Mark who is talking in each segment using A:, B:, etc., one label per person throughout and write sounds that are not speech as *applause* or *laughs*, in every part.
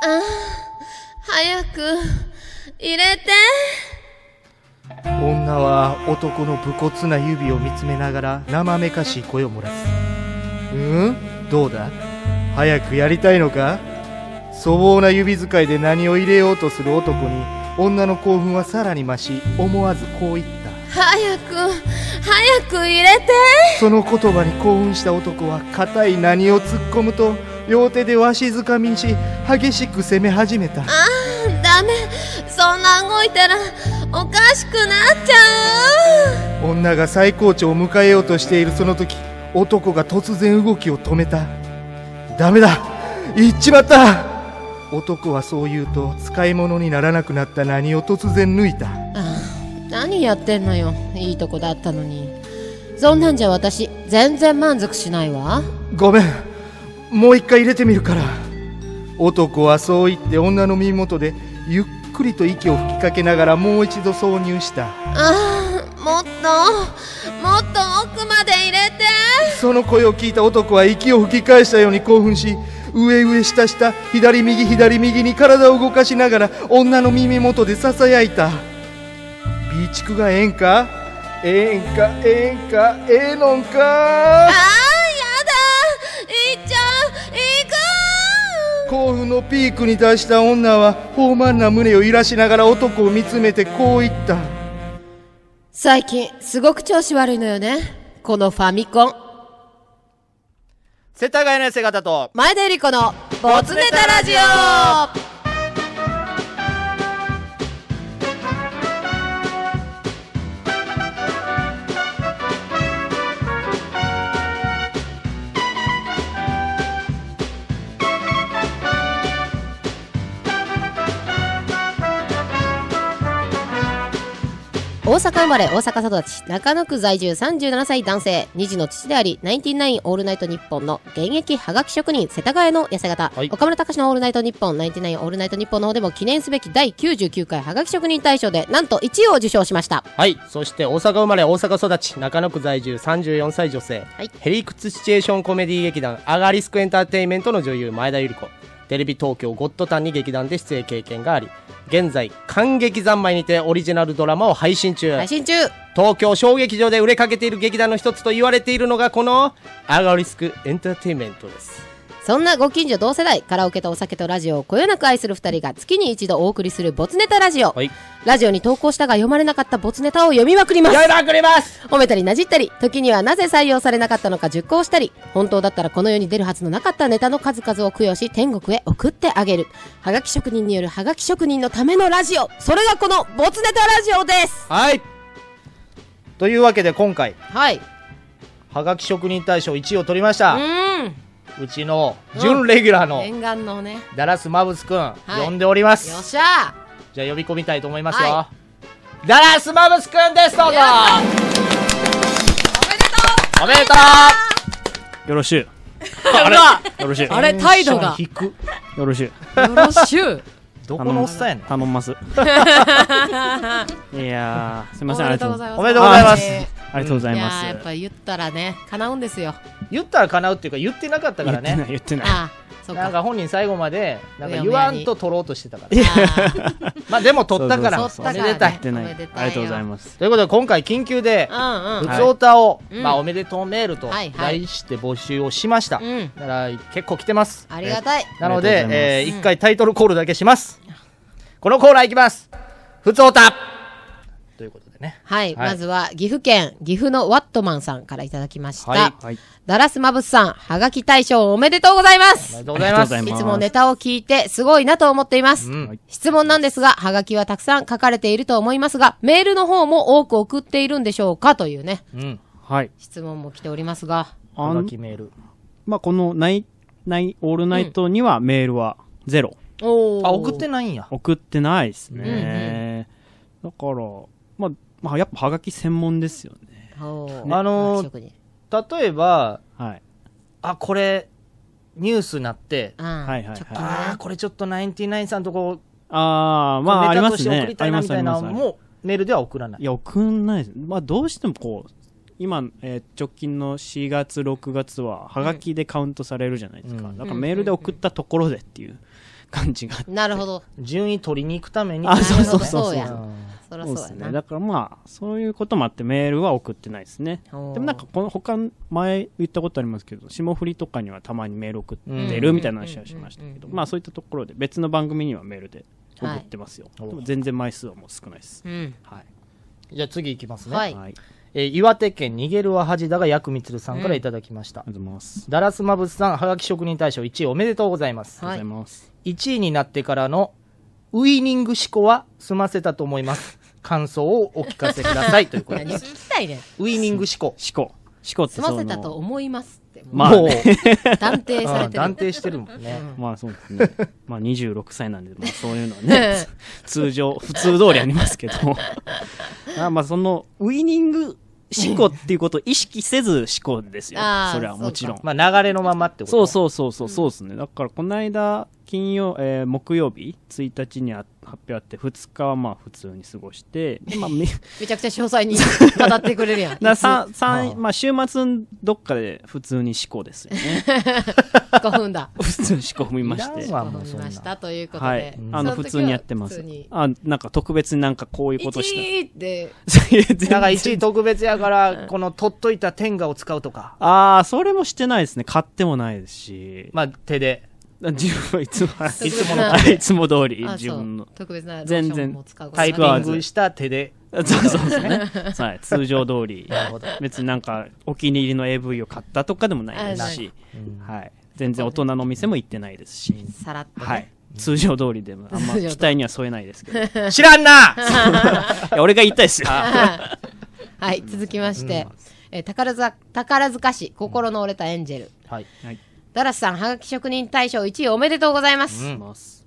A: あ早く入れて
B: 女は男の武骨な指を見つめながら生めかしい声を漏らすうんどうだ早くやりたいのか粗暴な指使いで何を入れようとする男に女の興奮はさらに増し思わずこう言った
A: 早く早く入れて
B: その言葉に興奮した男は固い何を突っ込むと両手でわしづかみにし激しく攻め始めた
A: あーダメそんな動いたらおかしくなっちゃう
B: 女が最高潮を迎えようとしているその時男が突然動きを止めたダメだ行っちまった男はそう言うと使い物にならなくなった何を突然抜いた
C: ああ何やってんのよいいとこだったのにそんなんじゃ私全然満足しないわ
B: ごめんもう一回入れてみるから男はそう言って女の耳元でゆっくりと息を吹きかけながらもう一度挿入した
A: あーもっともっと奥まで入れて
B: その声を聞いた男は息を吹き返したように興奮し上上下下左右左右に体を動かしながら女の耳元でささやいた「備蓄がええんかええんかええんかええのん
A: あー
B: か
A: やだ行っちゃう行く」
B: 興奮のピークに達した女は豊満な胸を揺らしながら男を見つめてこう言った
C: 最近すごく調子悪いのよねこのファミコン
D: 世田谷の背方と
C: 前田由里子の「ボツネタラジオ」大阪生まれ大阪育ち中野区在住37歳男性2児の父でありナインティナインオールナイトニッポンの現役はがき職人世田谷の痩せ方、
D: はい
C: 岡村隆史のオールナイトニッポンナインティナインオールナイトニッポンの方でも記念すべき第99回はがき職人大賞でなんと1位を受賞しました
D: はいそして大阪生まれ大阪育ち中野区在住34歳女性、
C: い
D: ヘリクツシチュエーションコメディ劇団アガリスクエンターテインメントの女優前田由里子テレビ東京ゴッドタンに劇団で出演経験があり現在感激三昧にてオリジナルドラマを配信中、
C: 配信中
D: 東京小劇場で売れかけている劇団の一つと言われているのがこのアガリスクエンターテインメントです
C: そんなご近所同世代カラオケとお酒とラジオをこよなく愛する2人が月に一度お送りするボツネタラジオ、
D: はい
C: ラジオに投稿したが読まれなかったボツネタを読みまくります
D: やいまくれます
C: 褒めたりなじったり時にはなぜ採用されなかったのか熟考したり本当だったらこの世に出るはずのなかったネタの数々を供養し天国へ送ってあげるはがき職人によるはがき職人のためのラジオそれがこのボツネタラジオです
D: はいというわけで今回
C: はい
D: はがき職人大賞1位を取りました
C: うん
D: うちの準レギュラーの
C: 念願のねよ
D: ダラスマブスくん、
C: い
D: 呼んでおりま
C: っ
D: す
C: しゃ
D: じゃあ呼び込みたいと思いますよ、
C: は
D: ダラスマブスくんですどうぞ
A: おめでと
D: おめでと
E: よろしゅ
D: うあれ
E: う。よろしゅう。
C: あれ態度が
D: 引く
E: よろしゅう。
C: よろしゅう
D: どこのおっさんやねん
E: 頼んます。いやー、すみません、ありがとうございま
D: おめでとうございます
C: ね
E: す。ありがとうございます。
C: やっぱ言ったらね叶うんですよ
D: 言ったら叶うっていうか言ってなかったから
E: 言って
D: ね
E: ない、言ってない。
C: ああそっ
D: なん
C: か
D: か本人最後までなんか
C: うや
D: 言
C: むや
D: わ
C: に
D: んと取ろうとしてたから
E: いや
D: まあでも取ったから
E: そう
C: そうそう
D: おめでた
C: 取
D: い
E: 言ってな
C: おめで
E: い。
C: たいよ
E: ありがとうございます。
D: ということで今回緊急で
C: あ
D: 普
C: うん
D: 通歌を、
C: うん
D: まあ、おめでとうメールと
C: はいはい
D: 題して募集をしました、
C: うんうん
D: だから結構来てます
C: ありがたい
D: なの
E: あ
D: で
E: りがとうござい
D: え
E: ます
D: ー一回タイトルコールだけします、このコーナーいきますふつおたということでね
C: はい、
D: はい
C: まずは岐阜県岐阜のワットマンさんからいただきました、
D: はい
E: はい。
C: ダラスマブスさんはがき大賞おめでとうございま
D: おめですとうございます
E: ありがとうござい
C: い
E: ます
C: つもネタを聞いてすごいなと思っています、
D: うん
C: 質問なんですが、はがきはたくさん書かれていると思いますが、メールの方も多く送っているんでしょうかというね、
D: うん
E: はい。
C: 質問も来ておりますが。
E: あ
D: は
E: の
D: がきメール
E: まあ、このナイ、ナイ、オールナイトにはメールはゼロ。
C: お
D: あ送って
C: ん
D: ないんや
E: 送ってないですね。だから、まあ、まあ、やっぱはがき専門ですよね。
D: あのー例えば
E: はい。
D: あこれニュースなって
E: は
C: はい
E: はいはい
D: あーこれちょっとナインティナインさんとこ
E: あー、まあ、
D: ネ
E: あり
D: タ
E: ま
D: とし
E: す
D: て送
E: ね
D: り。
E: あ
D: たいな
E: りま
D: み
E: す、
D: た
E: あ
D: い
E: り
D: な
E: ま
D: の
E: す。
D: もメールでは送らない
E: いや、送んないです。まあ、どうしてもこう、今、えー直近の4月、6月は、はがきでカウントされるじゃないですか。
D: うん
E: だからメールで送ったところでっていう感じがあって
C: なるほど。
D: 順位取りに行くために。
E: *laughs* あそうそう
C: そうそう
D: あ
C: や
D: ー
C: そらそう
E: です
C: や
E: ね
C: な。
E: だからまあそういうこともあってメールは送ってないですね
D: おー
E: でもなんかこの他前言ったことありますけど霜降りとかにはたまにメール送ってるみたいな話はしましたけどまあそういったところで別の番組にはメールで送ってますよ、
D: はい
E: でも全然枚数はもう少ないです、
C: うん。
E: はい
D: じゃあ次行きますね。
C: はい。
E: はい、あり
D: えー岩手県逃げるは恥だが薬みつるさんからいただきました。
E: がとうございます
D: ダラスマブスさん、はがき職人大賞1位おめでとうございます。
E: あ
C: は
E: り
C: い
E: がとうございます、
D: 1位になってからのウイニング思考は済ませたと思います。感想をお聞かせくださいという
E: *laughs*
D: こと
C: 何
D: で
C: を
D: す。
C: 聞きたいねん。
D: ウイニング思考。
E: しこしこって
C: 済
E: その
C: ませたと思いますって。も
E: まあね
D: もう
C: う断定され
D: うん
C: てる
D: 断。定してるもんね。
E: *laughs* まあそうですね。まあ26歳なんで、まあそういうの
C: *laughs*
E: はね、通常、普通通りありますけど。 *laughs* あまあその、ウイニング思考っていうことを意識せず思考ですよ
C: あ。ー
E: それはもちろん。
D: まあ流れのままってこと
E: そうそうそうそう、そうですね。だからこの間、金曜、えー木曜日、1日にあ発表あって、2日はまあ普通に過ごして、でまあ、
C: *laughs*
E: み
C: めちゃくちゃ詳細
E: *laughs*
C: に語ってくれるやん。
E: なさんさ
D: ああ
E: んまあ週末どっかで普通に思考ですよね。 *laughs*
C: 5分だ。
E: 普通に思考踏みまし
D: い
E: て
D: らん。わも
C: 5
D: うそ
C: 分
D: んな
C: ましたということで。
E: はい。あの、
C: そ時
E: 普
C: は
E: 通にやってます
C: 普通に。
E: あ、なんか特別になんかこういうことした。
C: 1位って、
E: いや全然
D: だから1位特別やから、この取っといた天下を使うとか。
E: *laughs* ああ、それもしてないですね。買ってもないですし。
D: まあ手で。
E: *laughs* 自分はいつ
C: *laughs*
E: も、
C: い
E: い
C: つ
E: つ
C: も
E: も
C: の
E: の、あ *laughs* いつも通り、
C: あ
E: 自分
C: そう
E: の。 *laughs*
C: 特別なロー
E: 全
C: シ
E: 然
C: ョンも使うこと
D: タ
C: な
D: イ
C: く
D: ピングした手で。
E: そうそうです
C: *laughs*
E: ね。はい、通常通り
D: なるほど。
E: 別になんか、お気に入りの AV を買ったとかでもないですし。はい。全然大人の店も行ってないですし。
C: さらっとね。
E: はい。通常通りでも、あんま
C: 通常
E: 期
C: 通り
E: 待には添えないで
C: *laughs*
E: すけど。い
D: 知らんな
E: や、俺が言いたいですよ。
C: はい、続きまして、えー宝塚宝塚市心の折れたエンジェル、
D: はい。
C: ダラスさんはがき職人大賞1位おめでとうございます、
D: うん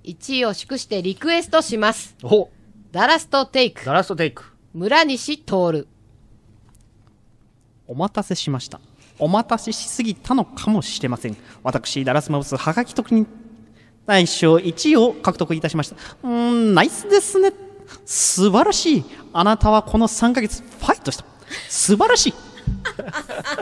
C: 1位を祝してリクエストします
D: お
C: ダラストテイク
D: ガラストテイク。
C: 村西徹
E: お待たせしました。お待たせしすぎたのかもしれません。私、ダラスマブス、はがき特に大賞1位を獲得いたしました。うーん、ナイスですね。素晴らしい。あなたはこの3ヶ月、ファイトした。素晴らしい。
D: *laughs*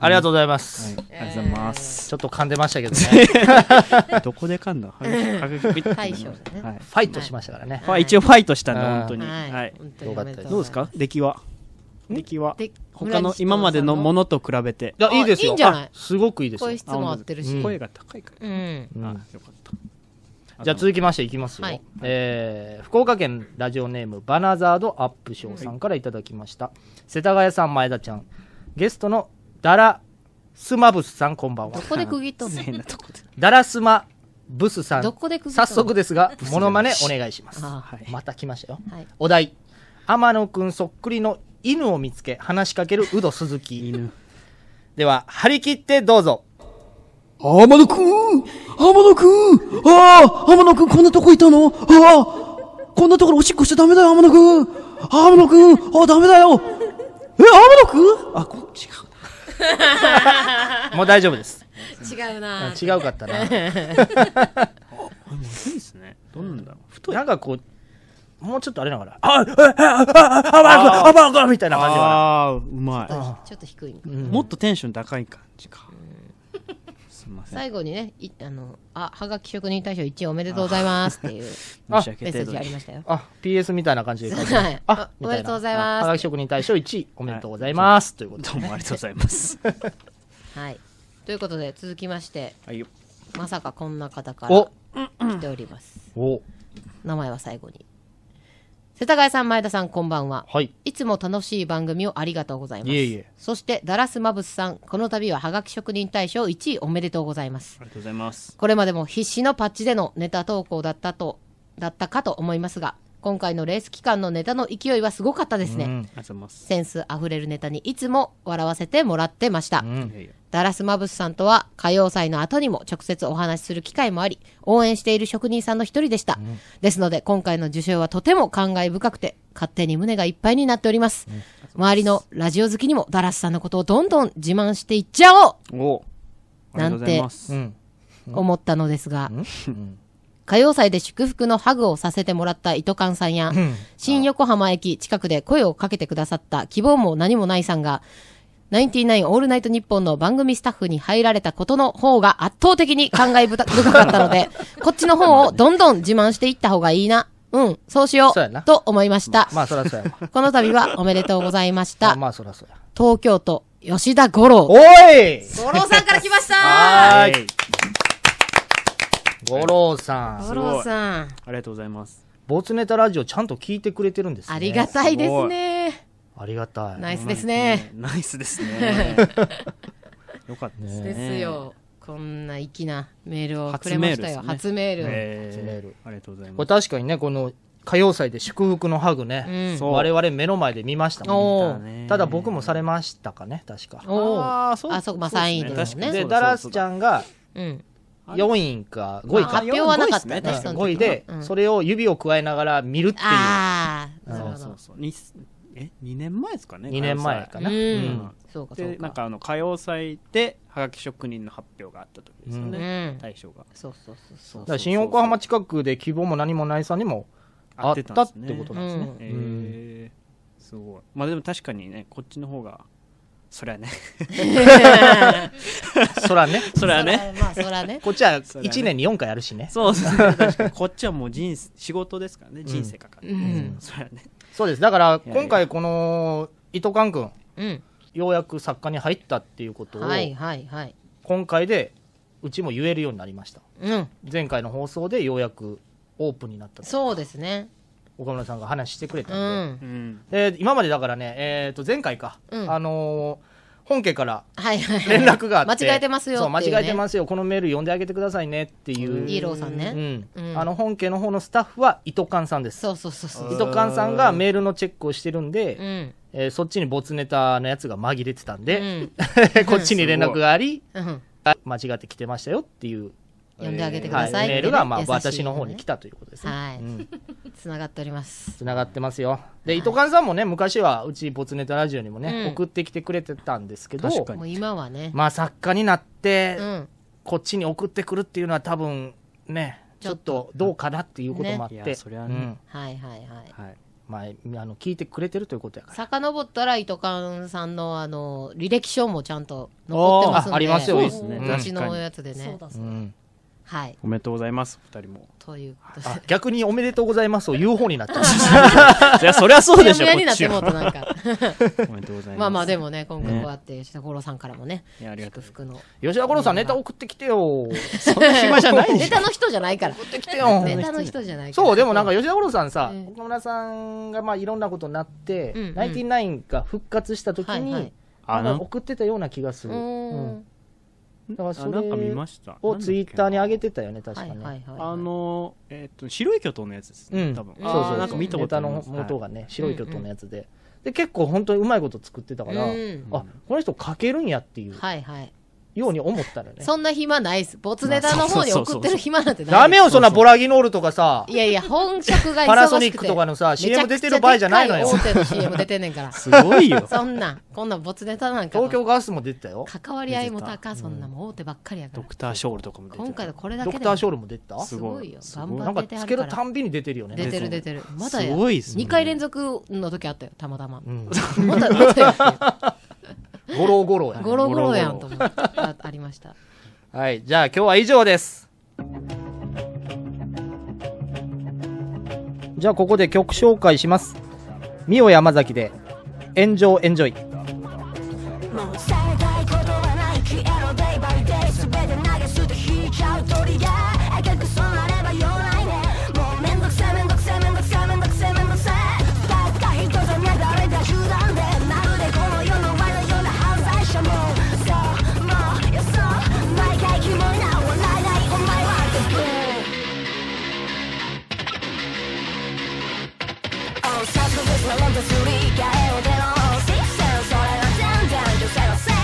D: ありがとうございます。
E: ありがとうございます。
D: ちょっと噛んでましたけどね。
E: *laughs* どこで
D: *laughs*
E: 噛んだはがき
C: 大賞だね、
E: はい
D: ファイトしましたからね。
E: まあ一応ファイトしたんで、
D: はい
E: 本当に。
C: はい、
E: はい。
C: 本当におめと
E: どう
C: ご
E: です
C: ざいま
E: か出来は。出来は
C: で。
E: 他の今までのものと比べて
D: い。や、いいです
C: あい
D: よ。
C: いんじゃない
D: あすごくいいです
C: こうい
D: よ
C: う。質問合ってるし、
E: 声が高いから。
C: うん
E: あ、よかった。
D: じゃあ続きましていきますよ。
C: はい
D: えー福岡県ラジオネームバナザードアップショーさんからいただきました。世田谷さん、前田ちゃん。ゲストのダラスマブスさん、こんばんは
C: ど。こで区切っとんの
E: 変なとこで。
D: ダラスマブスさん。
C: どこで区切ったの
D: 早速ですが、モノマネお願いします。
C: あ
E: はい
D: また来ましたよ。
C: はい
D: お題。天野くんそっくりの犬を見つけ、話しかけるウド鈴木。
E: 犬。
D: では、張り切ってどうぞ。
F: 天野くん天野くんああ天野くんこんなとこいたのああこんなところおしっこしちゃダメだよ天野くん天野くんああダメだよえ天野くんあこ違う
D: もう大丈夫です。
C: 違うな
D: 違うかったな。
E: いいですね。どうなんだろう。太い。
D: なんかこう、もうちょっとあれながら、あ、あ、あ、あ、あ、あ、あ、あ、あ、あ、みたいな感じが
E: ああ、うま
C: ちょっと低いね、
E: い。もっとテンション高い感じか。すみません。
C: 最後にねいあのあはがき職人大賞1位おめでとうございますっていう
E: 申し訳
C: メッセー
E: 程度
C: ジあり
E: に。
C: ましたよ
D: あ、PS みたいな感じで書いてある。
C: はい
D: あ、
C: おめでとうございます
D: はがき職人大賞1位、おめでとうございます。ということで。
E: どうもありがとうございます。
C: はい。ということで、続きまして、
E: はいよ。
C: まさかこんな方か
D: お
C: ら、来ております。
D: お、
C: 名前は最後に。世田谷さん、前田さん、こんばんは。
D: はい。
C: いつも楽しい番組をありがとうございます。
D: いえいえ
C: そして、ダラスマブスさん、この度はハガキ職人大賞1位おめでとうございます
E: あ。りがとうございます。
C: これまでも必死のパッチでのネタ投稿だったと、だったかと思いますが、今回のレース期間のネタの勢いはすごかったですね。
E: ありがとうございます。
C: センスあふれるネタにいつも笑わせてもらってました。
E: いやいや
C: ダラスマブスさんとは歌謡祭の後にも直接お話しする機会もあり、応援している職人さんの一人でした。ですので、今回の受賞はとても感慨深くて、勝手に胸がいっぱいになっております。周りのラジオ好きにもダラスさんのことをどんどん自慢していっちゃおう
E: おありがとうございます。
D: ん。
C: 思ったのですが、歌謡祭で祝福のハグをさせてもらった糸勘さんや、新横浜駅近くで声をかけてくださった希望も何もないさんが、ナインティナインオールナイトニッポンの番組スタッフに入られたことの方が圧倒的に感慨深かったの
D: *laughs*
C: で、こっちの方をどんどん自慢していった方がいいな。うん、そうしよ
D: そうやな
C: う、と思いました。
D: まあそらそうやわ。
C: この度はおめでとうございまし
D: まあ
C: た。 *laughs*
D: まあそらそうや。
C: 東京都、吉田五郎。
D: おい
A: 五郎さんから来ました
D: はーい。五郎さん。
C: 五郎さん。
E: ありがとうございます。
D: ボツネタラジオちゃんと聞いてくれてるんですね。
C: ありがたいですね。
D: ありがたい。
C: ナイスですね。
E: ナイスですね。 *laughs* よかったですね。
C: ですよ。こんな粋なメールをく
E: 初
C: れましたよ。
E: メ
C: 初メール。
E: え
D: 初メール
E: ありがとうござい
D: こ
E: ま
D: れ確かにね、この歌謡祭で祝福のハグね、
E: す。
D: 我々目の前で見ましたもん。
C: おー。
E: だね
D: ただ僕もされましたかね、確か。
C: おー。
E: あーそう
C: あそこまあ
E: うです
C: 三位ですもんね
E: 確か
D: で、
E: に
D: ダラスちゃんが
C: うん。
D: 4位か5
C: ま
D: 位
C: あ
D: か。
C: 発表はなかったね。
E: 四位です
C: その時
D: 5位で、
C: うん
D: それを指をくわえながら見るっていう。
C: ああ、なるほ
E: そう
C: ど。
E: そう。にえ、2年前ですかね。
D: 2年前かな。
C: う
D: うん
C: ん。そうか、そう
E: で、なん
C: か。
E: かあの、歌謡祭で、はがき職人の発表があった時ですよ
C: う
E: ね。
C: ん。
E: 大賞が。
C: そうそうそうそう。
D: だから新横浜近くで希望も何もないさんにもあったってことなんですね。
E: へえすごいまあでも確かにねこっちの方がそり
C: *laughs*
E: ゃね
D: そらね。
E: そりゃね。
C: まあ、そらね。
D: こっちは1年に4回やるしね。
E: そうですね確かにこっちはもう人生仕事ですからね人生かかって、
C: うん
E: そりゃね
D: そうです。だから、
E: いやいや
D: 今回この、伊藤寛君、
C: うん。
D: ようやく作家に入ったっていうことを、
C: はい、はい、はい。
D: 今回で、うちも言えるようになりました。
C: うん。
D: 前回の放送でようやくオープンになったと
C: そうですね。
D: 岡村さんが話してくれた
C: うん
D: で、
C: ん。
E: うん
D: えー今までだからね、えー、と前回か、
C: うん
D: あのー本家から
C: はい、はいはい。
D: 連絡があって
C: 間違えてますよってい
D: そ
C: うう
D: 間
C: ね。
D: 違えてますよこのメール読んであげてくださいねっていう
C: イエローさんね
D: うん
C: うん
D: あの本家の方のスタッフは伊藤寛さんです
C: そうそうそうそう
D: 伊。藤寛さんがメールのチェックをしてるんで、
C: うん。
D: えーそっちにボツネタのやつが紛れてたん
C: う
D: で、
C: ん。
D: *laughs* こっちに連絡があり
C: うん。
D: 間違ってきてましたよっていう、
C: 呼んであげてくだ
D: はい
C: さいってね。
D: メールが、まあ、
C: 優しい
D: 私の方に来たということですね
C: はい
D: うん
C: つながっております。
D: つながってますよで伊藤寛さんもね昔はうちボツネタラジオにもね、
C: うん
D: 送ってきてくれてたんですけど
E: 確か
C: もう今はね。
D: まあ作家になって、
C: うん。
D: こっちに送ってくるっていうのは多分ねち
C: ち
D: ょ
C: ょ
D: っ
C: っ
D: と
C: と
D: どうかなっていうこともあって、
E: ねいやそりゃね
D: うん
C: はいはいはい。
E: はい
D: まあ、あの聞いてくれてるということやから
C: 遡ったら、伊藤勘さんの、あの、履歴書もちゃんと残ってますん
D: あー
C: で。
D: ありますよ
E: そう
D: ね
E: ですね
D: うん
C: うち
E: 確か
C: の
E: に
C: やつで
A: そう
C: ね。
A: だ
D: う
A: そうだ
D: ん
C: はい。
E: おめでとうございます二
C: *laughs*
E: 人も
C: ということで。
D: あ逆におめでとうございますを言う方になっちゃう
E: いやそりゃそうでしょ
C: う
E: こ
C: にな
E: っ
C: っ
E: ち
C: てもう
E: は
C: となんか。
E: おめでとうございま
C: *laughs*
E: す
C: まあまあでもね、今回こうやって、下五郎さんからもね、
E: いやありがと
C: 祝
E: う
C: 福の。
D: 吉田五郎さんネタ送ってきて
C: *laughs*
D: よ *laughs*
E: 暇じゃないでしょ
C: ネタの人じゃないから。
D: 送ってきてよ
C: ネタの人じゃないから。
D: そうでもなんか吉田五郎さんさ、
C: うん
D: 岡村さんがまあいろんなことになって、
C: うんうん
D: ナインティナインが復活した時に、
C: はいはい
D: な
E: あ
D: ん
E: な
D: か
E: ん
D: 送ってたような気がす
C: う
D: る、
C: ー
D: うん
C: ん。
D: だからそ
E: あなんか見
D: れ
E: ました
D: をツイッターに上げ
E: て
D: てたよね確か
C: はい
D: ね、
C: はいはい。
E: あ、のえっと白い巨頭のやつです
D: う
E: ね
D: ん
E: 多分
C: そう
E: あ
C: そう
E: ー
C: そう
E: なんか見たことあります
D: ネタの元
E: はい
D: がね、白い巨頭のやつで。で、結構本当にうまいこと作ってたから、
C: うん
D: あ、この人書けるんやっていう
C: はいはい。
D: ように思ったらね。
C: そんな暇ないっす。ボツネタの方に送ってる暇なんてない。
D: ダメよ、そんなボラギノールとかさ、
C: いやいや、本職が忙しくて。
D: パナソニックとかのさ、CM 出てる場合じゃないのよ
C: め。ちゃくちゃでっかい大手の CM 出てんねん
D: *laughs*
C: から。
E: すごい *laughs* よ
C: そんなん、こんなんボツネタなんかの。
D: 東京ガスも出てたよ。
C: 関わり合いも高、そんなもん大手ばっかりやか
E: ド
C: ら。
E: クターショールとかも出てた
C: 今回のこれだ
D: ド
C: け
D: ク
C: で
D: ターショ
C: も
D: ールも出てた
C: すごいよ。
E: す
C: バ
E: ごい
C: ンバ
D: なん
C: ン
D: か
C: 出て
D: つ
C: は
D: け
C: るか
D: るた
C: ら。
D: んびに出てるよね。
C: 出てる出てる。まだ
E: す
C: や。
E: ごいっすね
C: 2回連続の時あったよ、たまたま。
D: うん。
C: まだまだやって
D: ゴロゴロや
C: る。。ゴロゴロやんと思って。あありました。
D: はい、じゃあ今日は以上です。じゃあここで曲紹介します。ミオ山崎で、炎上エンジョイ。
G: もうされたいことはない消えろデイバイデイ全て流すと引いちゃう鳥が赤く染まれば弱いねもうめんどくせえめんどくせえめんどくせえめんどくせえめんどくせえたった人じゃねえ誰だ集団でまるでこの世の我のような犯罪者もそうもうよそう毎回キモいな笑えないお前はデブ「おさすがですならんとすり替えを出ろ」「シッセンそれは全然女性のせい」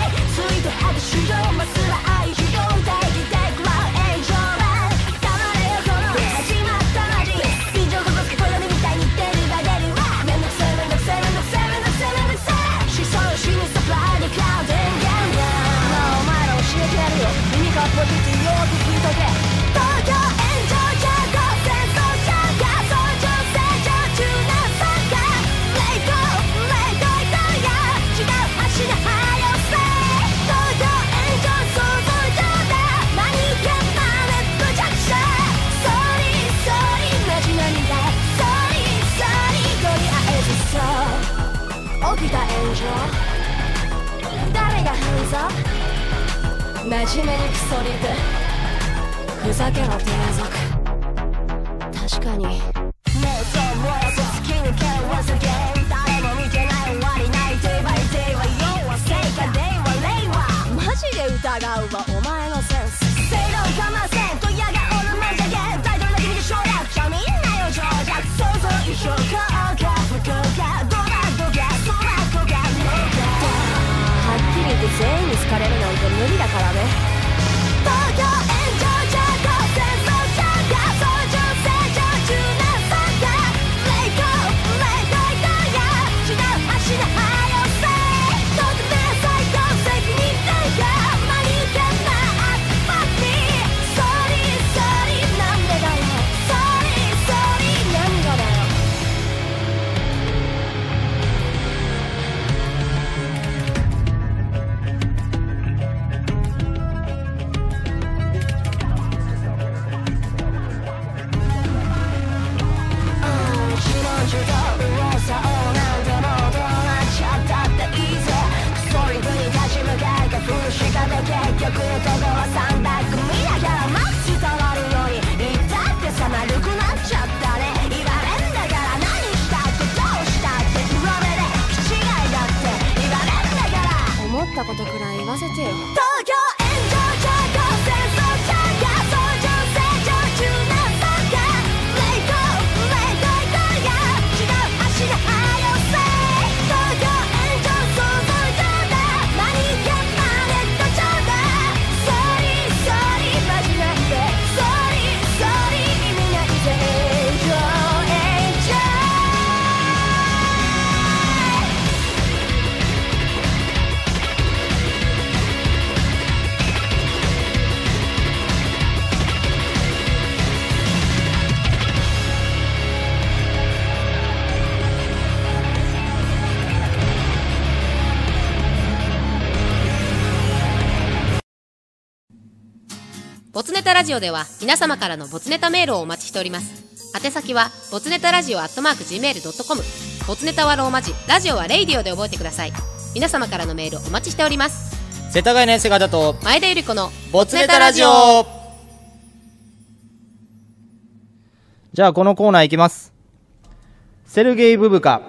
G: 真面目にクソリブふざけろ低俗確かにもうそう燃やせ好きにけんわすげん誰も見てない終わりない Day by day は要は成果 Day は令和マジで疑うわお前のセンス正論かませんとやがおるまじゃげん大統領的に省略じゃみんなよ情弱想像以上かか不幸かどらどがそらこがのかはっきり言って全員に好かれるなんて無理だからね東京炎上上等戦争上下操縦正常中南三下冷凍冷凍どうや違う足の速さとても最高責任なんかマリケンなアッパティ Sorry sorry なんでだよ Sorry sorry 何がだよ「もちろん受動右往左往なんてもうどうなっちゃったっていいぜ」「クソリブに立ち向かいが風しかで結局とこは三択」「見ながらマックス伝わるように言ったってさ丸くなっちゃったね」「言われんだから何したってどうしたって上目で気違いだって言われんだから」思ったことくらい言わせてよ東京炎上上等戦争上下操縦正常中南三下冷凍冷凍どうや違う足の速さ東京炎上想像上だ何がマネット上だ Sorry sorry マジなんて Sorry sorry 意味ないぜ炎上炎上
C: ボツネタラジオでは皆様からのボツネタメールをお待ちしております。宛先は、ボツネタラジオアットマーク Gmail.com。ボツネタはローマ字、ラジオはレイディオで覚えてください。皆様からのメールお待ちしております。
H: 世田谷のセガだと
C: 前田ゆり子の
H: ボツネタラジオ
D: じゃあこのコーナーいきます。セルゲイ・ブブカ。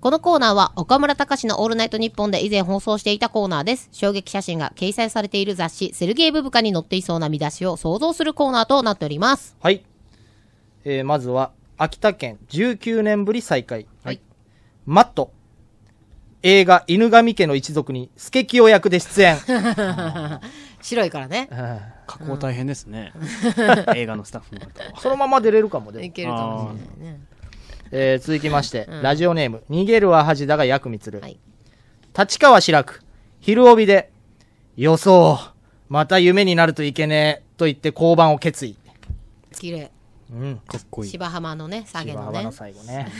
C: このコーナーは岡村隆史のオールナイトニッポンで以前放送していたコーナーです。衝撃写真が掲載されている雑誌セルゲイブブカに載っていそうな見出しを想像するコーナーとなっております。
D: はい。えー、まずは、秋田県19年ぶり再開。
C: はい。
D: マット。映画、犬神家の一族に、スケキヨ役で出演。
C: *laughs* 白いからね。
E: 加工大変ですね映画のスタッフの
C: *laughs*
E: 方は
D: そのまま出れるかもでも
C: いけるかもしれないね。
D: えー続きまして、ラジオネーム、逃げるは恥だが薬味つる。
C: はい
D: 立川志らく、昼帯で、予想、また夢になるといけねえ、と言って交番を決意。
C: 綺麗。
D: うん。
E: かっこいい
C: 芝浜のね、下げ
D: 芝
C: の
D: 浜
C: ね
D: の。最後
C: *laughs*
D: ね。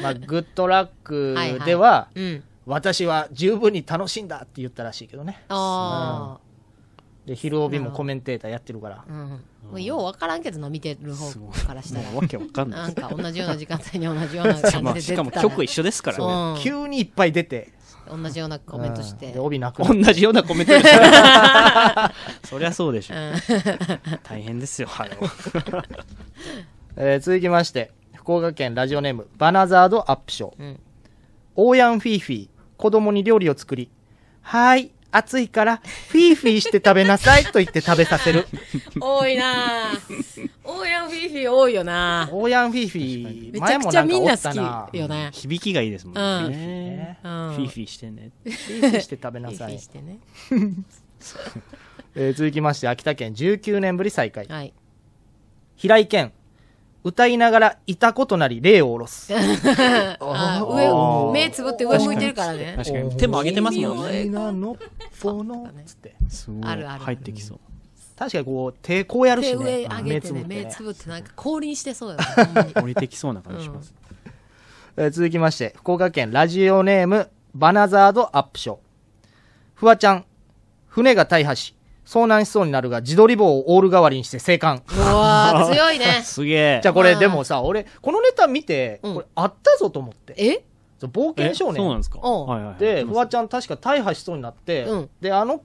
D: まあ、グッドラック
C: はいはい
D: では、
C: うん。
D: 私は十分に楽しんだって言ったらしいけどね。
C: あ
D: で、昼帯もコメンテーターやってるから
C: あ。。うん。もうようわからんけどな、見てる方からしたら
E: も。うわけわかん
C: な
E: なんい
C: か同じような時間帯に同じような感じで出てた
E: ま
C: *laughs*
E: あ
C: ら
E: しかも曲一緒ですからね
C: うん
D: 急にいっぱい出て、
C: 同じようなコメントし *laughs*
D: うん
C: て
D: で、。帯なくな
E: 同
D: る
E: じようなコメントですね *laughs* そりゃそうでしょ大変ですよはよ
D: えー続きまして、福岡県ラジオネーム、バナザードアップショー。
C: うん
D: オーヤンフィーフィー、子供に料理を作り、はーい、暑いから、フィーフィーして食べな
C: *laughs*
D: さいと言って食べさせる。
C: *laughs* 多いな多いやフィーフィー多いよな
D: オーヤンフィーフィー、
C: めちゃくちゃみんな好きよね。
E: 響きがいいですもんね
C: う
E: フ
C: ん
E: ィーフィーしてね
D: フィーフィーして食べなさ
C: いい
D: い。
C: してね。
D: えー続きまして、秋田県19年ぶり再開。
C: はい。
D: 平井堅、歌いながらいたことなり、霊を下ろす。
C: あ上、目つぶって上向いてるからね。
E: 確かに手も上げてますもんね
D: 君はの、フォの、つって。
E: すごい
C: あるある
E: 入ってきそう
D: 確かにこう、手こうやる
C: 手
D: し
C: 上
D: ね。
C: 上げてね、
D: 目
C: 目
D: つ
C: つ
D: ぶっ
C: ぶってなんか降臨してそうだよねほんまに。
E: 降りてきそうな感じします
D: えー続きまして、福岡県ラジオネーム、バナザードアップショー。フワちゃん、船が大破し、遭難しそうになるが、自撮り棒をオール代わりにして生還。
C: うわー、強いね。
E: *laughs* すげえ
D: じゃあこれ、
C: あー
D: でもさ、俺、このネタ見て、
C: うん
D: これあったぞと思って。
C: え
D: そう冒険少
E: そうなん
D: 年。
E: ですか
C: うん
E: はいはいはい
D: で、フワちゃん確か大破しそうになって
C: うん、
D: で、あの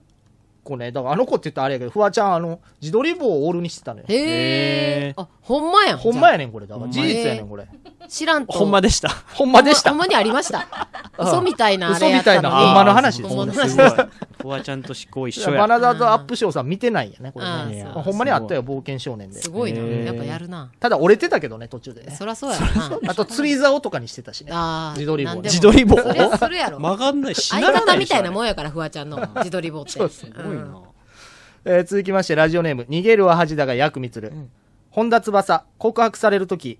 D: 構ね、だからあの子って言ったらあれやけど、フワちゃん、あの、自撮り棒をオールにしてたのよ。
C: へえ
E: へ。ー
C: あ、ほんまやん。
D: ほんまやねん、これ。だから
E: ほん
D: 事
E: ま
D: 実やねん、これ。
C: 知らんと。
E: ほんまでした。
D: ほんまでした
C: ほん。まにありました。嘘みたいなあ
D: 嘘
C: れや
D: み
C: ったた
D: いな、
C: のに。
D: ほんまの話です
C: ほ。んまの
E: す
C: 話
E: ごい。フワちゃんと思考一緒や。
D: バナザーズアップショーさん見てないんやね、これ
C: あ
D: ね。
C: ーそう
D: ほんまにあったよ、冒険少年で。
C: すごいな。
E: へー
C: やっぱやるな。
D: ただ折れてたけどね、途中でね。
C: そらそうやろな。
D: あと釣り竿とかにしてたしね。
C: あー
D: 自撮り棒
C: なんでも
E: 自撮り棒
C: そりゃするやろ。
E: 曲がんない。しな
C: 相
E: らな
C: 方
E: い
C: み
E: でしょ
C: たいなもんやから、フワちゃんの自撮り棒って。
D: そうす
C: ごいな。
D: えー続きまして、ラジオネーム、逃げるは恥だが薬味つる。本田翼、告白されるとき、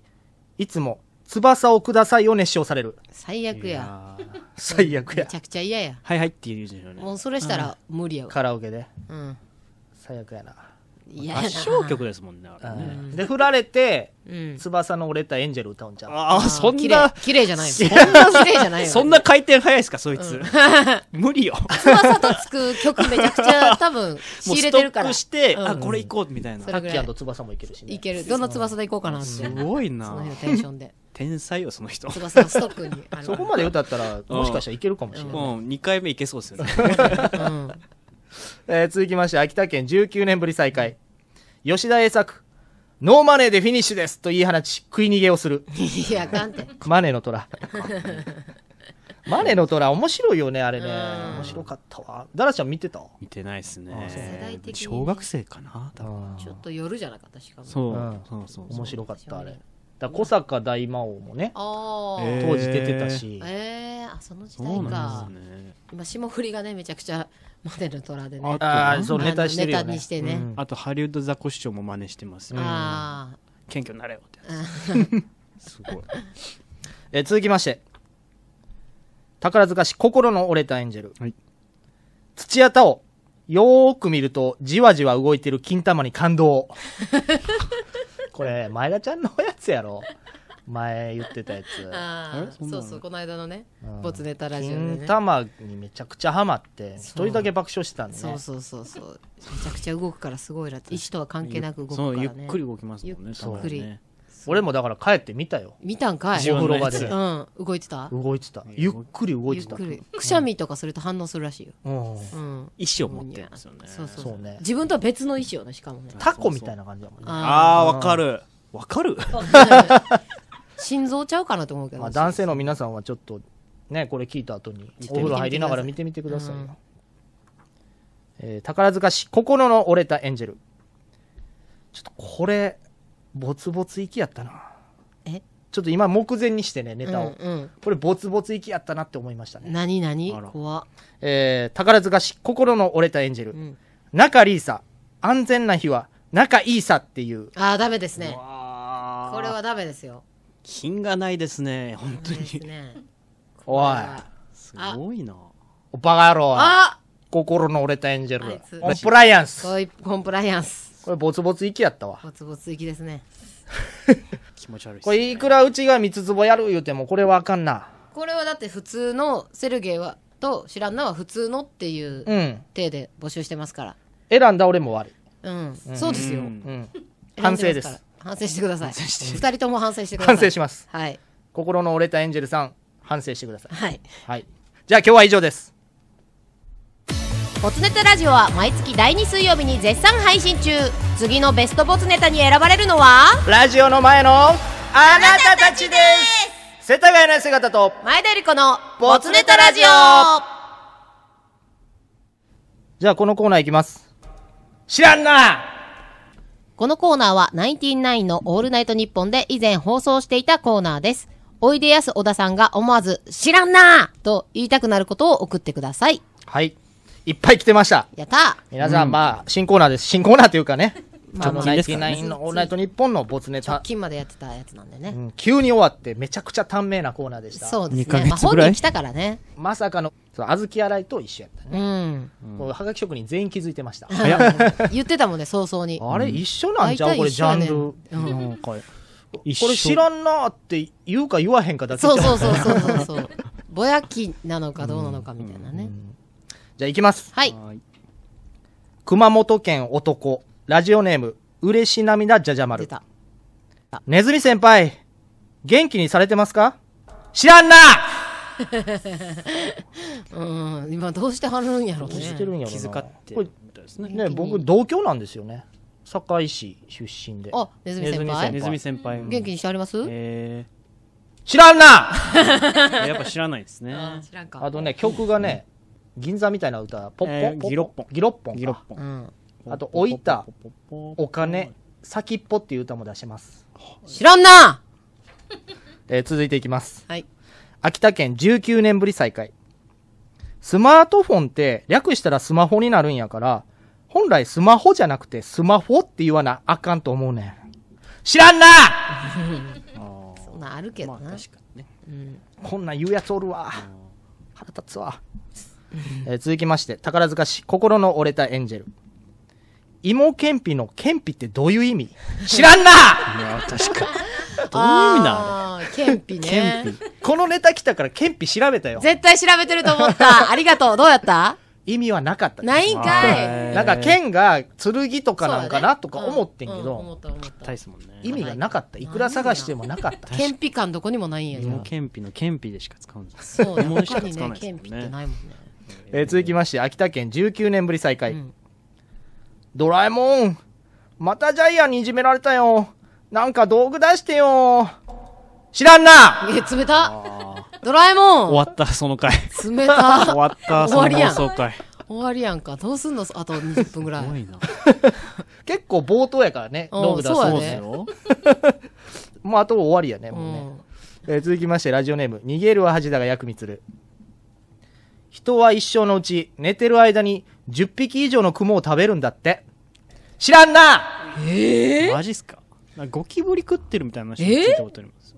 D: いつも、翼をくださいを熱唱される。
C: 最悪や。
E: あー
D: 最悪
C: め
D: や
C: ち。ゃくちゃ嫌や。
E: はいはいって言うんですよね。
C: もうそれしたら無理やわ。
D: カラオケで。
C: うん。
D: 最悪やな。
C: 嫌や
E: 合
C: な。
E: 唱曲ですもんね。あれね
D: で、振られて、
C: うん。
D: 翼の折れたエンジェル歌うんちゃう。
E: ああ、そん
C: 綺麗
E: な、。
C: 綺麗じゃないよ。そんな綺麗じゃないよ。
E: そんな回転早いですか、そ
C: *laughs*
E: いつ。無理よ。
C: 翼とつく曲めちゃくち
E: *laughs*
C: ゃ多分仕
E: も
C: 入
E: うス
C: れ
E: ト
C: てるか
E: ッ
C: ら。
E: プして、
C: うん
E: あ、これ行こうみたいな
C: そ。れ
D: タッ
C: ぐ
D: キ
C: ら
D: ー
C: い。
D: 翼もいけるしね。
C: いける。どの翼で行こうかなって。
E: す
C: そ
E: ごい
C: の
E: な
C: 日。のテンションで。
E: 天才よ、その人。
C: 翼のストックに。あの
D: そこまで歌ったら、もしかしたらいけるかもしれな
E: う
D: い。
E: ん、2回目いけそうです
C: *laughs*
E: よね。
C: うん。
D: えー続きまして、秋田県19年ぶり再開。吉田栄作、ノーマネーでフィニッシュですと言い放ち、食い逃げをする。 *laughs*
C: いや、あかんって。
D: マネの *laughs* 虎。マネの虎、面白いよね、あれね。
C: うん
D: 面白かったわ。ダラちゃん見てた
E: 見てないです
D: あそう
C: 世代
E: ね
C: 的。に
E: 小学生かな多分
C: ちょっと夜じゃなかった、しかも。
E: そう
D: うん
E: そうそうそう。
D: 面白かった、あれ。だから小坂大魔王もね、
C: ああ。
E: え
D: 当時出てたし。
C: ええー、あ、その時
E: そう
C: 代
E: な
C: か
E: ん。ですね。
C: 今、霜降りがね、めちゃくちゃ、モデルの虎でね
E: あ。
D: ああ、そう、
C: あの
D: ネタしてるよね。
C: ネタにしてね
D: うん
E: あと、ハリウッドザコシショウも真似してますよ。
C: あ
E: 謙虚になれよってやつ。 *laughs* すごい。
D: えー続きまして。宝塚市、心の折れたエンジェル。
E: はい
D: 土屋太鳳。よーく見ると、じわじわ動いてる金玉に感動。 *laughs* これ、前田ちゃんのやつやろ。前言ってたやつ。
C: あ。ああ。
E: んな
C: そうそう、この間のね
D: ん、
C: ボツネタラジオで
D: 金
C: ね。
D: 玉にめちゃくちゃハマって、一人だけ爆笑してたんで、ね。
C: そうそうそうそう。めちゃくちゃ動くからすごいなって。意思とは関係なく動くから
E: そう、
C: ね。
E: ゆっくり動きますもんね。
C: ゆっくり
E: 多分ね
D: 俺もだから帰って見たよ。
C: 見たんかい
D: 自分の場
E: 自
D: で
E: 分。
C: うん、動いてた
D: 動いてた。ゆっくり動い
C: ゆ
D: て。
C: ったくり。くしゃみとかすると反応するらしいよ。
D: うん。
C: うん。
E: 意志を持ってるんですよね。
C: そうそう
D: そう
C: そう。
D: ね。
C: 自分とは別の意思をね、しかもね。
D: タコみたいな感じだもんね。
E: ああ、わかる。わかる
C: 心臓ちゃうかなと思うけど。
D: まあ、男性の皆さんはちょっとねこれ聞いた後にお風呂入りながら見てみてくださいよ、えー宝塚市心の折れたエンジェルちょっとこれボツボツ行きやったな
C: え
D: ちょっと今目前にしてねネ
C: う
D: タを、
C: んうん。
D: これボツボツ行きやったなって思いましたね、
C: 何何
E: あら
C: 怖っ
D: えー宝塚市心の折れたエンジェル、
C: ん
D: 仲里依紗安全な日は仲いいさっていう
C: ああ、ダメですね。
E: あ
C: これはダメですよ。
E: 品がないですね。本当
C: ダメ
E: に
C: で。すね。
D: おい
E: すごいな。
D: おバカ野郎
C: あ
D: 心の折れたエンジェ
C: あ
D: ル
C: いつ
D: コンプライアンス
C: こいコンプライアンス。
D: これボツボツ行きやったわ
C: ボツボツ行きですね。
E: 気持ち悪いっす
D: これいくらうちが三つ壺やる言うてもこれはあかんな。
C: これはだって普通の、セルゲイは、と知らんなは普通のっていう
D: う。
C: うん体で募集してますから。
D: 選んだ俺も悪い。
C: うん。そうですよ。 *laughs*
D: うん。
C: 選ん
D: 反省
C: ま
D: です
C: か
D: す
C: ら。。反省してください。二人とも反省してください。
D: 反省します。
C: はい。
D: 心の折れたエンジェルさん、反省してください。
C: はい。
D: はい。じゃあ今日は以上です。
I: ボツネタラジオは毎月第2水曜日に絶賛配信中次のベストボツネタに選ばれるのは
D: ラジオの前のあなたたちです世田谷の姿と
I: 前田由里子の
D: ボツネタラジオじゃあこのコーナーいきます。知らんな
I: このコーナーはナインティナインのオールナイトニッポンで以前放送していたコーナーですおいでやす小田さんが思わず知らんなーと言いたくなることを送ってください
D: はい。いっぱい来てました。
I: やったー
D: 皆さん、まあ、新コーナーです。新コーナーというかね。
C: ま
D: あ
C: あ
D: の、
C: まあ
D: ナインティナインのオールナイトニッポンのボツネ
C: 直
D: タ。
C: 近までやってたやつなんでね。
D: うん急に終わって、めちゃくちゃ短命なコーナーでした。
C: そうです
E: 二ヶ
C: ね。まあ
E: 月ぐ
C: 本
E: らい
C: 人来たからね。
D: まさかの、そう、小豆洗いと一緒やったね。
C: うん。
D: もうはがき職人全員気づいて
C: *laughs*
D: ました。
C: 言ってたもんね、早々に。
D: あれ、一緒なんちゃう
C: 大体
D: これ、ジ
C: 一
D: ャ
C: 緒
D: ン
C: やね
D: ル。
C: うん
D: なんかこれ
E: 一緒
D: 知らんなーって言うか言わへんかだけじゃ
C: そうそう
D: う。
C: そうそうそうそう。ぼやきなのかどうなのかみたいなね。
D: じゃあ、行きます。
C: はい。
D: 熊本県男、ラジオネーム、嬉し涙じゃじゃ
C: 出
D: 丸。
C: た。
D: ネズミ先輩、元気にされてますか知らんな
C: うん、今どうしてはるんやろう
D: どう
C: ね。
D: してるんやろ
E: 気
D: な
E: 遣って
D: これ
E: ですね
D: ね僕同郷なんですよね堺市出身で
C: あネズミ先輩
E: ネズミ先輩
C: 元気にしてあります、
E: え
D: 知らんな *laughs*
E: ー、やっぱ知らないですね
C: 知らんか。
D: あとね曲がね銀座みたいな歌ポッ
E: え
D: ポ
E: ー
D: ポ
E: ギロッポン
D: ギロッポンか
E: ギロッポ
C: う
E: ン
C: ん。
D: あと老いたお
E: お
D: 金先っぽっていう歌も出してます
C: 知らんな
D: えー続いていきます。
C: はい
D: 秋田県19年ぶり再開。スマートフォンって略したらスマホになるんやから、本来スマホじゃなくてスマホって言わなあかんと思うねん。知らんな
C: そんなんあるけどな。
D: こんなん言うやつおるわ。腹立つわ。えー続きまして、宝塚市心の折れたエンジェル。芋けんぴのけんぴってどういう意味知らんな
E: どういう意味なの
C: ああ、ケンピね。
D: このネタ来たからけんぴ調べたよ。
C: 絶対調べてると思った。ありがとう。どうやった
D: 意味はなかった。
C: ないんかい。
E: えー
D: なんか剣が剣とかなんかなとか思ってんけ
C: うん思
D: ど、
C: った思った
E: 硬いですもんね
D: 意味がなかった。いくら探してもなかった。
C: ケンピ感どこにもないんやじゃあ
E: 芋けんぴのけんぴでしか使うんです
C: そう、
E: 芋し
C: 他
E: か
C: に
E: 使わ
C: ね
E: な、いです
C: ケ
E: も
C: ン
E: ん
C: ピ
E: ね
C: ってないもんね。
D: えー続きまして、秋田県19年ぶり再開。ドラえもん、またジャイアンにいじめられたよ。なんか道具出してよ。知らんな
C: え、冷たドラえもん
E: 終わったその
C: *laughs*
E: 回
C: 冷た
E: 終わった
C: 終
E: そ
C: わ
E: の
C: りや
E: 放
C: ん
E: 送回
C: 終わりやんか。どうすんのあと20分ぐらい。
E: すごいな
D: 結構冒頭やからね、
C: うん
D: 道具出す
C: そうや
E: そ
C: ね
E: うですよ
D: もうあと終わりやね、
C: う
D: もうね。
C: ん。
D: えー続きましてラジオネーム「逃げるは恥だが薬味つる」人は一生のうち寝てる間に10匹以上の雲を食べるんだって知らんな、
E: マジっすかなんかゴキブリ食ってるみたいな話を聞いたことあります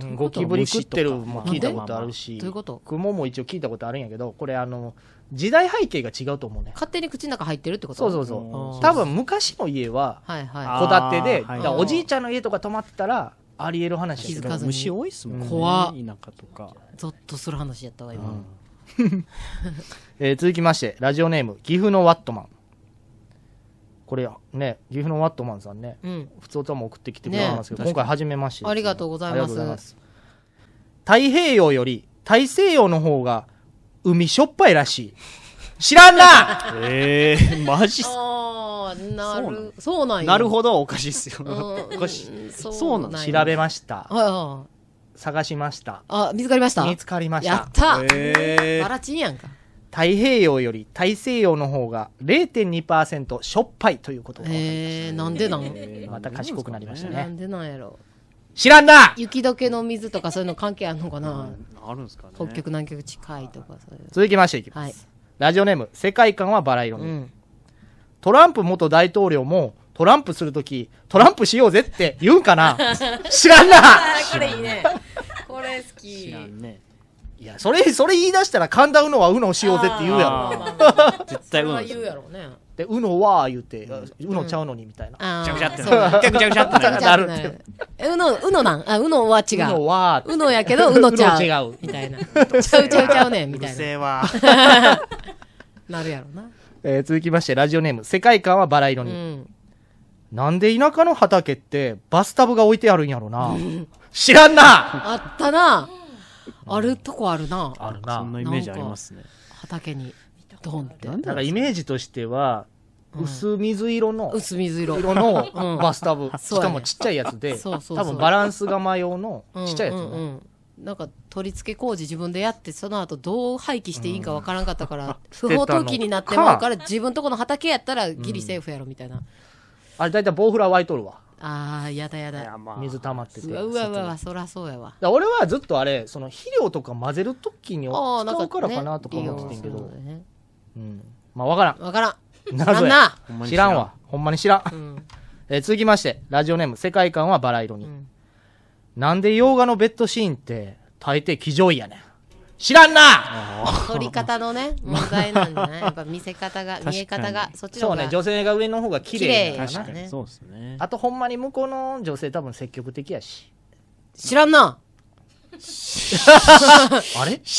D: うんゴキブリ食ってるも聞いたことある
C: ど
D: し
C: ういうこと
D: 雲も一応聞いたことあるんやけどこれあの時代背景が違うと思うね
C: 勝手に口の中入ってるってこと
D: そうそう
C: う。
D: そ
E: あー
D: う多分昔の家は
C: はいは
E: あ
D: 戸建てで
E: あーはい
D: だからおじいちゃんの家とか泊まってたらありえる話
C: 気
D: や
C: づ
D: け
C: か
D: ど
C: ず
E: 虫
C: に。
E: 多いっすもんね
C: 怖っ
E: 田舎とか
C: ゾッとする話やったわ、今。
D: えー続きましてラジオネーム岐阜のワットマンこれね岐阜のワットマンさんね
C: うん。
D: 普通とも送ってきてくれたんですけど、
E: ね
D: 今回初めましてですね、
C: ありがとうございます
D: ありがとう太平洋より大西洋の方が海しょっぱいらしい知らんな
E: えー、マジっすか
C: ああ、なる。そうなんや。
E: なるほどおかしいっすよ
C: うん。
E: おかしい
C: うん
E: そうなの
C: んや
D: 調べました
C: はいはい。
D: 探しました
C: あ、見つかりました
D: 見つかりまし
C: や
D: た
C: った
E: え
C: バラチンやんか。
D: 太平洋より大西洋の方が0.2%しょっぱいということが分かり
C: えー、なんでなん
D: また賢くなりました
C: な
D: ね
C: んでなんやろ。
D: 知らんな
C: 雪解けの水とかそういうの関係あるのかな
E: あるんですかね
C: 北極南極近いとかそういう。
D: 続きましていきます、
C: はい。
D: ラジオネーム世界観はバラ色に、
C: うん。
D: トランプ元大統領もトランプするときトランプしようぜって言うんかな知らんな
C: これいい *laughs* ね。これ好き。
E: 知らんね
D: いや、それ、それ言い出したら、神田うのはうのしようぜって言うやろ。
C: ろ。
E: 絶対うんです
C: 言
E: よ
C: うやろね。
D: で、うのは言うて、うのちゃうのにみたい
C: あ
D: な。
E: ぐちゃぐちゃって
C: そうだ
E: ぐちゃぐちゃぐちゃってなる
C: ぐちゃぐちゃってなる。えうの、うのなんあ、うのは違
D: うの
C: う。
D: は、
C: うのやけど、うのちゃう。
D: うの違う
C: みたいな。ちゃうちゃうちゃうねん、みたいな。
E: えわ
C: なるやろな。
D: *laughs* えー続きまして、ラジオネーム、世界観はバラ色
C: う
D: に。
C: ん。
D: なんで田舎の畑って、バスタブが置いてあるんやろな。知らん
C: *laughs*
D: な
C: あったな。あるとこあるな。
D: ある
E: そん
D: な。
E: なイメージありますね
C: 畑に、ドンって。
D: なんかイメージとしては、薄水色の、
C: 薄水色。
D: 色の
C: *laughs* うん
D: バスタブ。
C: そう
D: し
C: やね
D: かもちっちゃいやつで、
C: そう
D: 多
C: そうそう
D: 分バランス釜用の
C: うん
D: ちっちゃいやつ
C: うんう
D: ね。
C: んなんか取り付け工事自分でやってその後どう廃棄していいんかわからんかったから、
D: 捨
C: 不
D: てた
C: 法
D: の
C: 投棄になってまうから自分とこの畑やったらギリセーフやろみたいな、
D: あれ、だいたいボウフラ湧いとるわ。
C: あーやだやだ
D: 水溜まってて。
C: うわうわうわそらそうやわ
D: だから俺はずっとあれその肥料とか混ぜるときに使
C: あーなん
D: うから
C: ね
D: かなとか思ってたんけ
C: 利用
D: ど
C: す、るのでね
D: うん、まあわからん
C: わからん
D: 謎や
C: 知らんな
E: ほんまに
D: 知らんわほんまに知らん、
C: ん
D: えー続きましてラジオネーム世界観はバラ色に、なんで洋画のベッドシーンって大抵騎乗位やねん知らんな
C: 撮り方のね問題なんじ
D: *laughs*
C: ゃないやっぱ見せ方が
E: かに
C: 見え方がそっちの
D: そ
C: 方
D: うね
C: が
D: 女性が上の方が綺麗や
C: 綺
D: か
C: 麗やな
D: らな
C: ね
E: そうですね
D: あとほんまに向こうの女性多分積極的やし
C: 知らんな
D: あれ *laughs*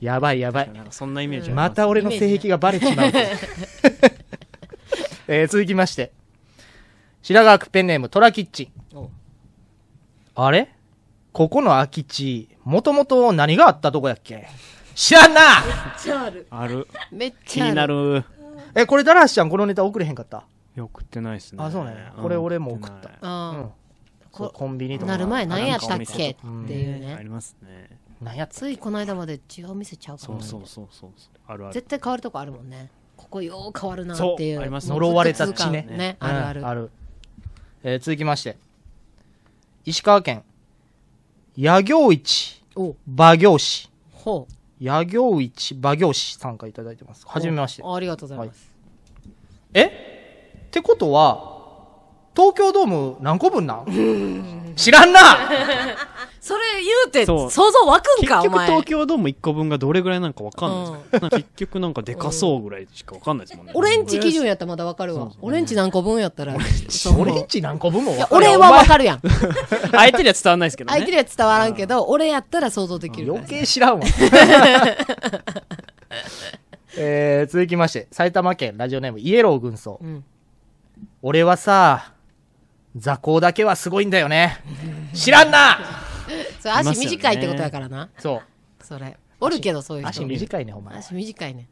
D: やばいやばい
E: なんかそんなイメージあり
D: ま
E: ます
D: た俺の性癖がバレちまう。
C: *laughs*
D: えー続きまして。白川区ペンネーム、トラキッチン。あれここの空き地、もともと何があったとこやっけ
C: *laughs*
D: 知らんな
E: ある。
C: めっち
J: 気
C: ゃあ
J: に
C: る
J: なる。
D: え、これ、ダラシちゃん、このネタ送れへんかった。
E: いや、送ってないっすね。
D: あそうなんやこれ俺も送った
E: てない
D: うん
C: あ。
D: そう
C: こ
D: コンビニとか。
C: なる前何やったっけって
D: うん
C: いう
E: あ
C: ね
E: りますね。
D: 何やつ
C: ついこの間まで違う店ちゃうか
E: そ
C: も
E: うそうそうそうそう。あるある。
C: 絶対変わるとこあるもんねここよう変わるなってい
E: そううあります
C: もう
D: 呪われた
C: ずっと続かん
D: 地ね
C: ねあるある
D: うんある。えー続きまして。石川県。野行市
C: お、
D: 馬行市。
C: ほう
D: 野行市、馬行市参加いただいてます。はじめまして。
C: ありがとうございます
D: えってことは、東京ドーム何個分なん知らんな
K: それ言うて
E: そ
K: 想
E: う
K: 像湧くん
E: 結
K: かお
E: 局
K: 前
E: 東京ドーム1個分がどれぐらいなのかわかんないですなんか結局なんかでかそうぐらいしかわかんないですもんね。
C: オレンジ基準やったらまだわかるわオレンジ何個分やったらそう
D: 俺んち何個分も
C: い
D: 分
C: や
D: かる
C: 俺はわかるやん
E: 相手には伝わんないですけど
C: 相手
E: ね。
C: には伝わらんけど俺やったら想像できる
D: 余計知
C: *laughs*
D: らんわ。えー、続きまして、埼玉県ラジオネームイエロー軍曹。
C: ん
D: 俺はさ、座高だけはすごいんだよね。知らんな
C: それ足短いってことやからな
D: そ
C: それおるけどそういう
D: う。
C: 人
D: 足短いね、お前。
C: 足短いね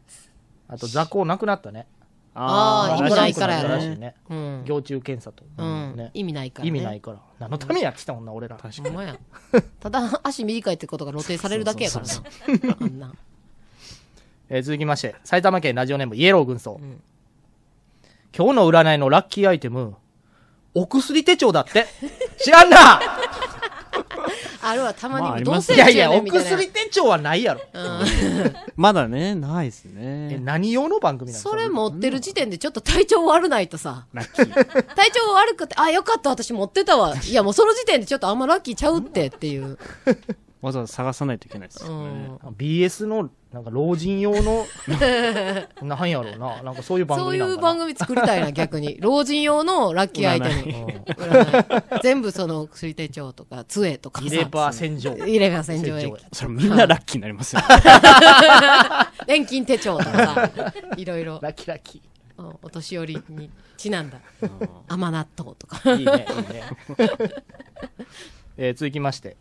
D: あと座高なくなったね。
C: あー意味ないからやろ
D: らしいね。
C: うん
D: 行中検査と。
C: うん
D: ね
C: 意味ないからね
D: 意味ないから。何のためにやってたもんな、俺ら。
C: ほんまやただ足短いってことが露呈されるだけやからなあんな
D: えー続きまして、埼玉県ラジオネームイエロー軍曹。今日の占いのラッキーアイテム、お薬手帳だ
C: *laughs*
D: って。知らんな
C: あるわたま
E: まああ
C: に
E: り
C: どう
E: ま
C: せ
E: すよ
D: い
C: や
D: や
C: ねん
D: いや、お
C: みたいな
D: 薬手帳はないやろ。
E: まだね、ないです
D: え、
E: ね。
D: 何用の番組なの
C: それ持ってる時点でちょっと体調悪ないとさ。体調悪くて、あ、よかった、私持ってたわ。いや、もうその時点でちょっとあんまラッキーちゃうってって
D: *laughs*
C: いう。
E: わざわざ探さないといけないです
C: う
E: よね。
C: ん。
D: BS の、なんか老人用
C: *laughs*
D: の、なんやろうな。なんかそういう番
C: そう
D: 組
C: い
D: なんかな
C: う番組作りたいな、逆に。老人用のラッキーアイテム。
D: うん
C: 占い全部その薬手帳とか、杖とかさ。
D: 入れ歯洗浄。
C: 入れ歯洗浄液
D: 洗浄。
E: それみんなラッキーになりますよね。
C: 年金手帳とかさ。いろいろ、
D: ラキラキ。
C: うんお年寄りにちなんだ。甘納豆とか。
D: いいね、いいね。えー続きまして。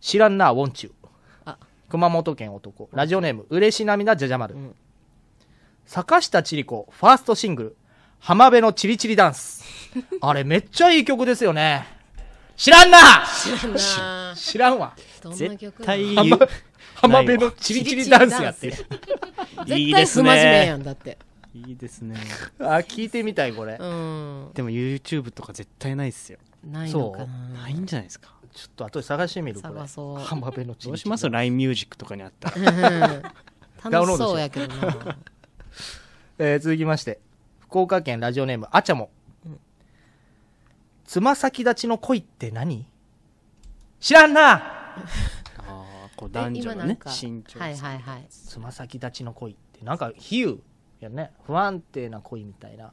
D: 知らんな、ウォンチュ
C: あ
D: 熊本県男。ラジオネーム、嬉し涙じゃじゃ丸。坂下千里子、ファーストシングル、浜辺のチリチリダンス。あれ、めっちゃいい曲ですよね。知らんな
C: なあ
D: 知らんわ。
C: どんな
E: 絶
C: 曲な
E: 対
C: の
E: 言う。
D: 浜辺のチリチリダンスやってる。
E: い
C: 絶
E: いで
C: 対
E: す
C: 不真面目やん
E: ね。
C: だって。
E: いいですね。
D: あ、聞いてみたい、これ。ちょ
C: うん。
E: でも YouTube とか絶対ないっすよ。
C: ないのかな。
E: ないんじゃないですか。
D: っと後で探してみる、これ。
C: 探そう
D: 浜辺のチ
E: ど
D: リ
E: う
D: チ
E: し
D: リダ
E: ま
D: ンス
E: す ?LINE ミュージックとかにあったら。
C: うん
D: ダウ
C: *laughs* 楽
D: ンロ
C: し
D: ードしよ
C: そううやけどな。
D: えー続きまして福岡県ラジオネームあちゃもつま先立ちの恋って何知らんな
E: ああ、こう
C: で
E: 男女
C: 今
E: の
C: なん
E: ね、
C: か
E: 身長差。
C: はいはいはい。
D: つま先立ちの恋ってなんか比喩やね不安定な恋みたいな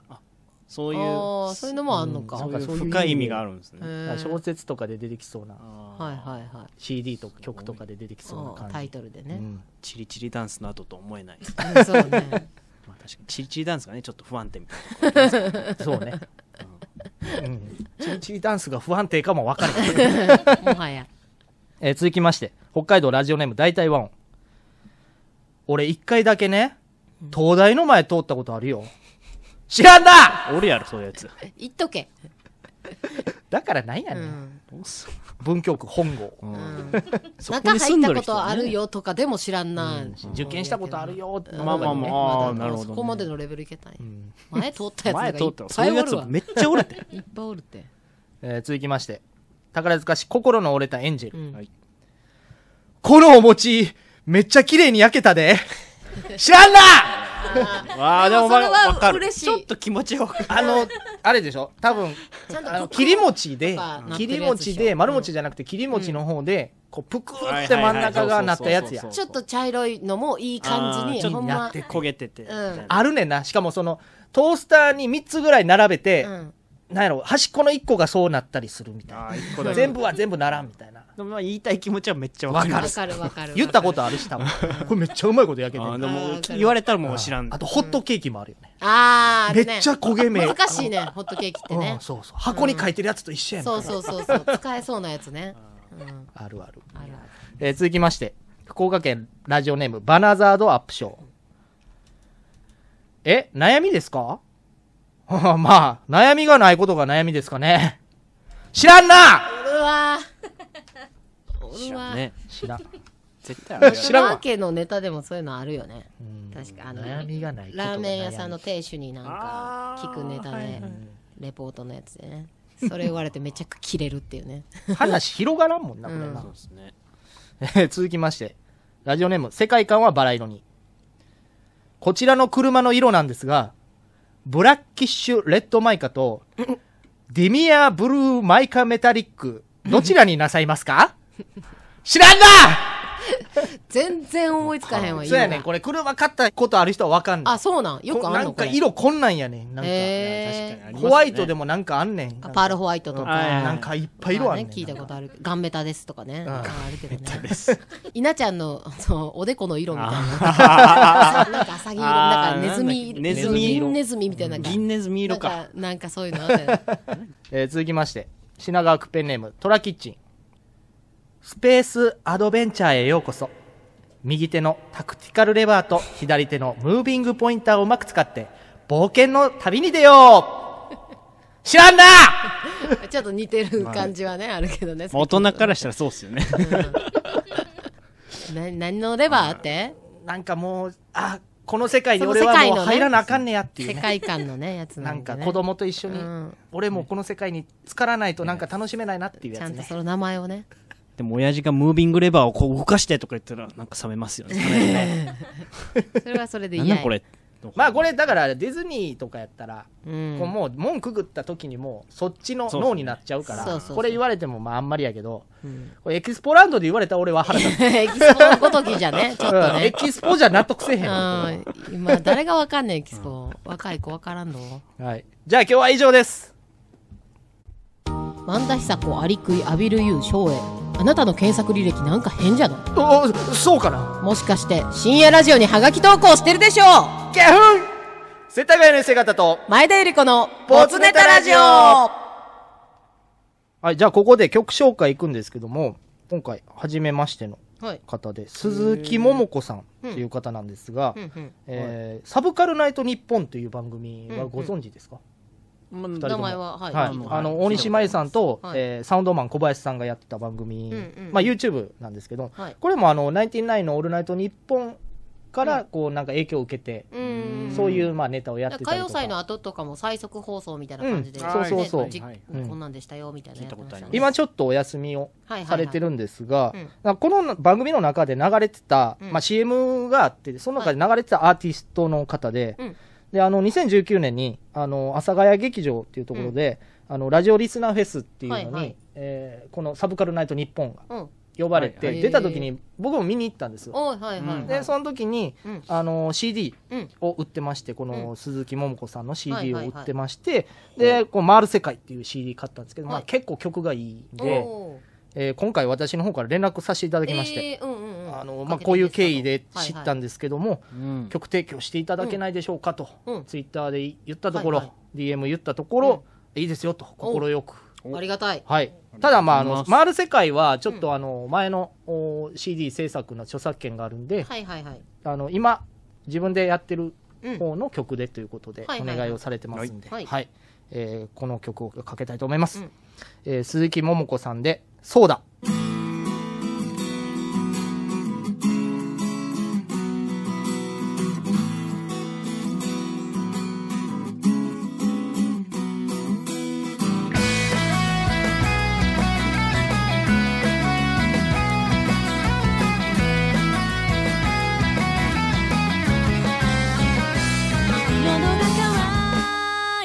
E: そういう、
C: ああ、そういうのもあんのか。
D: うん
C: は
D: ないん
E: そ
D: か
E: うい
D: そう
E: う
D: いう
E: 深い意味があるんですね。
D: 小説とかで出てきそうな
C: はいは
D: CD とか曲とかで出てきそうない感
C: うん。
D: じ
C: タイトルで
D: う
C: ね。
D: ん
E: チリチリダンスの後と思えない。
C: うんそうね。
E: まあ確かに、チリチリダンスがね、ちょっと不安定みたいな。
D: そうね、うん、チリチリダンスが不安定かも分かる
C: もはや。
D: えー続きまして、北海道ラジオネーム大体ワン。俺一回だけね、東大の前通ったことあるよ。知らんな
E: 俺やろ、そういう
C: *laughs*
E: やつ。
C: 言っとけ。
D: だからない
C: う
D: やね、ん。
C: ん。
D: 文京区本郷、
C: うん
E: そこ
C: 中
E: に住
C: 入
E: ん
C: った
E: どる
C: こ
E: 人
C: と
E: は
C: あ
E: ね
C: るよとかでも知らんな。
D: 受験したことあるよって。
E: まあまあまあ、あーなるほどね。
C: そこまでのレベルいけたんや。前通ったやつがい
E: 前
C: っ
E: 通ったら、そ
C: ぱ
E: う
C: い
E: いうや
C: おる
E: つ
C: わ。
E: めっちゃお
C: *laughs*
E: るって。
C: いっぱいおるって。
D: えー続きまして、宝塚市心の折れたエンジェル。
C: うん
E: はい
D: このお餅、めっちゃ綺麗に焼けたで。知らんな
E: わあ、でも
C: そ
E: ま
C: れ
E: あ、
C: は
E: わかる。
C: 嬉しい
E: ちょっと気持ち
C: *laughs*
E: よく。
D: あの、 *laughs* あれでしょ多分、
C: ちゃんと
D: あ
C: こ
D: の切り餅で
C: かなって
D: 切
C: るやつでし
D: り
C: ょ
D: 餅で丸餅じゃなくて切り餅の方でこうぷくーって真ん中がなったやつや
E: はいはいはいそうそうそうそう
C: ちょっと茶色いのもいい感じ
E: あーちょ
C: に、
E: っと
C: ほん
E: なっ
C: ま
E: て。焦げてて。
C: うん
D: あるねんなしかもそのトースターに3つぐらい並べて
C: うん
D: なんやろ端っこの1個がそうなったりするみたいな
E: 個だけ
D: 全部は全部ならんみたいな
E: でもまあ言いたい気持ちはめっちゃわ
D: わ
E: かる。
D: かる *laughs* 言ったことあるし多分これめっちゃうまいこと焼けてる
E: あでも言われたらもう知らん。
D: あとホットケーキもあるよね
C: あーあれね
D: めっちゃ焦げ目
C: 難しいねホットケーキってね、
D: うんそうそう箱に書いてるやつと一緒やねん
C: そうそうそうそう使えそうなやつね、うん、
D: あるある
C: あるある
D: えー続きまして、福岡県ラジオネームバナザードアップショー。え、悩みですか *laughs* まあ、悩みがないことが悩みですかね。知らんな
C: うわーうわ
E: ね。
D: *laughs* 知らん。
E: 絶対ある
C: 知
D: 知
C: ら
D: ら
C: ん
D: ん
C: わ
D: わ
C: けのネタでもそういうのあるよね確かあの
D: 悩みがないことが悩み
C: ラーメン屋さんの亭主になんか聞くネタでレポートのやつでねそれ言われてめちゃく切れるっていうね
D: *laughs* 話広がらんもんな、これな。
E: そうですね。
D: えー *laughs* 続きまして、ラジオネーム、世界観はバラ色に。こちらの車の色なんですが、ブラッキッシュレッドマイカ
C: *laughs*
D: と、ディミアブルーマイカメタリッ
C: *laughs*
D: ク、どちらになさいますか知らんな
C: 全然思いつかへんわ
D: そうや
C: 色
D: ね
C: が
D: ん、これ車買ったことある人はわかんない。
C: あそうなんよくあ
D: なん
C: の
D: ん
C: こ
D: か
C: れ
D: 色こんなんやねん。なんか、
C: へー
D: ホワイトでもなんかあんねん。
C: あパールホワイトと
D: うん
C: か
D: なんかいっぱい色あんねん。
C: まね聞いたことあるガンメタですとかね
D: ん
C: あるけどね *laughs* 稲ちゃんのそのおでこの色みたいな *laughs* なんかアサギ色な
E: あ
C: ん
E: ー
C: かネズミ
E: なんだっけネズミ色
C: 銀ネズミみたいな
E: 銀ネズミ
C: な
E: 色
C: ん
E: か。
C: かなんかそういうのあったよね
D: えー続きまして、品川区ペンネーム、トラキッチン。スペースアドベンチャーへようこそ。右手のタクティカルレバーと左手のムービングポインターをうまく使って、冒険の旅に出よう *laughs* 知らんな
C: ちょっと似てる感じはね、あるけどね。
E: 大人からしたらそうっすよね。
C: な何のレバーって
D: なんかもう、あ、この世界に俺はもう入らなあかんねやっていう、
C: 世
D: ね。
C: 界観のね、やつな
D: なんん
C: で、
D: か
C: ね。
D: 子供と一緒に、
C: うん
D: 俺もこの世界に浸からないとなんか楽しめないなっていう
C: ち
D: や
C: ゃ
D: つ
C: んと
D: ね。
C: その名前
D: *laughs*
C: をね。
E: でも親父がムービングレバーをこう動かしてとか言ったらなんか冷めます
C: *laughs*
E: よね。
C: それはそれで
E: な
C: 嫌や。
E: んだこれ。
D: まあこれだからディズニーとかやったら、
C: うん
D: こうもう門くぐった時にもうそっちの
E: そうそう
D: 脳になっちゃうか
C: そ
D: ら
C: うそうそう
D: これ言われてもまああんまりやけど、
C: ん
D: これエキスポランドで言われたら俺は腹立つ、
C: エキスポのごときじゃね、ちょっと
D: うんエ
C: ね。
D: キスポじゃ納得せえへんわ、
C: うん、今、誰がわかんねえ、エキスポ。若い子わからんの。
D: はい、じゃあ今日は以上です
C: 万田久子、アリクイ、アビルユー、翔英。あなたの検索履歴なんか変じゃない
D: おそうかな
C: もしかして、深夜ラジオにハガキ投稿してるでしょう
D: ギャフン世田谷の姿と
C: 前田ゆり子の、
D: ボツネタラジオはいじゃあここで曲紹介いくんですけども今回初めましての
C: はい。
D: 方で鈴木桃子さんという方なんですが、
C: うんうん。
D: えーサブカルナイト日本という番組はご存知ですか、二人と
C: 名
D: も
C: 前は、はい。
D: はい
C: いいの
D: あの大西麻衣さんと、
C: はい
D: えーサウンドマン小林さんがやってた番組、
C: うんうん
D: まあ、YouTube なんですけど、
C: はい
D: これもあの「ナインティナインのオールナイトニッポン」からこうなんか影響を受けて、
C: うん
D: そういうまあネタをやってた
C: 歌
D: り
C: 謡
D: と
C: 祭の
D: か
C: 後とかも最速放送みたいな感じで、
D: うんそうそうそう
C: ねじ
L: はい
D: うん
C: こんなんでしたよみたいなやってましたね、
D: 今ちょっとお休みを
C: はいはいはい
D: されてるんですが、
C: うん
D: なんかこの番組の中で流れてた、
C: うん
D: まあ、CM があってその中で流れてたアーティストの方で,、
C: うん
D: であの2019年にあの阿佐ヶ谷劇場っていうところで、あのラジオリスナーフェスっていうのに、
C: はいはい
D: えーこの「サブカルナイトニッポン」が
C: うん
D: 呼ばれて、
C: はいはい
D: 出た時に僕も見に行ったんですよ。
C: おいはいはいはい、
D: でその時に、
C: うん
D: あの CD
C: うん
D: を売ってましてこ
C: う
D: の鈴木桃子さんの
C: はい
D: CD を
C: はい
D: 売
C: はい
D: ってまして、でこう「回る世界」っていう CD 買ったんですけど、ま
C: は
D: あ、
C: い
D: 結構曲がいいんで、
C: おー
D: えー今回私の方から連絡させていただきまして、
C: えーうんうんうん
D: あのまあ、こういう経緯で知ったん
C: で
D: ですけども、
E: うん。
D: 曲提供していただけないでしょうかと、
C: うん
D: ツイッターで言ったところ、
C: はいは
D: DM 言ったところ、いいですよと快く。
C: す、ありがたい
D: はい、ただ、まあ、あ
E: ありが
D: の
E: とうござ
D: 回
E: います
D: る世界はちょっとあの、前のお CD 制作の著作権があるんで、
C: はいはいはい
D: あの今自分でやってる
C: うん
D: 方の曲でということで
C: はい
D: お
C: はいはい
D: 願いをされてますんで、
C: は
D: はいいえーこの曲をかけたいと思います、
C: うん
D: えー鈴木桃子さんで「そうだ」
G: 「喉が渇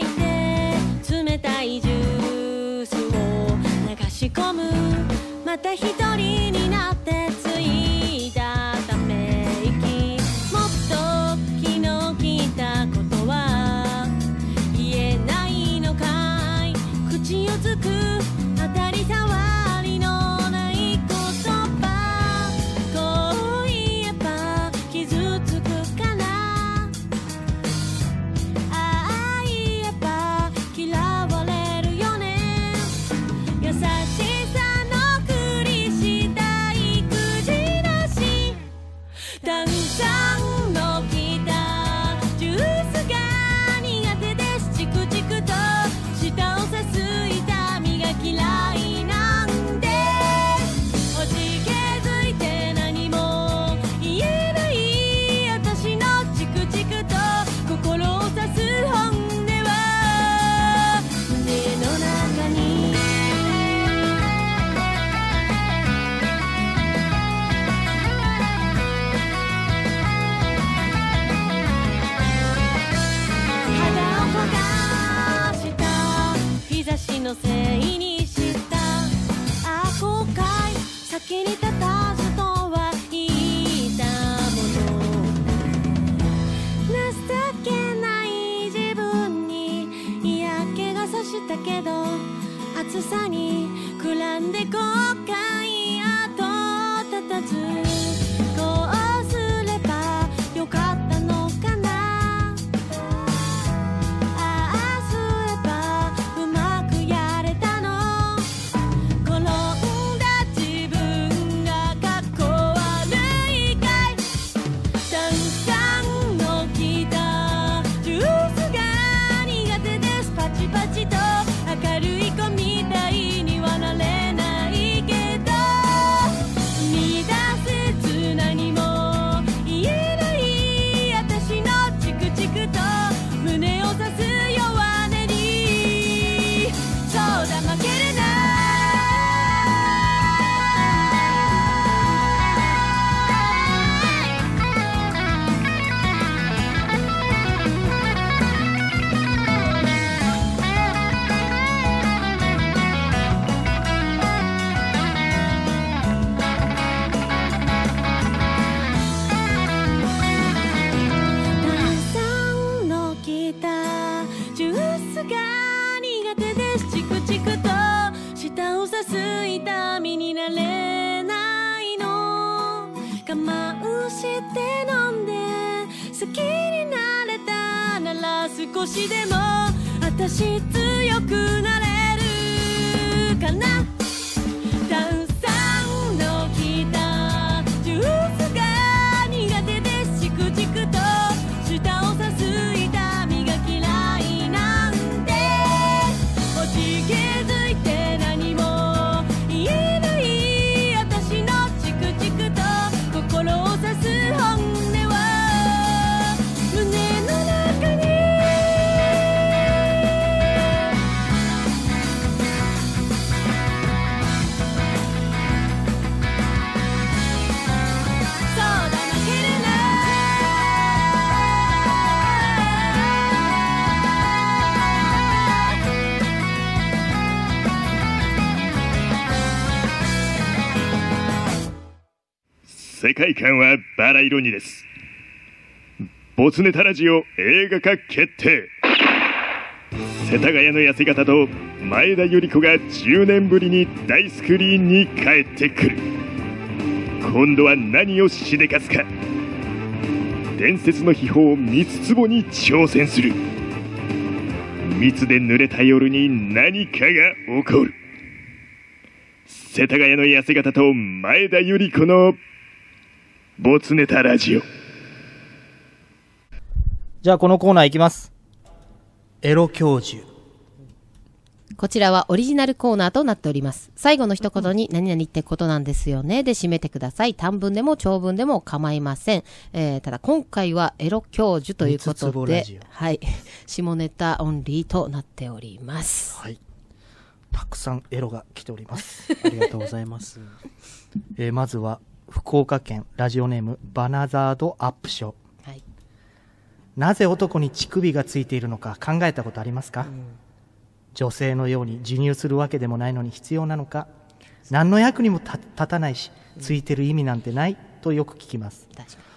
G: いて冷たいジュースを流し込む」「また一人になってついたため息」「もっと気の利いたことは言えないのかい」
M: をして飲んで好きになれたなら少しでも私強くなれるかなダウンサウンドを聞いたジュースが苦手でしくじくと舌をさす痛みが嫌いなんで落ち気づいて何も言えない私のチクチクと心を刺す本音は胸の中にそうだ負けるな
N: 世界観はバラ色にです。ボツネタラジオ映画化決定。世田谷の痩せ方と前田由里子が10年ぶりに大スクリーンに帰ってくる。今度は何をしでかすか。伝説の秘宝三つ壺に挑戦する。蜜で濡れた夜に何かが起こる。世田谷の痩せ方と前田由里子のボツネタラジオ。
D: じゃあこのコーナーいきます。エロ教授。
C: こちらはオリジナルコーナーとなっております。最後の一言に何々ってことなんですよねで締めてください。短文でも長文でも構いません。えーただ今回はエロ教授というこ
O: 三つ
C: と
O: 壺ラジ
C: で、はい。下ネタオンリーとなっております。
D: はい。たくさんエロが来ております。
B: ありがとうございます。えーまずは、福岡県ラジオネームバナザードアップショー。
C: はい
B: なぜ男に乳首がついているのか考えたことありますか、女性のように授乳するわけでもないのに必要なのか何の役にも立立たないし、ついてる意味なんてないとよく聞きます。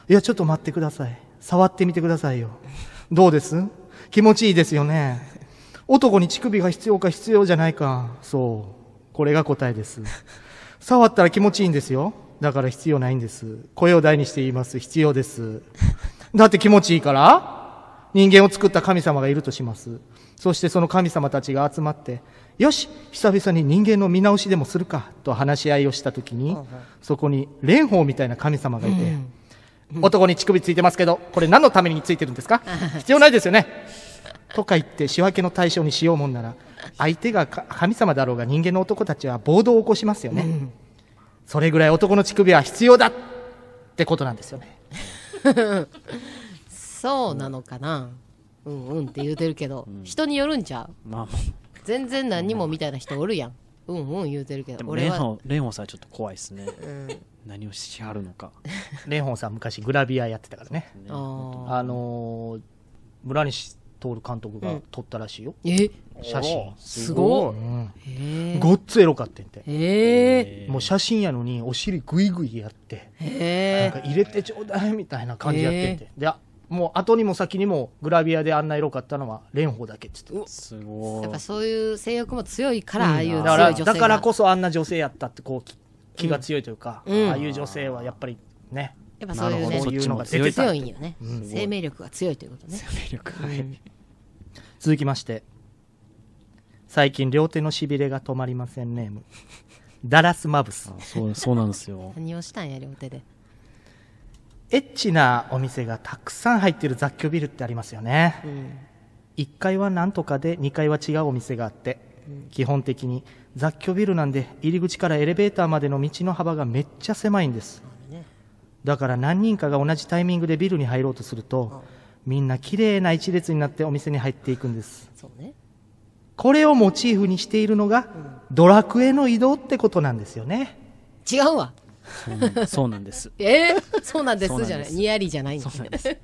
B: いや、ちょっと待ってください。触ってみてくださいよ。どうです気持ちいいですよね。男に乳首が必要か必要じゃないか。そう。これが答えです。触ったら気持ちいいんですよ。だから必要ないんです。声を大にして言います。必要です。だって気持ちいいから人間を作った神様がいるとします。そしてその神様たちが集まって、よし久々に人間の見直しでもするかと話し合いをしたときに、そこに蓮舫みたいな神様がいて、男に乳首ついてますけど、これ何のためについてるんです
D: *laughs*
B: か必要ないですよね。とか言って仕分けの対象にしようもんなら、相手がか神様だろうが人間の男たちは暴動を起こしますよね。それぐらい男の乳首は必要だってことなんですよね。
C: そうなのかなうんうんって言うてるけど、人によるんちゃう
L: まあまあ
C: 全然何もみたいな人おるやん。うんうん言うてるけ
L: で
C: ど、
L: も
C: 俺
L: 蓮
C: は。
L: 舫蓮舫さんはちょっと怖いですね
C: ん
L: 何をしはるの
C: *laughs*
L: か
D: 蓮舫さん昔グラビアやってたからね。
L: ね
D: あのー、村西徹監督が撮ったらしいよ。
C: え
D: 写真。
C: すご
D: い
C: い
D: うん
C: へー
D: ごっつエロかってんて。
C: へ
D: もう写真やのにお尻グイグイやって、
C: へ
D: なんか入れてちょうだいみたいな感じやってんて。で、あもう後にも先にもグラビアであんなエロかったのは蓮舫だけって言ってた。
L: すご
C: やっぱそういう性欲も強いから、ああいう
D: だ
C: 強
D: か
C: い
D: ら
C: 女性が。
D: だからこそあんな女性やったってこうき気が強いというか、
C: うん
D: ああいう女性はやっぱりね
C: やっぱそういうね、
D: そういうのが出
C: 強
D: て
C: い
D: た
C: んよね、
D: うん
C: 生命力が強いということね。生命力、
D: 続きまして最近両手のしびれが止まりませんネームダラスマブス
L: そうそうなんです
C: *laughs*
L: よ
C: 何をしたんや、両手で。
D: エッチなお店がたくさん入ってる雑居ビルってありますよね、1階はなんとかで2階は違うお店があって、基本的に雑居ビルなんで入り口からエレベーターまでの道の幅がめっちゃ狭いんですだから何人かが同じタイミングでビルに入ろうとすると、みんな綺麗な一列になってお店に入っていくんです
C: そうね。
D: これをモチーフにしているのが、ドラクエの移動ってことなんですよね
C: 違うわ
L: そうなんです
C: えー、そうなんで
L: そう
C: す
L: なん
C: じゃ
L: で
C: ない。
L: す
C: ニヤリじゃないんだ
L: そうなんです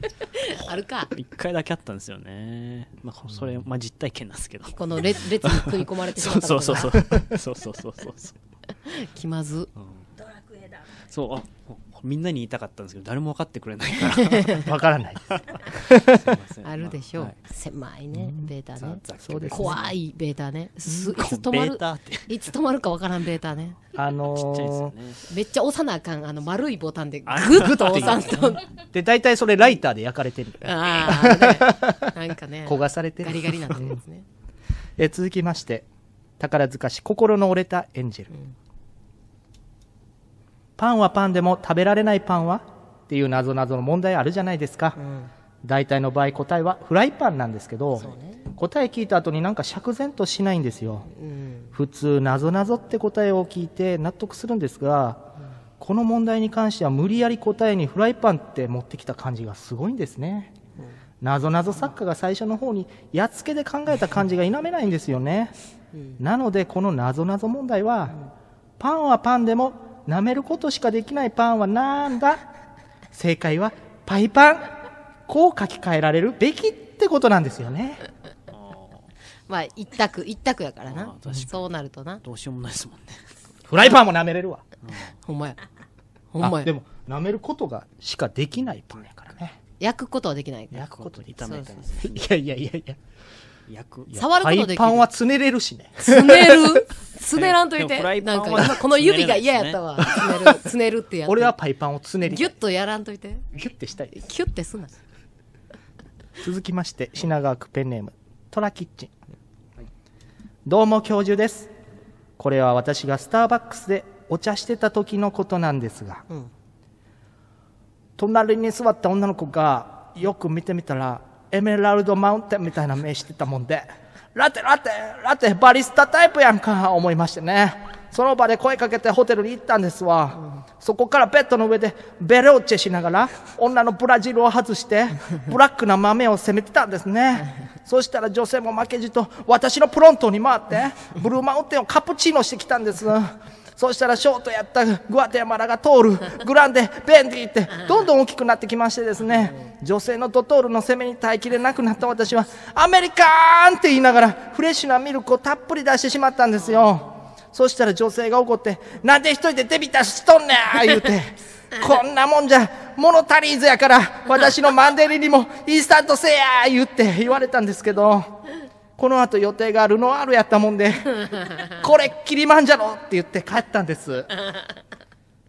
C: あるか。
L: 一回だけあったんですよねまあそれまあ実体験なんですけ
C: *laughs*
L: ど
C: この列列に組み込まれてしまった
L: そうそうそうそうそうそうそうそうそう
C: 気まず。
L: そうあほみんなに言いたかったんですけど誰も分かってくれない
C: *laughs*
L: から
D: 分から *laughs* ないです
L: せん
C: あるでしょう、
L: はい
C: 狭いねベータね
D: ざざっくり
C: 怖いベータねすい
D: こう
C: つ止ま
D: ベー
C: る
D: タ
C: いつ止まるかわからんベータね
D: あのー
C: めっちゃ押さなあかんあの丸いボタンでグッグと押さんと
D: で大体それライターで焼かれてる
C: ああ、ね、なんかね
D: 焦がされてる
C: ガリガリなってるやつ
D: *laughs*
C: ね
D: えー続きまして宝塚市心の折れたエンジェル、パンはパンでも食べられないパンはっていう謎々の問題あるじゃないですか、大体の場合答えはフライパンなんですけど、答え聞いた後になんか釈然としないんですよ、普通謎々って答えを聞いて納得するんですが、この問題に関しては無理やり答えにフライパンって持ってきた感じがすごいんですね、謎々作家が最初の方にやっつけで考えた感じが否めないんですよね、なのでこの謎々問題は、パンはパンでも舐めることしかできないパンはなんだ正解はパイパンこう書き換えられるべきってことなんですよね
C: まあ一択一択やからなそうなるとな
L: どうしようもないですもんね
D: フライパンも舐めれるわ
C: ほんまやほんまや
D: あでも舐めることがしかできないパンやからね
C: 焼くことはできない焼
D: くこと
C: で
D: 炒めたり
C: す
D: いやいやいやいや
L: 焼く
C: 触ることできる
D: パイパンはつねれるしね
C: つね
D: *laughs*
C: るつねらんとい
D: でも
C: て
D: フライパ
C: な
D: ン
C: ん
D: は
C: か今この指が嫌やったわつねるつねるってやつ
D: 俺はパイパンをつねり
C: ギュッとやらんといて
D: ギュッてしたいです
C: キュッてすんな
D: 続きまして品川区ペンネームトラキッチン、どうも教授ですこれは私がスターバックスでお茶してた時のことなんですが、隣に座った女の子がよく見てみたらエメラルドマウンテンみたいな目してたもんでラテラテラテバリスタタイプやんか思いましてねその場で声かけてホテルに行ったんですわ、そこからベッドの上でベローチェしながら女のブラジルを外してブラックな豆を責めてたんですねそしたら女性も負けじと私のプロントに回ってブルーマウンテンをカプチーノしてきたんですそしたらショートやったグアテマラが通るグランデ、ベンディってどんどん大きくなってきましてですね女性のドトールの攻めに耐えきれなくなった私はアメリカーンって言いながらフレッシュなミルクをたっぷり出してしまったんですよそしたら女性が怒ってなんで一人でデビタしとんねん言うてこんなもんじゃ物足りずやから私のマンデリにもインスタントせや言って言われたんですけどこの後予定がルノアールやったもんでこれキリマンジャロって言って帰ったん *laughs* です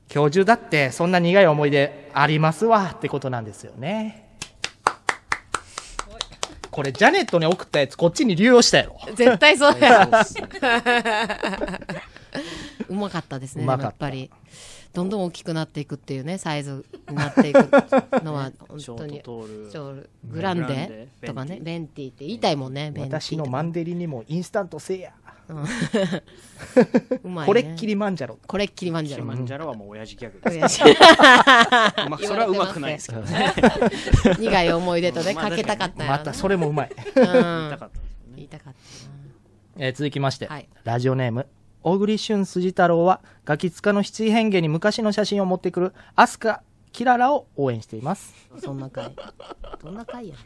D: 教授だってそんな苦い思い出ありますわってことなんですよねこれジャネットに送ったやつこっちに流用したやろ
C: 絶対そうや
D: そうっす
C: *laughs* うまかったですね
D: う
C: で
D: ま
C: も
D: か
C: や
D: っ
C: っぱりどんどん大きくなっていくっていうねサイズになっていくの
D: *laughs*
C: は本当にショールグラン
D: グラン
C: デとかねベンティって言いたいもんねベンティ
D: 私のマンデリにもインスタントせや、
C: *laughs* うまいね
D: これっきりマンジャロ
C: これっきりマンジャロ
L: マンジャロはもう親父ギャグ
C: 親
L: で
C: 父
L: す *laughs* まあそれはうまくないですけどね
C: 言われてますね苦い思い出とね
L: まあ
C: かけたかったんやろ
D: *laughs*
C: な
D: またそれもうまい
C: うん
D: 言いたかったで
C: 言いたかった
D: えー続きまして、
C: はい
D: ラジオネーム小栗旬辻太郎はガキ使の七変化に昔の写真を持ってくる飛鳥キララを応援しています
C: そんな回どんな回やね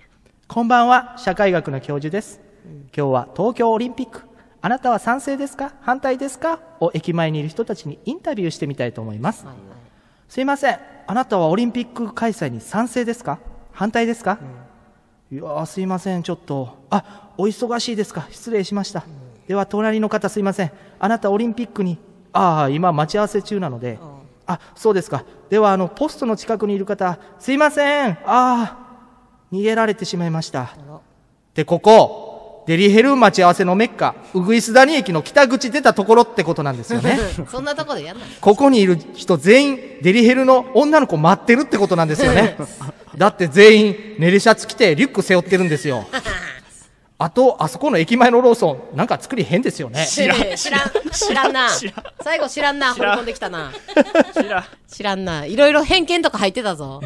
D: こんばんは社会学の教授です、今日は東京オリンピックあなたは賛成ですか反対ですかを駅前にいる人たちにインタビューしてみたいと思います、すいませんあなたはオリンピック開催に賛成ですか反対ですか、いやーすいませんちょっとあお忙しいですか失礼しました、では隣の方すいませんあなたオリンピックにああ今待ち合わせ中なので、あそうですかではあのポストの近くにいる方すいませんああ逃げられてしまいましたでここデリヘル待ち合わせのメッカウグイス谷駅の北口出たところってことなんですよ *laughs* ね
C: そんなとこでやんない
D: ここにいる人全員デリヘルの女の子待ってるってことなんですよ *laughs* ねだって全員ネリシャツ着てリュック背負ってるんですよあとあそこの駅前のローソンなんか作り変ですよね
C: 知らん知らん知らんな
D: 知
C: 最後知らんな
D: 知
C: 掘り
D: らん
C: 込んできたな
D: 知らん
C: 知らんないろいろ偏見とか入ってたぞ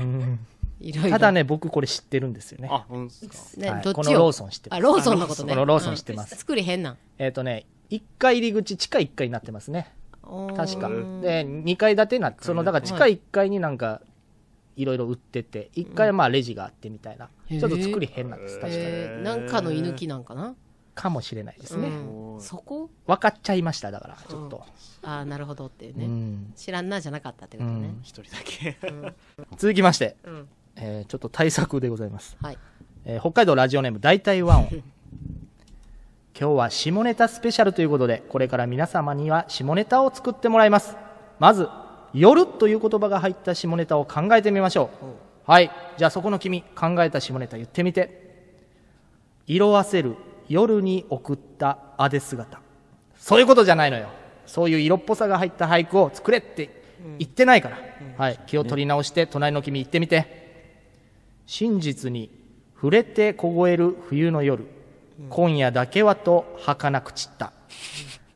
C: いろいろ
D: ただね僕これ知ってるんですよねあ
L: うん
C: ね
D: はい
C: どっち
D: こ
C: を
D: のローソン知ってます
C: あローソンのことね
D: このローソン知ってます
C: うん作り変なん
D: えっ、とね、1階入り口、地下1階になってますね。
C: 確
D: 確か。で、2階建てな、その、だから地下1階になんか、いろいろ売ってて、1階はまあレジがあってみたいな。
C: うん
D: ちょっと作り変なんです、
C: へー
D: 確かに。
C: へーなんかの居抜きなんかな
D: かもしれないですね。
C: うんそこ
D: 分かっちゃいましただからちょっと、
C: ああなるほどっていうね、
D: うん
C: 知らんなじゃなかったってことね
D: うん一
C: 人だけ、うん
D: 続きまして、
C: うん
D: えーちょっと対策でございます、
C: はい *laughs*
D: えー北海道ラジオネーム大体ワンオン今日は下ネタスペシャルということでこれから皆様には下ネタを作ってもらいますまず「夜」という言葉が入った下ネタを考えてみましょうはいじゃあそこの君考えた下ネタ言ってみて色あせる夜に送ったあで姿そういうことじゃないのよそういう色っぽさが入った俳句を作れって言ってないから、はい、気を取り直して隣の君行ってみて真実に触れて凍える冬の夜、今夜だけはと儚く散った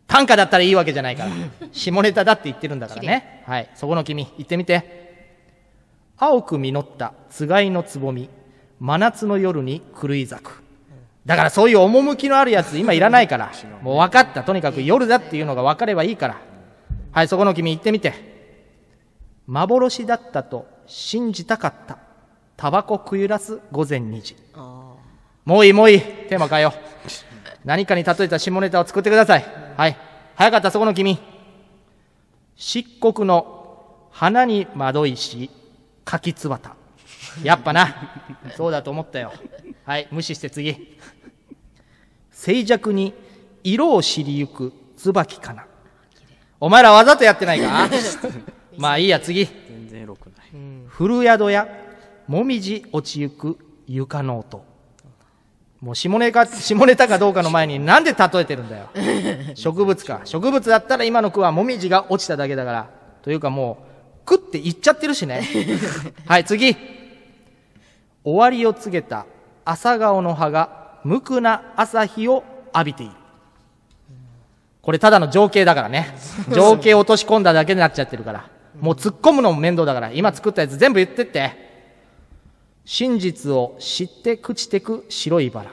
D: 短歌だったらいいわけじゃ *laughs* ないから下ネタだって言ってるんだからね、はい、そこの君行ってみて青く実ったつがいのつぼみ真夏の夜に狂い咲くだからそういう趣のあるやつ今いらないからもう分かったとにかく夜だっていうのが分かればいいからはいそこの君行ってみて幻だったと信じたかったタバコくゆらす午前2時もういいもういいテーマ変えよう何かに例えた下ネタを作ってくださいはい早かったそこの君漆黒の花に惑いし柿つばたやっぱなそうだと思ったよはい無視して次静寂に色を知りゆく椿かなお前らわざとやってな
L: *laughs*
D: いかまあいいや次
L: 全然エロくない。
D: 古宿やもみじ落ちゆく床の音もう下ネタ下ネタかどうかの前になんで例えてる
L: *laughs*
D: んだよ植物か植物だったら今の句はもみじが落ちただけだからというかもう「く」って言っちゃってるしねはい次終わりを告げた朝顔の葉が無垢な朝日を浴びているこれただの情景だからね情景を落とし込んだだけになっちゃってるからもう突っ込むのも面倒だから今作ったやつ全部言ってって真実を知って朽ちてく白いバラ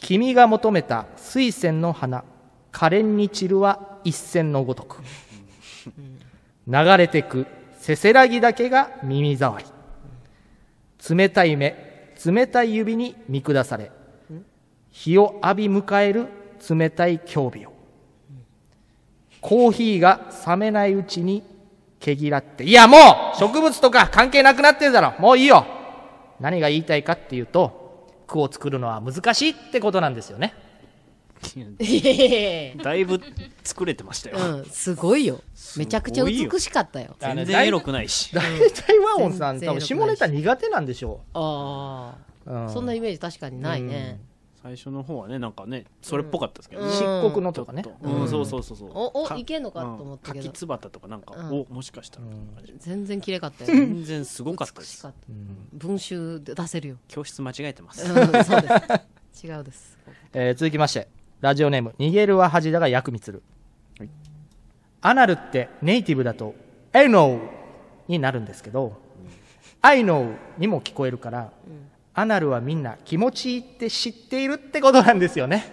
D: 君が求めた水仙の花可憐に散るは一線のごとく流れてくせせらぎだけが耳障り冷たい目冷たい指に見下され日を浴び迎える冷たい興味をコーヒーが冷めないうちに毛嫌っていやもう植物とか関係なくなってるだろもういいよ何が言いたいかっていうと句を作るのは難しいってことなんですよね
L: だいぶ作れてましたよ。
C: うん、すごいよめちゃくちゃ美しかったよ
L: 全然エロくないし。
D: 大体ワオンさん
C: 全
D: 多
C: 然
D: 分下ネタ苦手なんでしょうああ
C: そんなイメージ確かにないね、
L: 最初の方はね、なんかね、それっぽかったですけどね。
C: うん漆黒のとかね
L: ちょっうん、そうそうそうそう。
C: おおいけんのかと思ったけど
L: うん柿つばたとかなんか、
C: うん
L: お、もしかしたら。
C: 全然綺麗かったよ
L: 全然すごかったです。
C: 文集で出せ
L: *laughs*
C: るよ
L: 教室間違えてます。
C: うんそうです違うです
D: えー続きましてラジオネーム「逃げるは恥だが薬味つる」アナルってネイティブだと「I know」になるんですけど「I know」にも聞こえるから、アナルはみんな気持ちいいって知っているってことなんで
C: *laughs*
D: すよね。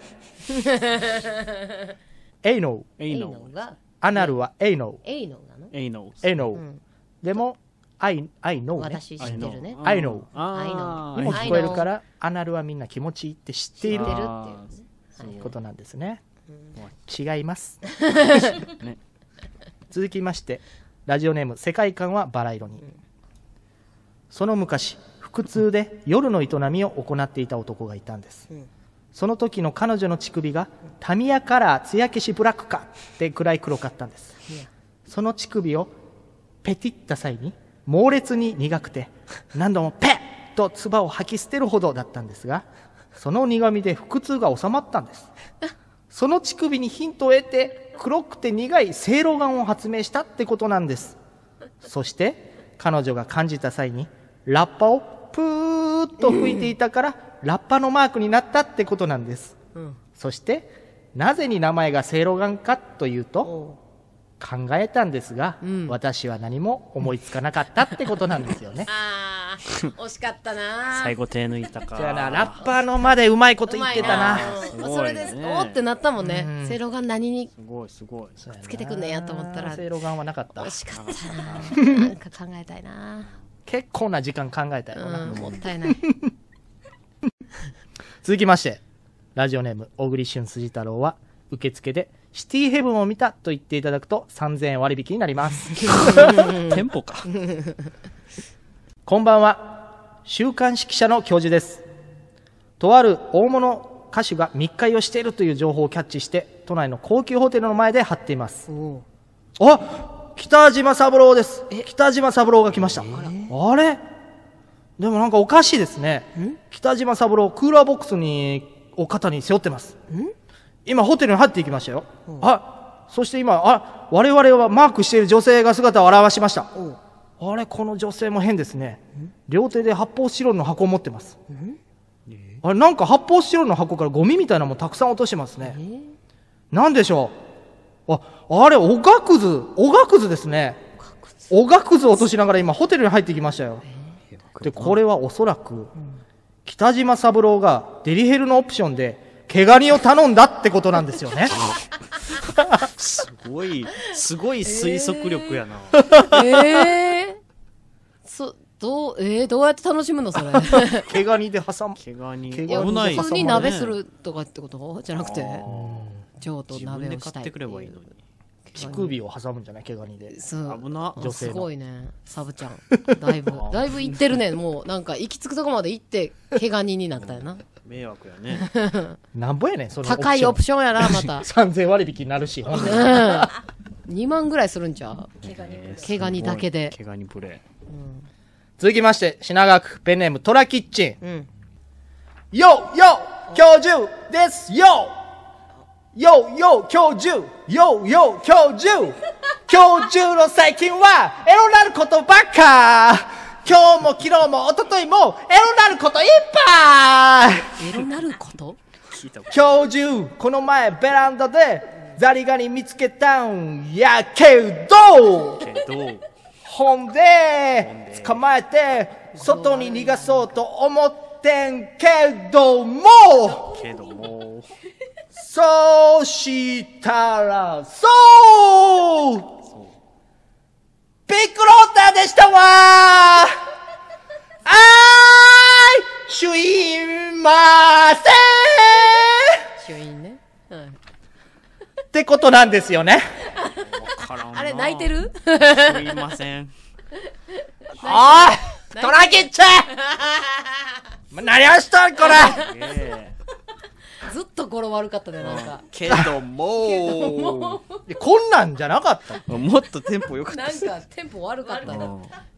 D: エイノー。
L: エイ
C: ノーが
D: アナルはエイノー。
C: エイノなの
L: エイノ
D: エイノ
C: う
D: ー
C: ん。
D: でも、I, I know ね。
C: 私知ってるね
D: I know。
C: あー I know
D: にも聞こえるから、アナルはみんな気持ちいいって知っている
C: 知ってるっていうね
D: そういうことなんですね。違い *laughs* ます。
L: ね
D: 続きまして、ラジオネーム、世界観はバラ色に。その昔、腹痛で夜の営みを行っていた男がいたんです。その時の彼女の乳首がタミヤカラー艶消しブラックかってくらい黒かったんですその乳首をペティった際に猛烈に苦くて *laughs* 何度もペッと唾を吐き捨てるほどだったんですがその苦みで腹痛が収まったん *laughs* ですその乳首にヒントを得て黒くて苦い正露丸を発明したってことなんですそして彼女が感じた際にラッパをプーッと吹いていたからラッパのマークになったってことなんですそしてなぜに名前が正露丸かというと考えたんですが、私は何も思いつかなかったってことなんです
C: *laughs*
D: よね
C: あー惜しかったな
L: 最後手抜いたか。
D: じゃあなラッパーのまでうまいこと言ってたな
L: すごいね
C: それで、おーってなったもんね
D: うん
C: セイロガン何に
L: すごいすごい。
C: つけてくんねんやと思ったら
D: 正露丸はなかった
C: 惜しかったななんか考えたいな
D: 結構な時間考えたよな、
C: うんもったいない
D: 続きましてラジオネーム小栗旬筋太郎は受付でシティヘブンを見たと言っていただくと3000円割引になります
C: *laughs*
E: 店舗か
D: こんばんは週刊誌記者の教授ですとある大物歌手が密会をしているという情報をキャッチして都内の高級ホテルの前で張っていますあ北島三郎です北島三郎が来ました、あれでもなんかおかしいですね北島三郎クーラーボックスにを肩に背負ってます今ホテルに入っていきましたよ、あそして今あ我々はマークしている女性が姿を現しましたあれこの女性も変ですね両手で発泡スチロールの箱を持ってますあれなんか発泡スチロールの箱からゴミみたいなのもたくさん落としてますねなんでしょうああれおがくずおがくずですねおがくずを落としながら今ホテルに入ってきましたよでこれはおそらく北島三郎がデリヘルのオプションで毛ガニを頼んだってことなんですよ *laughs* ね
L: すごい、すごい推測力やな。
C: えー、そ、どう、えー、どうやって楽しむ
L: *laughs*
C: のそれ。
D: 毛ガニで挟む
L: 毛ガニ。
C: いや普通に鍋するとかってことじゃなくて。上と鍋をしたい。
L: ればいいのに。
D: 乳首を挟むんじゃない毛ガニで
C: そう
L: 危な
D: 女性
C: す
D: の
C: ごいね、サブちゃ
D: *laughs*
C: ん。だいぶ、だいぶ行ってるね。もう、なんか、行き着くとこまで行って、毛ガニになったよな。
L: 迷惑やね。
D: なんぼやねんその。
C: 高いオプションやな、また
D: 3000割 *laughs* 引になるしほんで
C: うん。2万ぐらいするんちゃう毛ガニだけで。
L: 毛ガニプレ
D: 続きまして品川区ペンネームトラキッチン、
C: うん
D: よよ教授ですよよよ教授よよ教授
C: *laughs*
D: 教授の最近はエロなることばっか今日も昨日も一昨日もエロなることいっぱい
C: エロなること
D: 教授この前ベランダでザリガニ見つけたんやけど
L: けど、
D: ほんで捕まえて外に逃がそうと思ってんけども
L: けども、
D: そうしたらそうビッグローターでしたわあーいすいません
C: 主因ね。うん
D: ってことなんですよね。
C: あれ、泣いてる *laughs*
L: すいません。
D: お
B: *laughs*
D: いトラキッチン何をしとんこれ
C: ずっと語呂悪かったね、なんか。
L: けども、
D: いやこんなんじゃなかった。
L: もっとテンポ良かった
C: な
L: で
C: ん
L: す。
C: かテンポ悪かったな。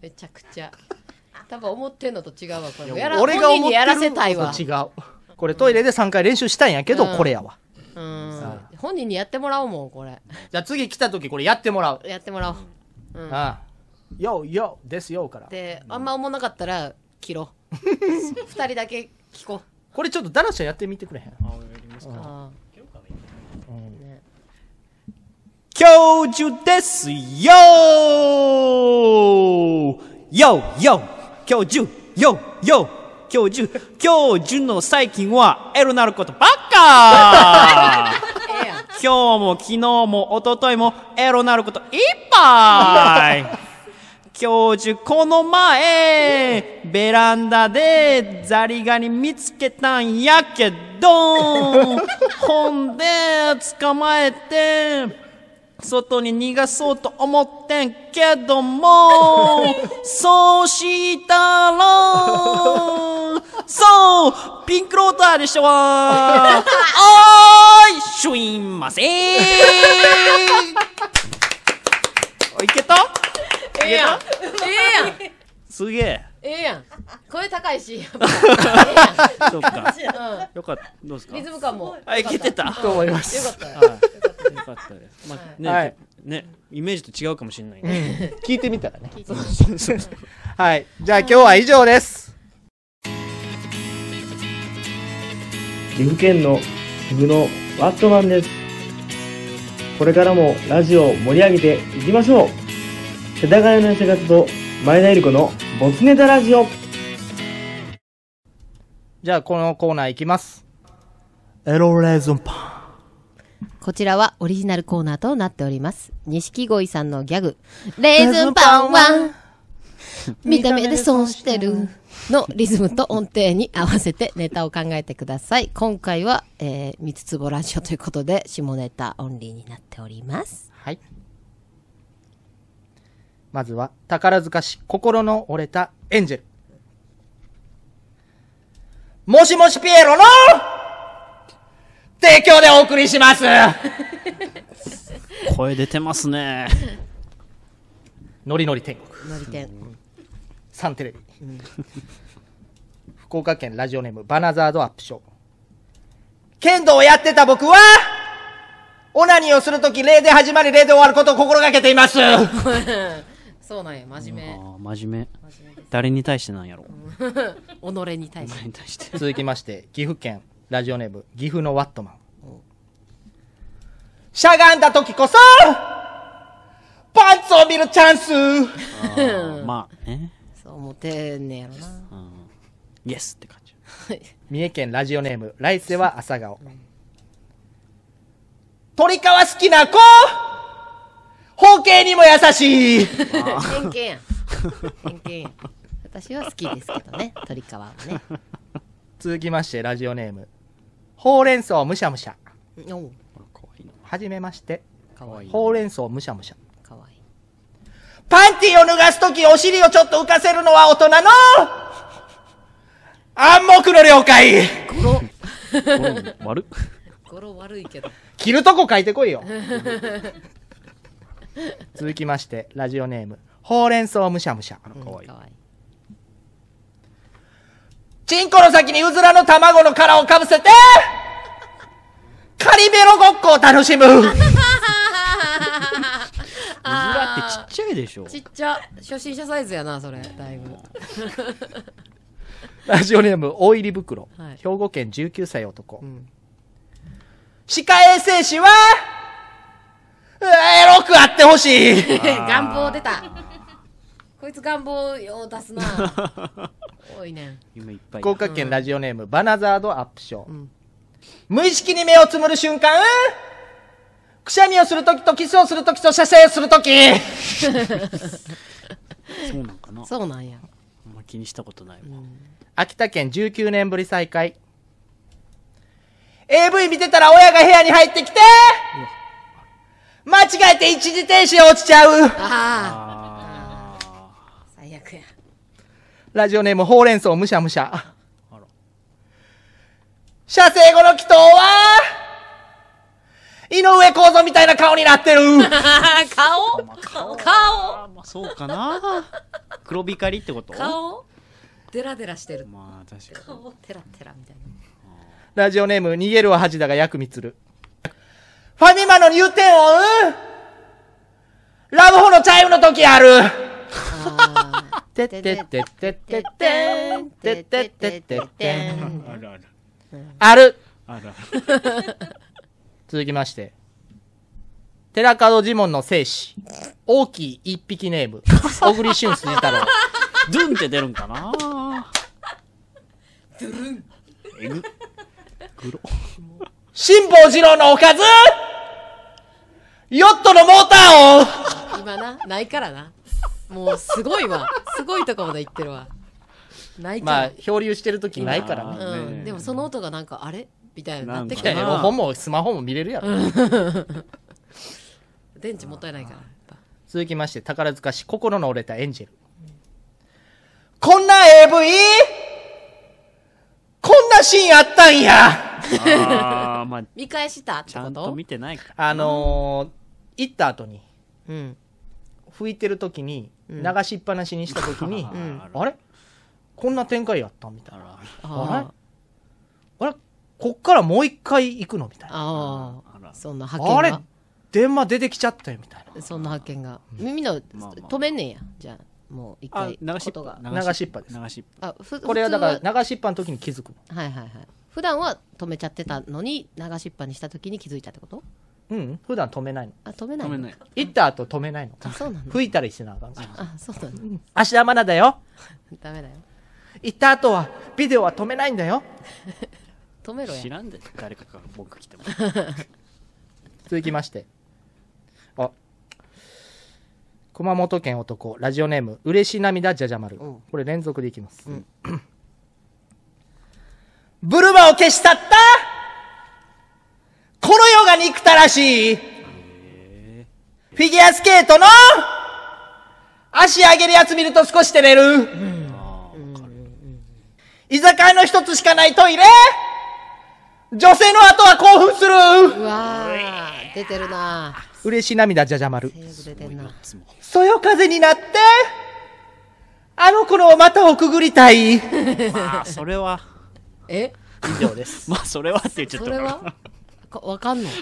C: めちゃくちゃ。多分思ってんのと違うわ、これ。やら
D: 俺が
C: 本人
D: 思
C: に
D: って
C: や
D: る
C: らせたいわ
D: の。と違う。これトイレで3回練習したんやけど、
C: うん
D: これやわ。
C: うん。本人にやってもらおうもん、これ。
D: じゃあ次来た時これやってもらう。
C: やってもらおう。うん
D: ああ。ようようですよから。
C: で、あんま思んなかったら、切ろ *laughs* う。二人だけ聞こう。
D: これちょっとダラシャやってみてくれへん。
C: あ
E: 教授ですよよよ教授よよ教授教授の最近はエロなることばっか今日も昨日も一昨日もエロなることいっぱい教授この前ベランダでザリガニ見つけたんやけど *laughs* ほんで捕まえて外に逃がそうと思ってんけ
L: *laughs*
E: どもそうしたらそうピンクローターでし
L: *laughs*
E: たわおーいすいませんおいけた
C: ええやん。ええやん。
L: すげえ。
C: ええやん。声高いし。やっ
L: そっか。
C: ぱ
L: よかった。どうです
C: うん
L: か
C: リズム感も。
L: あ、いけてた。
D: と思います
C: よかったよ。
L: はいよかったです。まあ、ね、
D: はい
L: ね、イメージと違うかもしれないね。
D: 聞いてみたらね。はい。じゃあ今日は以上です。
P: 岐阜県の岐阜のワットマンですこれからもラジオを盛り上げていきましょう世田谷の生活と前田ゆり子のボツネタラジオ
D: じゃあこのコーナーいきます。
B: エロレーズンパン
C: こちらはオリジナルコーナーとなっております。錦鯉さんのギャグ。レーズンパンは、見た目で損してる。のリズムと音程に合わせてネタを考えてください。今回は、えー、三つつぼラジオということで、下ネタオンリーになっております。
B: はい。まずは、宝塚市心の折れたエンジェル。もしもしピエロの提供でお送りします
E: 声出てますね。
B: ノリノリ天国。
C: のり天。
B: サンテレビ。 *laughs* 福岡県ラジオネームバナザードアップショー。剣道をやってた僕は、オナニーをするとき、礼で始まり、礼で終わることを心がけています。
C: そうなんや、真面
E: あ真面目。誰に対してなんやろ。
C: 目。己に対し
B: *laughs*
C: て。
B: 続きまして、岐阜県ラジオネーム、岐阜のワットマン。しゃがんだ時こそ、パンツを見るチャンス
E: まあ、ね。
C: そう思ってんねやろな。
E: イエスって感
B: 三重県ラジオネーム、来世は朝顔。鳥皮好きな子包茎にも優しい
C: 偏見やん。偏見やん。私は好きですけどね、鳥皮はね。
B: 続きまして、ラジオネーム、ほうれん草むしゃむしゃ。
C: お
B: はじめまして。
C: かわいい。
B: ほうれん草むしゃむしゃ。
C: かわ
B: いい。パンティを脱がすとき、お尻をちょっと浮かせるのは大人の暗黙の了解
E: じ。悪 *laughs* っ。
C: 心悪いけど。
B: 着るとこ書いてこいよ。続きまして、ラジオネーム、ほうれん草むしゃむしゃ。かわいい。チンコの先にうずらの卵の殻をかぶせて、カリベロごっこを楽し
E: *laughs*
B: む。
C: あ
E: ちっちゃいでしょ
C: ー。ちっちゃ。初心者サイズやな、それ。だいぶ。
B: ラジオネーム、大入り袋。
C: はい
B: 兵庫県19歳男。歯科衛生士は、うわエロくあってほしい。
C: 願望出た。こいつ願望よう出すな。多いねん。
E: 夢いっぱい。
B: 福岡県ラジオネーム、バナザードアップショー。無意識に目をつむる瞬間、くしゃみをするときとキスをするときと射精をするとき。
E: そうなんかな。
C: そうなんや。
E: あんま気にしたことないわ。
B: 秋田県19年ぶり再開。AV 見てたら親が部屋に入ってきて間違えて一時停止落ちちゃう
C: ああ。最悪や。
B: ラジオネームほうれん草むしゃむしゃ。射精後の祈祷は、井上公造みたいな顔になってる
C: 顔顔
E: そうかな。黒光りってこと
C: 顔デラデラしてる。
E: まあ、確かに。
C: 顔テラテラみたいな。
B: ラジオネーム逃げるは恥だが薬味つる。ファミマの入店音ラブホのチャイムの時あるてってってってってってんてってってってってん
E: あるある。
B: ある
E: ある
B: *laughs* 続きまして。寺門ジモンの生死。大きい一匹ネー *laughs* ム。小栗旬辻太郎。
E: ドゥンって出るんかな
C: ドゥルン。
E: えぐ。
B: 辛抱二郎のおかずヨットのモーター音
C: 今な、ないからな。もうすごいわ。すごいとこまで行ってるわ。ないか
B: ま
C: ら。
B: あ、漂流してる時ないからね。
C: うん、でもその音がなんかあれみたいになってき
B: い
C: た
B: やいや、本もスマホも見れるやろ。
C: 電池もったいないから
B: 続きまして、宝塚市心の折れたエンジェル。こんな AV? こんなシーンあったんや
E: あーまあ、
C: 見返したって
E: ちゃんと見てないから。
B: あのー、行った後に、
C: うん
B: 拭いてる時に、
E: うん
B: 流しっぱなしにした時に、
E: うん
B: あれこんな展開やったみたいな。あれ
C: あ
B: あれこっからもう一回行くのみたいな。
C: ああそんな発
B: あ
C: 見
B: れ
C: が
B: 電話出てきちゃったよみたい
C: そんな発見がみんな止めんねんやじゃあもう一回
B: あ流しっぱ
C: ことが
B: な。流しっぱです。
E: 流しっ
C: ぱ。ふ
B: これはだ
C: 普
B: か
C: 通
B: ら流しっぱの時に気づくの。
C: はいはいはい普段は止めちゃってたのに流しっぱにした時に気づいたってこと
B: うん、普段止めないの。
C: あ止めない
B: 行った後止めないの。
C: そうなの
B: 吹いたりしてなあかんから。
C: あそうなの
B: 芦田愛菜だよ。
C: ダメだよ
B: 行った後はビデオは止めないんだよ。
C: 止めろや
E: 知らんで、誰かから僕来ても。
B: 続きまして。あ、熊本県男、ラジオネーム、嬉し涙じゃじゃ丸。これ連続でいきます。ブルマを消し去ったこの世が憎たらしいフィギュアスケートの足上げるやつ見ると少し照れる居酒屋の一つしかないトイレ女性の後は興奮するうわ
C: 出てるな
B: 嬉しい涙じゃじゃ丸。
C: 出てんな
B: そよ風になって、あの子の股をくぐりたい。
E: まあ、それは。 *laughs*
C: え
E: 以上です。まあ、それはって言っちゃった。
C: それはかわかんない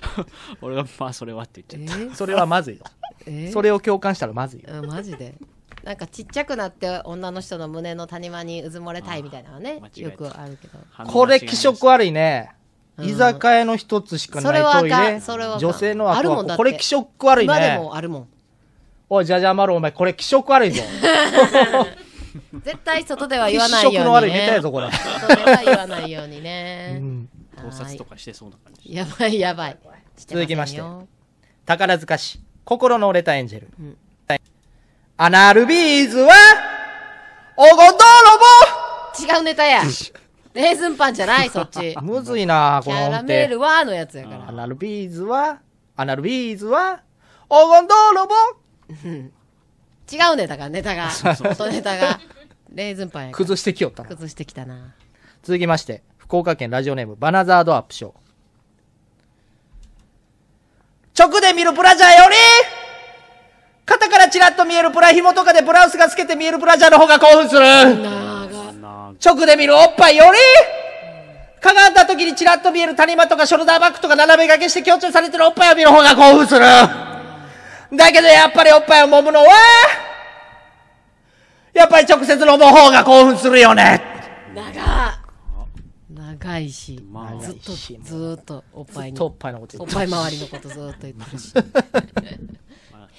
E: 俺は、まあ、それはって言っちゃった。
B: それはまずいよ。それを共感したらまずいよ。
C: うんマジでなんかちっちゃくなって女の人の胸の谷間にうずもれたいみたいなのはねよくあるけど
B: これ気色悪いね。居酒屋の一つしかないトイ
C: それはあか
B: レ
C: んそれはあ。かん
B: 女性の
C: あるも
B: 後
C: んだ
B: は、
C: って
B: これ気色悪い
C: 今で
B: ね。
C: もあるもん
B: おい、じゃじゃ丸、お前、これ気色悪いぞ。
C: 絶対外では *laughs* 言わないように、ね、
B: 気色の悪いネタやぞこれ
C: 外では言わないようにね、
E: 盗撮とかしてそうな感じ。
C: やばいやばい
B: 続きまして
C: て
B: 宝塚市、心の折れたエンジェル。アナルビーズは、おご泥
C: ませんよ違うネタやレーズンパンじゃないそっち
B: 棒むずいな
C: キ
B: この音
C: ャ
B: 程。
C: ラメールはのやつやから
B: アナルビーズは、アナルビーズは、黄金泥棒
C: 違うネタがネタ
B: *laughs*
C: が
B: そうそう
C: 元ネタがレーズンパンやから
B: 崩してきよったな。
C: 崩してきたな
B: 続きまして、福岡県ラジオネーム、バナザードアップショー。直で見るブラジャーより、肩からチラッと見えるブラ紐とかでブラウスが透けて見えるブラジャーの方が興奮する。直で見るおっぱいより、かがんだ時にチラッと見える谷間とかショルダーバッグとか斜め掛けして強調されてるおっぱいを見る方が興奮する。だけどやっぱりおっぱいを揉むのは、やっぱり直接揉む方が興奮するよね。
C: 長いし、ずっとずーっとおっぱい
B: ず
C: に
B: っとおっぱいのこと言
C: おっ
B: ってる
C: ぱい周りのことずーっと言ってる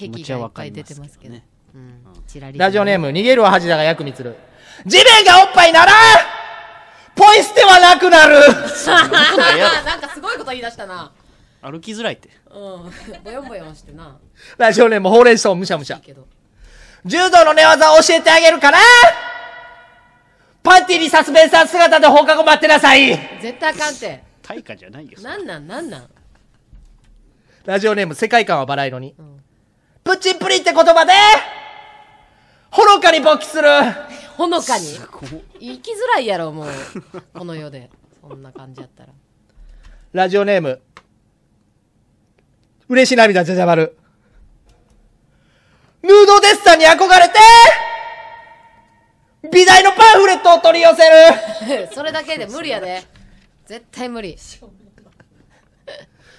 B: *laughs* 気
C: し
B: 持
C: 壁
B: ちは
C: がい
B: わ
C: っぱ
B: かり
C: い出
B: ま
C: て
B: す
C: ますけど、うん、チラリ
B: ラジオネーム、逃げるは恥だが役につる。地面がおっぱいなら、ポイ捨てはなくなる
C: なんかすごいこと言い出したな
E: 歩きづらいって。
C: うん *laughs* ぼよんぼよんしてな
B: ラジオネーム、ほうれん草むしゃむしゃ。柔道の寝技を教えてあげるから、パンティにサスペンサー姿で放課後待ってなさい
C: 絶対あかんて
E: 対価じゃないよ。
C: なんなんなんなん
B: ラジオネーム、世界観はバラ色に。プチンプリンって言葉で、ほのかに勃起する
C: ほのかに生きづらいやろもうこの世でそんな感じやったら
B: ラジオネーム、嬉しい涙じゃじゃ丸。ヌードデッサンに憧れて、美大のパンフレットを取り寄せる
C: *laughs* それだけで無理やで絶対無理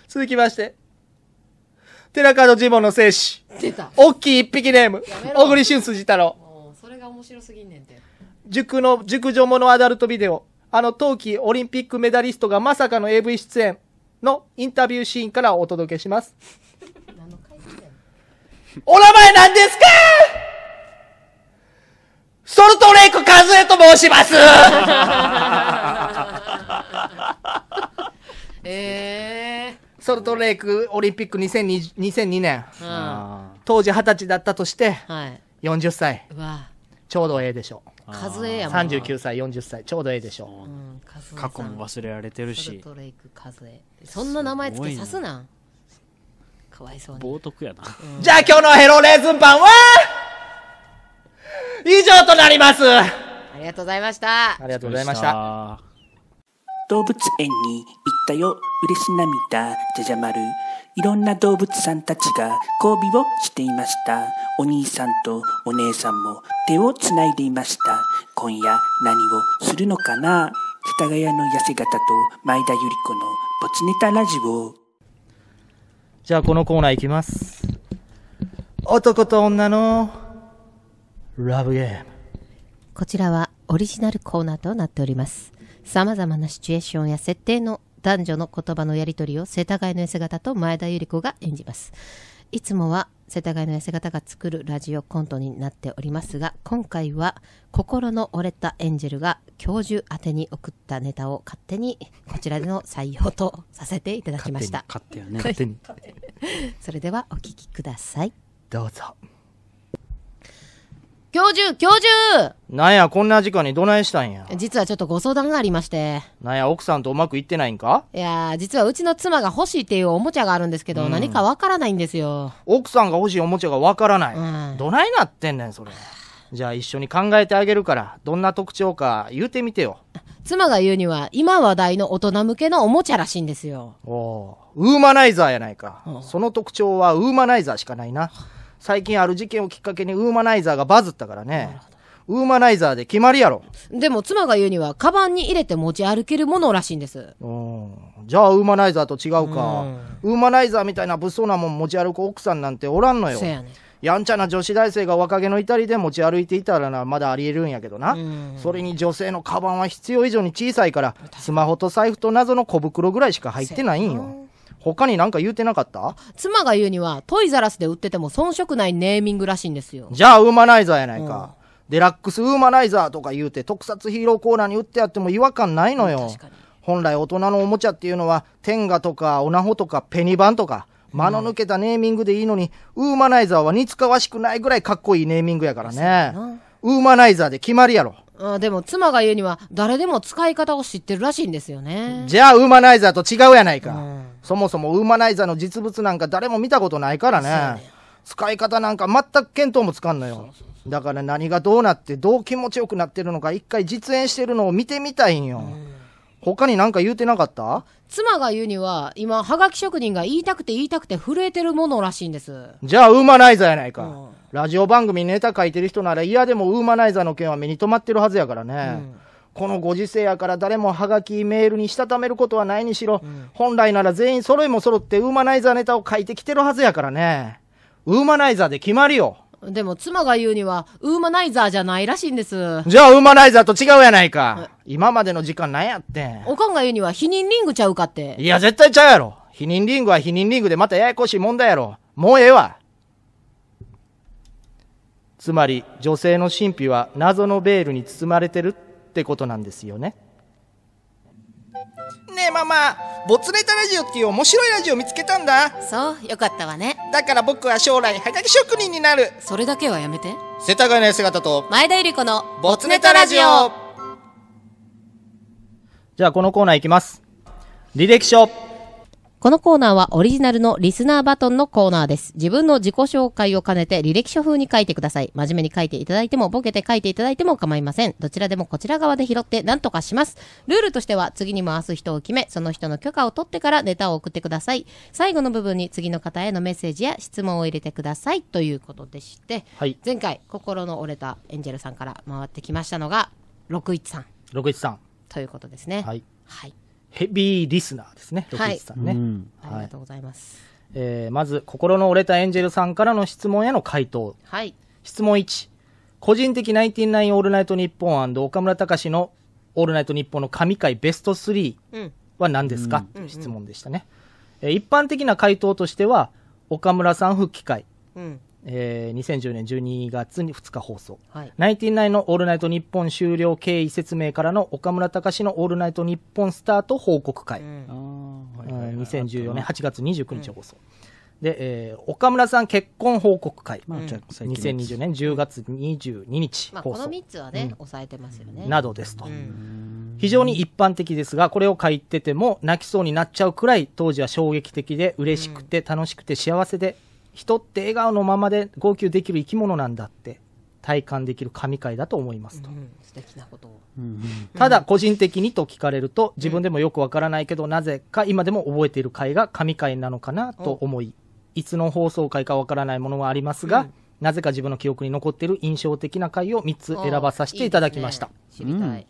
B: 続きまして、寺門ジモンの生死、
C: 出た
B: 大きい一匹ネーム
C: め、ろ
B: 小栗旬筋太郎、
C: もうそれが面白すぎんねんて
B: 塾の、塾女ものアダルトビデオ、あの冬季オリンピックメダリストがまさかの AV 出演のインタビューシーンからお届けし *laughs* ます。お名前なんですかソルトレイクカズエと申します *laughs*
C: え
B: ソルトレイクオリンピック2002 2002年、
C: ー、うん
B: 当時20歳だったとして、
C: はい
B: 40歳、
C: うわ
B: ちょうどええでしょう。
C: 数えやもんな
B: 39歳、40歳、ちょうどええでしょう。
E: 過去も忘れられてる
C: ソル
E: し。
C: トレイク数えそんな名前つけさすなかわいそうに
E: 冒涜やな。
B: じゃあ今日のヘロレーズンパンは、以上となりますあ
C: ありがとうございました
B: りがとうございました。
D: 動物園に行ったよ、嬉し涙、じゃじゃ丸。いろんな動物さんたちが交尾をしていました。お兄さんとお姉さんも手をつないでいました。今夜何をするのかな世田谷の痩せ方と前田ゆり子のボツネタラジオ。
B: じゃあこのコーナーいきます。男と女の、ラブゲーム。
C: こちらはオリジナルコーナーとなっております。様々なシチュエーションや設定の男女の言葉のやり取りを世田谷の痩せ方と前田由里子が演じます。いつもは世田谷の痩せ方が作るラジオコントになっておりますが、今回は心の折れたエンジェルが教授宛てに送ったネタを勝手にこちらでの採用とさせていただきました。
E: 勝手や
C: はい。それではお聞きください。
B: どうぞ。
C: 教授、教授
D: なんや、こんな時間にどないしたんや。
C: 実はちょっとご相談がありまして。
D: なんや、奥さんとうまくいってないんか
C: いやー、実はうちの妻が欲しいっていうおもちゃがあるんですけど、
D: うん
C: 何かわからないんですよ。
D: 奥さんが欲しいおもちゃがわからない。どないなってんねん、それ。じゃあ一緒に考えてあげるから、どんな特徴か言うてみてよ。
C: 妻が言うには、今話題の大人向けのおもちゃらしいんですよ。
D: おおうウーマナイザーやないか。その特徴はウーマナイザーしかないな。最近ある事件をきっかけにウーマナイザーがバズったからね。ウーマナイザーで決まりやろ。
C: でも妻が言うには、カバンに入れて持ち歩けるものらしいんです。
D: じゃあウーマナイザーと違うか。ウーマナイザーみたいな物騒なもん持ち歩く奥さんなんておらんのよ。
C: せやねん
D: やんちゃな女子大生が若気の至りで持ち歩いていたらなまだありえるんやけどな、それに女性のカバンは必要以上に小さいからスマホと財布と謎の小袋ぐらいしか入ってないんよ他になんか言うてなかった
C: 妻が言うには、トイザラスで売ってても遜色ないネーミングらしいんですよ。
D: じゃあウーマナイザーやないか、デラックスウーマナイザーとか言うて特撮ヒーローコーナーに売ってあっても違和感ないのよ本来大人のおもちゃっていうのは天下とかオナホとかペニバンとか間の抜けたネーミングでいいのに、ウーマナイザーは似つかわしくないぐらいかっこいいネーミングやからねウーマナイザーで決まりやろ
C: あでも妻が言うには、誰でも使い方を知ってるらしいんですよね。
D: じゃあウーマナイザーと違うやないか、そもそもウーマナイザーの実物なんか誰も見たことないからね使い方なんか全く見当もつかんのよだから何がどうなってどう気持ちよくなってるのか一回実演してるのを見てみたいんよ、他に何か言うてなかった
C: 妻が言うには、今、はがき職人が言いたくて言いたくて震えてるものらしいんです。
D: じゃあウーマナイザーやないか、ラジオ番組にネタ書いてる人なら嫌でもウーマナイザーの件は目に留まってるはずやからね、このご時世やから誰もハガキメールにしたためることはないにしろ、本来なら全員揃いも揃ってウーマナイザーネタを書いてきてるはずやからねウーマナイザーで決まりよ
C: でも妻が言うには、ウーマナイザーじゃないらしいんです。
D: じゃあウーマナイザーと違うやないか今までの時間なんやってん
C: おかんが言うには、否認リングちゃうかって。
D: いや絶対ちゃうやろ否認リングは否認リングでまたややこしい問題やろもうええわつまり女性の神秘は謎のベールに包まれてるってことなんですよねねえママボツネタラジオっていう面白いラジオ見つけたんだ
Q: そうよかったわね
D: だから僕は将来はがき職人になる
Q: それだけはやめて
D: 世田谷の姿と
Q: 前田ゆり子の
D: ボ
Q: ツネタラジオ
D: じゃあこのコーナーいきます履歴書
C: このコーナーはオリジナルのリスナーバトンのコーナーです。自分の自己紹介を兼ねて履歴書風に書いてください。真面目に書いていただいても、ボケて書いていただいても構いません。どちらでもこちら側で拾って何とかします。ルールとしては、次に回す人を決め、その人の許可を取ってからネタを送ってください。最後の部分に次の方へのメッセージや質問を入れてください。ということでして、
D: はい
C: 前回、心の折れたエンジェルさんから回ってきましたのが、61さん
D: 六一さん
C: ということですね。
D: はい。
C: はい。
D: ヘビーリスナーですね。
C: はい
D: 61さんね。
C: うんあ
D: は
C: り
D: い
C: がとうございます。
D: えーまず、心の折れたエンジェルさんからの質問への回答。
C: はい。
D: 質問1。個人的ナインティナインオールナイトニッポン岡村隆史のオールナイトニッポンの神回ベスト3
C: うん。
D: は何ですか、
C: うん
D: 質問でしたね、えー一般的な回答としては、岡村さん復帰会、
C: うん。
D: えー2010年12月に2日放送。
C: はい。
D: ナインティナインのオールナイトニッポン終了経緯説明からの岡村隆史のオールナイトニッポンスタート報告会。うん2014年8月29日放送。で、えー岡村さん結婚報告会。
C: まあちょっと
L: 最近のやつ
D: 2020年10月22日
C: まあ、
D: 放
C: こ
D: 送。
C: の3つはね、抑えてますよね。
D: などですと。非常に一般的ですが、これを書いてても泣きそうになっちゃうくらい、当時は衝撃的で、嬉しくて、楽しくて、幸せで、人って笑顔のままで号泣できる生き物なんだって、体感できる神回だと思いますと。
C: 素敵なことを。
D: ただ、個人的にと聞かれると、自分でもよくわからないけど、なぜか今でも覚えている回が神回なのかなと思い、いつの放送回かわからないものはありますが、なぜか自分の記憶に残っている印象的な回を3つ選ばさせていただきました。
C: 知りたい。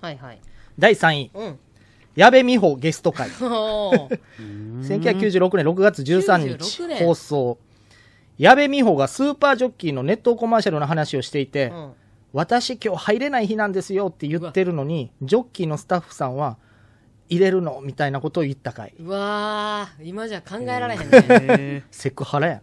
C: はいはい。
D: 第3位、
C: うん。
D: 矢部美穂ゲスト会。
C: おー
D: 1996年6月13
C: 96
D: 日
C: 年
D: 放送。矢部美穂がスーパージョッキーのネットコマーシャルの話をしていて、
C: うん
D: 私今日入れない日なんですよって言ってるのに、ジョッキーのスタッフさんは、入れるのみたいなことを言った回。
C: うわー、今じゃ考えられへんね。
D: セクハラやん、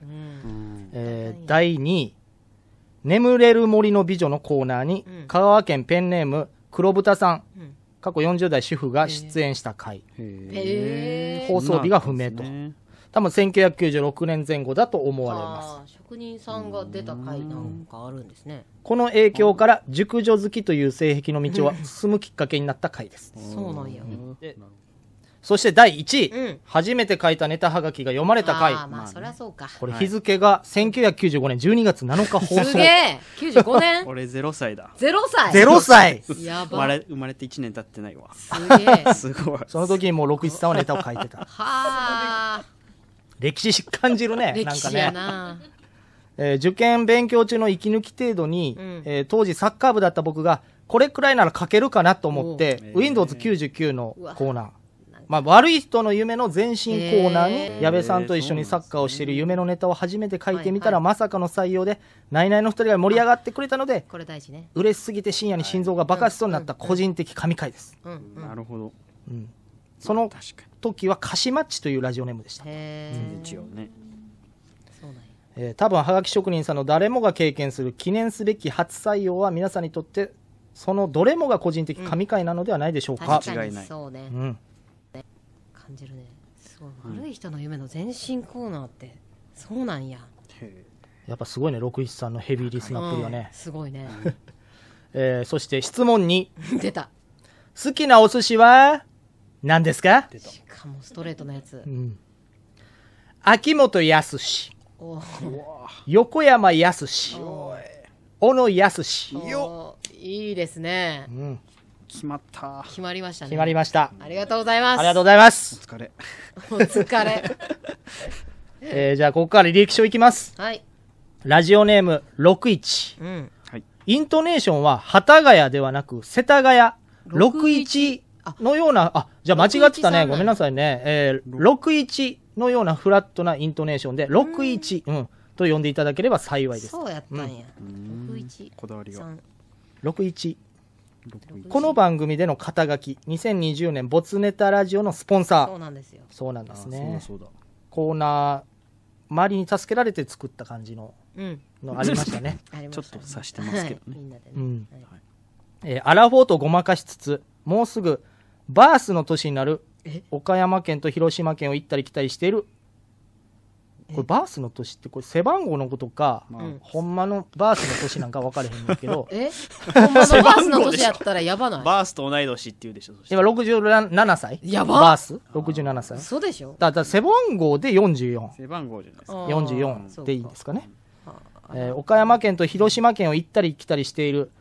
D: えー第2位「眠れる森の美女」のコーナーに、
C: うん
D: 香川県ペンネーム黒豚さん、
C: うん
D: 過去40代主婦が出演した回、
C: へー
D: 放送日が不明と、多分1996年前後だと思われます。
C: あー職人さんが出た回なんかあるんですね。
D: この影響から熟女好きという性癖の
C: *laughs*
D: 道を進むきっかけになった回です。
C: そうなんや。
D: でそして第1位、
C: うん
D: 初めて書いたネタはがきが読まれた回。
C: あーまあそりゃそうか。
D: これ日付が1995年12月7日
C: *laughs*
D: 放送。
C: すげえ95年
L: 俺0歳だ
C: 0歳
D: 0歳
C: やば
L: 生まれ生まれて1年経ってないわ
C: げえ
L: すごい
D: その時にもう六一さんはネタを書いてた。
C: はあ。
D: 歴史感じるね。
C: 歴史やな。
D: えー受験勉強中の息抜き程度に、
C: うん
D: えー当時サッカー部だった僕がこれくらいなら書けるかなと思って、Windows99 のコーナー、まあ、悪い人の夢の前進コーナー
R: へー
D: に矢部さんと一緒にサッカーをしている夢のネタを初めて書いてみたら、まさかの採用でナイナイの2人が盛り上がってくれたので
C: これ大事ね。
D: 嬉しすぎて深夜に心臓が爆発しそうになった個人的神回です、
C: うんうん。
L: なるほど
D: うん、その時はカシマッチというラジオネームでした
C: 全
L: 然違うね
D: えー多分はがき職人さんの誰もが経験する記念すべき初採用は皆さんにとってそのどれもが個人的神回なのではないでしょうか、
C: 確かにそうね。
D: うん
C: ね感じるね。すごい悪い人の夢の前進コーナーってそうなんや。
D: やっぱすごいね六一さんのヘビーリスナーっぷりは
C: うん
D: ね、
C: すごいね。
D: えーそして質問に
C: 出た。
D: 好きなお寿司は何ですか
C: しかもストレートのやつ
D: う。ん秋元康
C: お
D: 横山康小野康
C: よいいですね。
L: 決まった。
C: 決まりましたね。
D: 決まりました
C: ありがとうございます。
D: ありがとうございます
L: お疲れ
C: お疲れ。
D: えーじゃあここから履歴書いきます
C: はい。
D: ラジオネーム61、
C: うん。
D: イントネーションは幡ヶ谷ではなく世田谷61のようなあじゃあ間違ってたねごめんなさいね、えー、61のようなフラットなイントネーションで61、うん、と呼んでいただければ幸いです
C: そうやったんや。六一。
L: こだわり
C: が。
D: 61この番組での肩書き2020年ボツネタラジオのスポンサー
C: そうなんですよ。
D: そうなんです
L: あ
D: ね
L: そうだそうだ
D: コーナー周りに助けられて作った感じの
C: うん
D: のありましたね
C: ありま
L: ちょ
C: し
L: ったと
C: ね
L: 察してますけどね、
C: はいみんなでね
D: うんえーアラフォーとごまかしつつもうすぐバースの年になる岡山県と広島県を行ったり来たりしているこれバースの年ってこれ背番号のことか、
C: うん
D: ほんまのバースの年なんか分かれへんねんけど
C: えほんまのバースの年やったらやばない
L: バースと同い年って言うでしょそして
D: 今67歳
L: やば
D: バース67歳
C: そうでしょ
D: だから背番号で44
L: 背番号じゃないですか
D: 44でいいんですかね、えー岡山県と広島県を行ったり来たりしている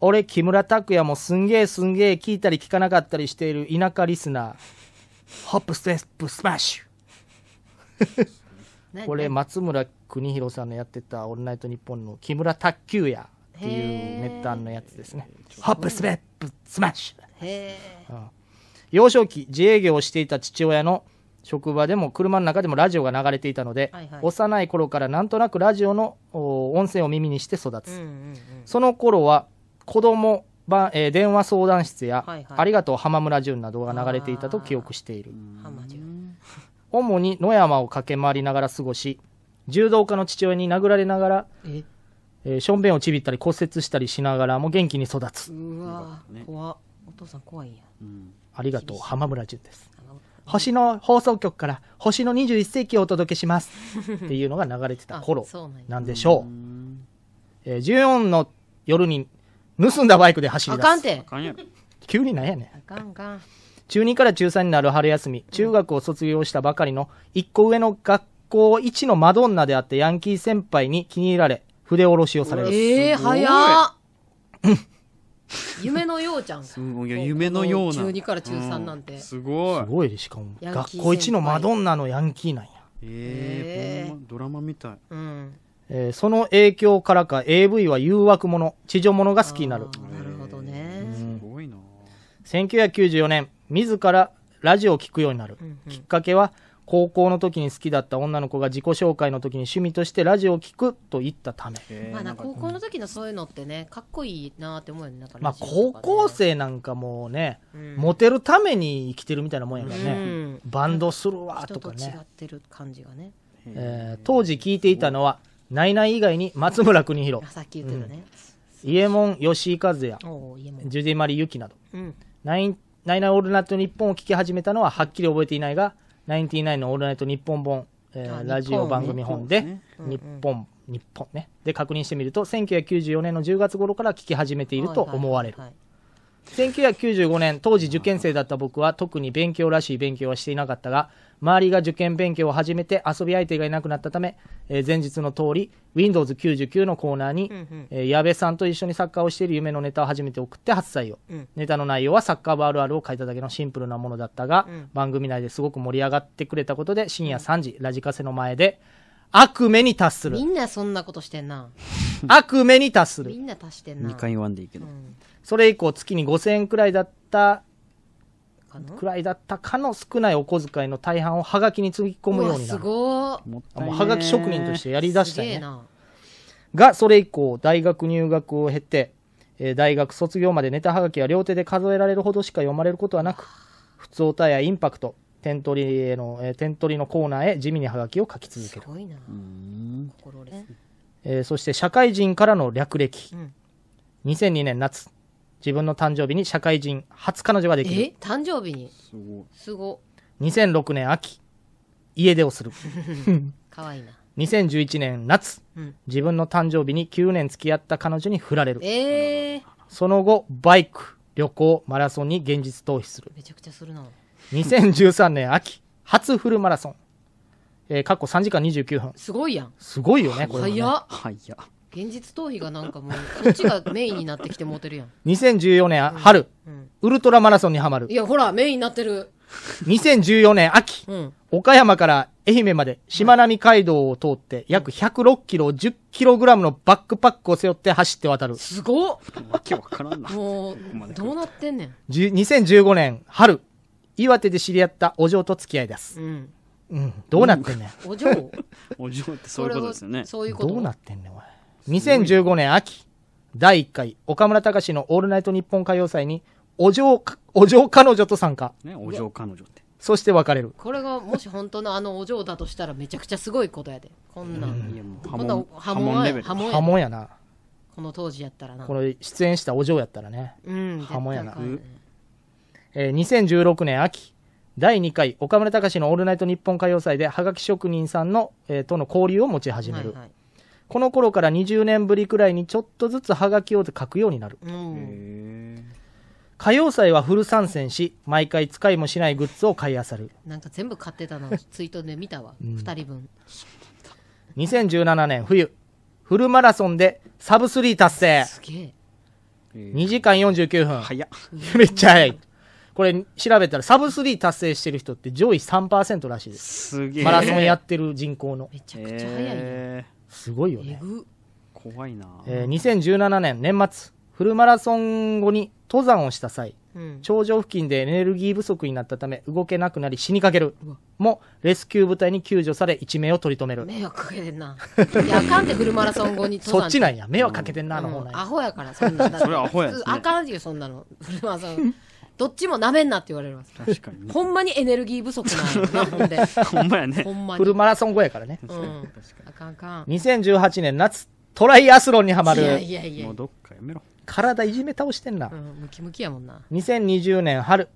D: 俺木村拓哉もすんげえすんげえ聞いたり聞かなかったりしている田舎リスナーホップステップスマッシュこれ松村邦弘さんのやってた「オールナイトニッポン」の木村卓球やっていうネタのやつですねホップステップスマッシュ
C: へ
D: うん幼少期自営業をしていた父親の職場でも車の中でもラジオが流れていたので、
C: はいはい
D: 幼い頃からなんとなくラジオのお音声を耳にして育つ、
C: うんうん
D: その頃は子供ば、えー電話相談室や、
C: はいはい
D: ありがとう浜村淳などが流れていたと記憶している
C: うん。ハマジュ。
D: 主に野山を駆け回りながら過ごし柔道家の父親に殴られながら
C: え
D: えーしょんべんをちびったり骨折したりしながらも元気に育つ
C: うわー怖っお父さん怖いんや。
D: ありがとう浜村淳です星の放送局から星の21世紀をお届けします
C: *laughs*
D: っていうのが流れてた頃なんでしょうえー14の夜に盗んだバイクで走り
C: あ
D: 出
C: かん
D: す
C: て。
D: 急になんやねん
C: あかんあかん。
D: 中2から中3になる春休み中学を卒業したばかりの1個上の学校一のマドンナであったヤンキー先輩に気に入られ筆下ろしをされる
C: ええ早っ。夢のようちゃん。
L: いや夢のような
C: 中二から中三なんて
L: うすごい
D: すごいでしかも
C: ヤンキー先輩
D: 学校一のマドンナのヤンキーなんや
L: えーほんまドラマみたい
C: うん。
D: えーその影響からか AV は誘惑もの地上ものが好きになる
C: なるほどね。
L: すごいな
D: 1994年自らラジオを聴くようになる、きっかけは高校の時に好きだった女の子が自己紹介の時に趣味としてラジオを聴くと言ったため、
C: まあな高校の時のそういうのってねかっこいいなって思うよねなんか
D: まあ
C: ラジオ
D: 高校生なんかもうね、
C: うん
D: モテるために生きてるみたいなもんやからね、
C: うん
D: バンドするわ
C: 人
D: と
C: と
D: か
C: 違
D: ね、
C: ってる感じがね
D: えー当時聴いていたのはナイナイ以外に松村邦洋
C: あさっき言ってたね、
D: 伊右衛門吉井和也
C: おう家も
D: ジュディ・マリ・ユキなど
C: うん
D: ナインナイナイオールナイトニッポンを聞き始めたのははっきり覚えていないが、ナインティナインのオールナイトニッポン本、え
S: あ
D: ーラジオ番組本で、日本、日本ね、で確認してみると、1994年の10月頃から聞き始めていると思われる。1995年、当時受験生だった僕は特に勉強らしい勉強はしていなかったが、周りが受験勉強を始めて遊び相手がいなくなったため、えー前日の通り、Windows99 のコーナーに、えー矢部さんと一緒にサッカーをしている夢のネタを初めて送って初採用。
S: うん
D: ネタの内容はサッカー部あるあるを書いただけのシンプルなものだったが、
S: うん
D: 番組内ですごく盛り上がってくれたことで、深夜3時、ラジカセの前で、悪夢に達する
C: み。んなそんなことしてんな。
D: 悪夢に達する
C: み。んな足してんな。
E: 2回言わんでいいけど、
D: それ以降、月に5000円くらいだった、くらいだったかの少ないお小遣いの大半をハガキにつぎ込
C: う
D: むよ
C: わ
D: うにな
C: す
D: る。
C: ごー。
D: あもうハガキ職人としてやりだしたよ
C: すげえ
D: ね。
C: な。
D: が、それ以降、大学入学を経て、えー大学卒業までネタはがきは両手で数えられるほどしか読まれることはなく、普通歌やインパクト、点取りへの、えー点取りのコーナーへ地味にはがきを書き続ける。えーそして社会人からの略歴。
C: うん
D: 2002年夏、自分の誕生日に社会人初彼女ができる
C: え。誕生日に
D: すご
C: すご。
D: 2006年秋、家出をする。
C: かわいいな。
D: 2011年夏、
C: うん
D: 自分の誕生日に9年付き合った彼女に振られる。
C: ええー。
D: その後、バイク、旅行、マラソンに現実逃避する。
C: めちゃくちゃするな。
D: 2013年秋、初フルマラソン。えー、過去3時間29分。
C: すごいやん。
D: すごいよね、これもね。
C: 早っ。
E: はいや。
C: 現実逃避がなんかもう、こっちがメインになってきてモテるやん。
D: 2014年春、ウルトラマラソンにはまる
C: い。や、ほら、メインになってる。
D: 2014年秋、
C: うん。
D: 岡山から愛媛まで、しまなみ海道を通って、約106キロを10キログラムのバックパックを背負って走って渡る。
C: すごっ
E: わけわからん
C: *laughs*
E: な。
C: もう、どうなってんねん。
D: 10 2015年春、岩手で知り合ったお嬢と付き合い出す。
C: うん。
D: うん、どうなってんねん。
C: お嬢
D: *laughs*
E: お嬢ってそういうことですよね。
C: そういうこと
D: どうなってんねん、おい。2015年秋、第1回、岡村隆史のオールナイト日本歌謡祭に、お嬢か、お嬢彼女と参加。
E: ね、お嬢彼女って。
D: そして別れる。
C: これがもし本当のあのお嬢だとしたらめちゃくちゃすごいことやで。こんなん。
E: 波
C: こんなん
E: 紋
C: 波紋や。波紋
D: 波紋や
C: な。
D: な。
C: この当時やったらな。
D: この出演したお嬢やったらね。
C: うん
D: 波紋やな
C: 絶対可愛い。
D: えー2016年秋、第2回、岡村隆史のオールナイト日本歌謡祭で、はがき職人さんの、えーとの交流を持ち始める。この頃から20年ぶりくらいにちょっとずつはがきを書くようになる。歌謡祭はフル参戦し、毎回使いもしないグッズを買い漁る。
C: なんか全部買ってた
D: *laughs*
C: の、ツイートで見たわ。
D: うん
C: 二人分。
D: 2017年冬、フルマラソンでサブ3達成。
C: すげえ。
D: 2時間49分。早めっちゃ早い。これ調べたらサブ3達成してる人って上位3%らしいです。
E: すげえ
D: マラソンやってる人口の。め
C: ち
E: ゃくちゃ早いね
D: すごいよね。
E: 怖いな。
D: えー2017年年末、フルマラソン後に登山をした際、
C: うん
D: 頂上付近でエネルギー不足になったため動けなくなり死にかけるもレスキュー部隊に救助され一命を取り留める
C: 迷惑かけてんな。いや、あかんってフルマラソン後に登
D: そ
C: 山
D: ってちなんや迷惑かけてんなあの
C: も
D: 方
C: う
D: なんや
C: アホやから、そ
D: *laughs*
C: んなだって
D: それはアホやですね
C: 普通あかんよ、そんなの。 *laughs* フルマラソン。どっちもなめんなって言われます。
E: 確かにね
C: ほんまにエネルギー不足なんやろな、
D: *laughs*
C: ほんで。
E: ほんまやね
C: ほんまに。
D: フルマラソン後やからね
C: うん。あかんあかん。
D: 2018年夏トライアスロンにはまる
C: いやいやいやもう
E: どっかやめろ
D: 体いじめ倒してんな、
C: うん、ムキムキやもんな。
D: 2020年春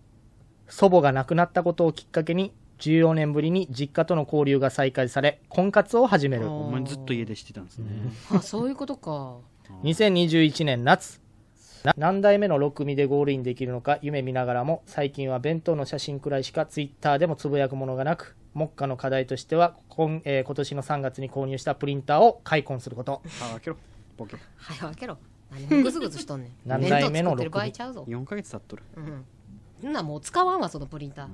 D: 祖母が亡くなったことをきっかけに14年ぶりに実家との交流が再開され婚活を始める
E: お前ずっと家出してたんですね。
C: あ、そういうことか。
D: 2021年夏な何代目の6組でゴールインできるのか夢見ながらも最近は弁当の写真くらいしかツイッターでもつぶやくものがなく目下の課題としては今,、えー今年の3月に購入したプリンターを開墾すること
E: あ、開けろ。ボケ。
C: 早開けろ。何ぐずぐずしとんねん。
D: *laughs* 何代目
C: 弁当
D: の
C: 作ってる場合
D: 六
C: ちゃうぞ。
E: 4ヶ月経っとる。
C: うん。そんなんもう使わんわ、そのプリンター。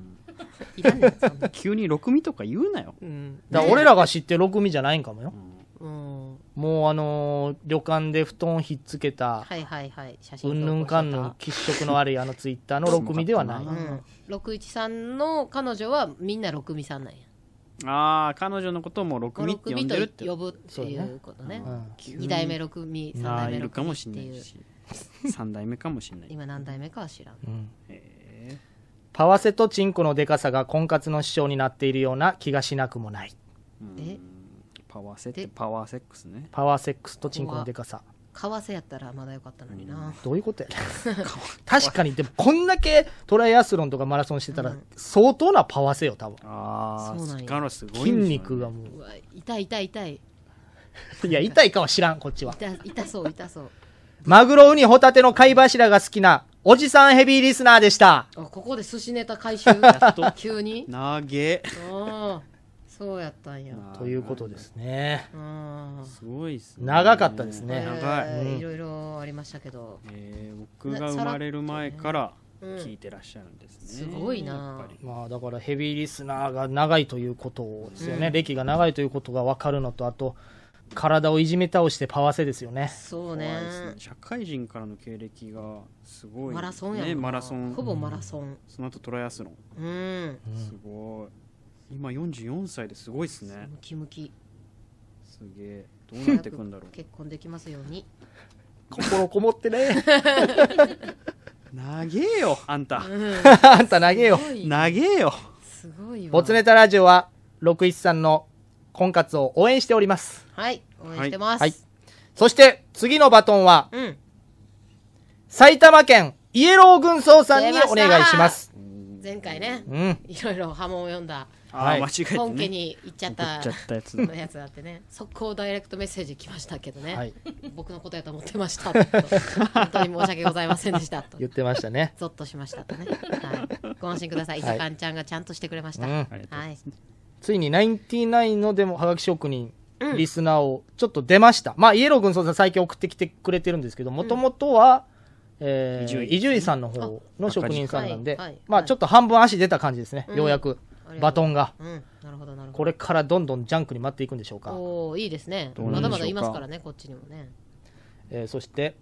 C: いらんねん。
E: 急に六味とか言うなよ。
C: うん
D: だから俺らが知ってる6組じゃないんかもよ、
C: うん。
D: もうあのー旅館で布団ひっつけた
C: はいはいはい。写真
D: う
C: 投稿
D: んぬんかんぬん喫色の悪いあのツイッターの6組ではない、
C: 六一さんの彼女はみんな六味さんなんや。
E: ああ、彼女のことをもう六味っ
C: 六
E: て呼ん
C: 味と
E: でるって。
C: 呼ぶっていうことね
E: うん。急に
C: 二代目六味、三
E: あ
C: 代
E: あ、
C: 目
E: いる
C: 六
E: かも
C: 味
E: し
C: っ
E: ん
C: て。
E: ないい
L: *laughs*
E: うし。三代目かもしんない。
C: 今何代目かは知らん。
D: うんパワセとチンコのでかさが婚活の支障になっているような気がしなくもない
E: パワーセってパワーセックスね。
D: パワーセックスとチンコのでかさ
C: 為替やったらまだよかったのにな。
D: どういうことやね
L: *laughs*
D: 確かにでもこんだけトライアスロンとかマラソンしてたら相当なパワーセよ多分
L: あ
C: そうなんや
L: 力すごいんです
D: 筋
L: よね
D: 肉がも
C: うわ痛い痛い痛い。
D: ういや痛いかは知らんこっちは
C: 痛痛そう痛そう。
D: マグロウニホタテの貝柱が好きなおじさんヘビーリスナーでした
C: あここで寿司ネタ回収急に。
D: 投げ
C: ああそうやったんや。
D: ということですね
C: うん。
L: すごいですね
D: 長かったですね
L: 長
C: えー
L: い
C: いろいろありましたけど。
L: えー僕が生まれる前から聞いてらっしゃるんですね
C: すごいな。
D: まあだからヘビーリスナーが長いということですよね、
C: うん
D: 歴が長いということが分かるのとあと体をいじめ倒してパワーセですよね
C: そうね
L: 怖いですね社会人からの経歴がすごい、ね、
C: マラソンやもんな
L: マラソン
C: ほぼマラソン
L: うんその後トライアスロン
C: うん。
L: すごい今44歳ですごいですね
C: ムキムキ
L: すげえどうなってくんだろう
C: 結婚できますように。
D: 心こもってね
L: 長えよあんた、
D: *laughs* あんた投げよ
L: すごい投げよ
C: すごいわ。
D: ボツネタラジオは六一さんの婚活を応援しております
C: はい応援してます。
D: はい、そして次のバトンは、
C: うん
D: 埼玉県イエロー軍曹さんにお願いします
C: 前回ね、
D: うん
C: いろいろ波紋を読んだ。
L: あーはい間違えてね
C: 本家に行っちゃっ
L: 送
C: た。
L: っちゃったやつ
C: のやつだってね。速攻ダイレクトメッセージ来ましたけどね。
D: はい
C: 僕のことやと思ってましたと。本当に申し訳ございませんでしたと。
D: 言ってましたね
C: ゾッとしましたとね。はい。ご安心ください。
D: はい
C: イカンちゃんがちゃんとしてくれました。
D: うん
C: は
D: ありがとうご
C: い。
D: ついにナインティナインのでもはがき職人、
C: うん
D: リスナーをちょっと出ました。まあ、イエロー軍曹さん最近送ってきてくれてるんですけど、もともとは、えー
L: 伊集院
D: 伊集院さんの方の職人さんなんで
C: はいはい、
D: まあ、ちょっと半分足出た感じですね。
C: うん
D: ようやく
C: ありがとう
D: バトンが。
C: うん。なるほどなるほ
D: これからどんどんジャンクに待っていくんでしょう
C: ど。
D: か。
C: おおいいですね。
D: どうな
C: ま
D: んで
C: だ
D: しょう
C: まだ
D: か
C: いますからねこっちにもね。
D: えーそして、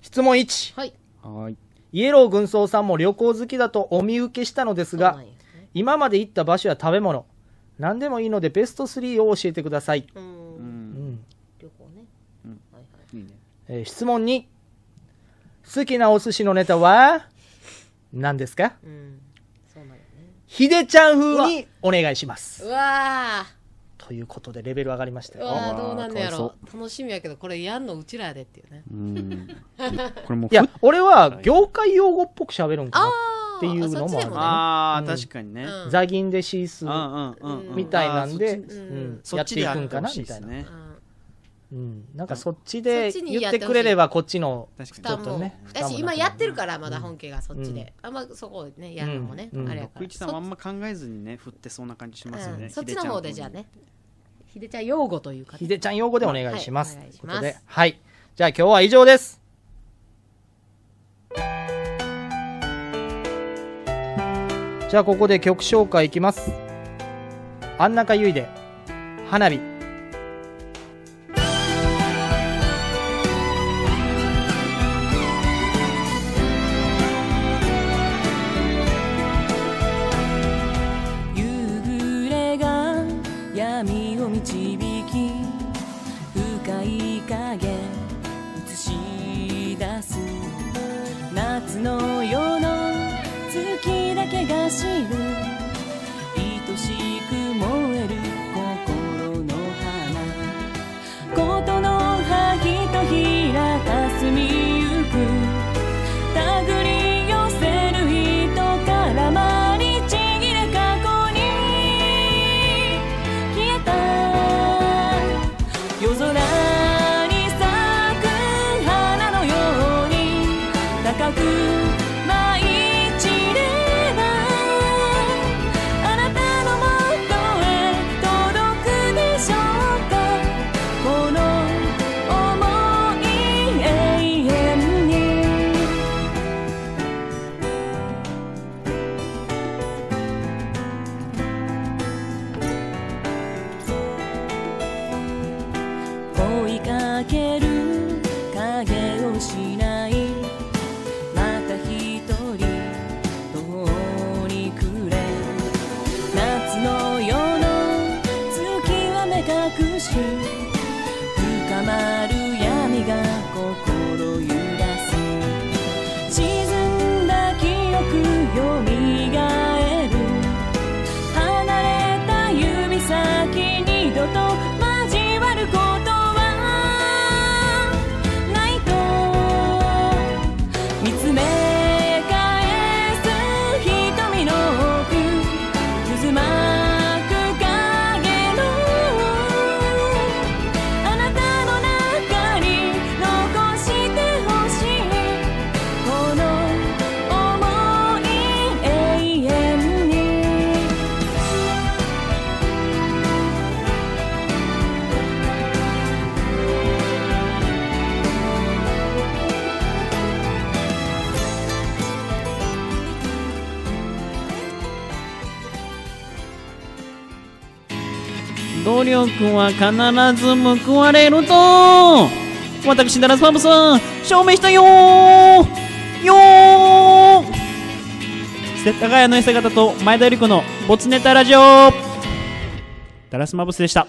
D: 質問1。
C: はい。
D: イエロー軍曹さんも旅行好きだとお見受けしたのですが、今まで行った場所や食べ物、何でもいいのでベスト3を教えてください。うん
C: 旅行ね。
D: えー質問に好きなお寿司のネタは何ですか
C: うん。そうなんやね。
D: ひでちゃん風にお願いします
C: うわー。
D: ということでレベル上がりました
C: う
D: よ
C: わーどうなんのやろ楽しみやけどこれやんのうちらやでっていうね
L: これも
D: いや俺は業界用語っぽく喋るんかなっていうのもあるね
L: ああ
D: うん
L: 確かにね、
D: ザギンでシース
L: うんうんうん
D: みたいなんで
L: あーそっち
D: うん
L: そ
D: や
L: っ
D: っ
L: ちで
D: てい
L: や
D: く
L: って
D: んか
L: ほ
D: な
L: しい
D: み
L: で
D: た
L: す
D: い
L: ね
D: なうんなんかそっちで言ってくれればこっちのちょっとね負担も
C: 私
D: なく
C: 今やってるからまだ本家がそっちで、あんまそこをねやるのもね、あれや
L: 六
C: から
L: 一さんはあんま考えずにね振ってそうな感じしますよね、
C: うんそっちの方でじゃあねひでちゃん用語というか
D: ひでちゃん用語でお願いします。
C: はいお願いし
D: という
C: ます
D: ことで、はい。じゃあ今日は以上です。じゃあここで曲紹介いきます。安中優衣で花火。
M: 夕暮れが闇を導き深い影映し出す夏の夜の月だけが知る愛しく燃える心の花琴の葉ひとひらかすみゆく手繰り寄せる人から回りちぎれ過去に消えた夜空に咲く花のように高く舞い散れば
E: 努力は必ず報われると私ダラスパンプさん証明したよーよー世田谷の痩せ方と前田由里子のボツネタラジオダラスマブスでした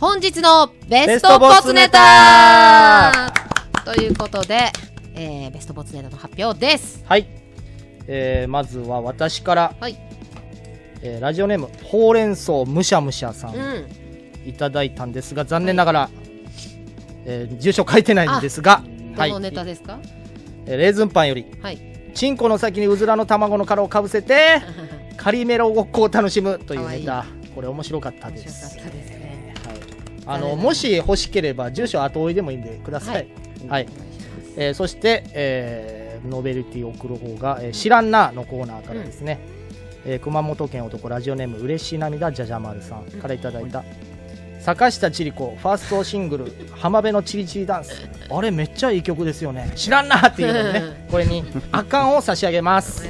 C: 本日のベストボツネタということで、えーベストボツネタの発表です。
D: はい、えーまずは私から、えーラジオネームほうれん草むしゃむしゃさん、
C: うん。
D: いただいたんですが残念ながら、えー住所書いてないんですが、
C: ど
D: はい
C: のネタですか
D: えーレーズンパンより
C: *laughs* はい。
D: チンコの先にうずらの卵の殻をかぶせてカリメロごっこを楽しむというネタこれ面白かったですあのもし欲しければ住所後追いでもいいんでくださいはい、えーそして、えーノベルティを送る方が、えー知らんなのコーナーからですね、えー熊本県男ラジオネーム嬉しい涙じゃじゃ丸さんからいただいた、坂下千里子ファーストシングル「浜辺のチリチリダンス」あれめっちゃいい曲ですよね知らんなっていうのねこれにあかんを差し上げます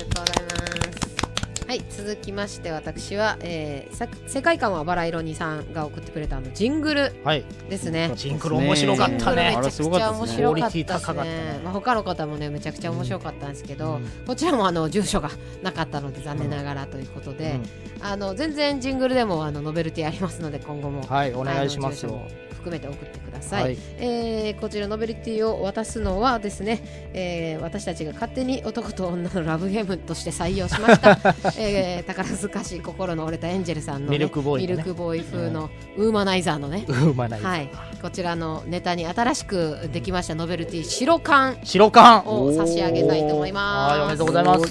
C: はい、続きまして私は、えーさ世界観はバラ色にさんが送ってくれたあのジングル
D: はい
C: ですね。
D: ジングル面白かったね
C: ジングルめちゃくちゃ面白かった
D: クオリティ
C: で
D: 高か
C: す
D: った
C: ね。まあ他の方もねめちゃくちゃ面白かったんですけど、こちらもあの住所がなかったので残念ながらということで、あの全然ジングルでもあのノベルティありますので今後も
D: はいお願いします
C: あの
D: よ
C: 住所も含めて送ってください、
D: *laughs* はい
C: えーこちらノベルティを渡すのはですね、えー私たちが勝手に男と女のラブゲームとして採用しました、
D: *laughs*
C: えー宝塚市心の折れたエンジェルさんのね、
D: ミルクボーイのね
C: ミルクボーイ風のウーマナイザーのね、
D: ウーマナイザー
C: はい、こちらのネタに新しくできましたノベルティ白缶
D: 白缶
C: を差し上げたいと思います
D: はいおめでとうございます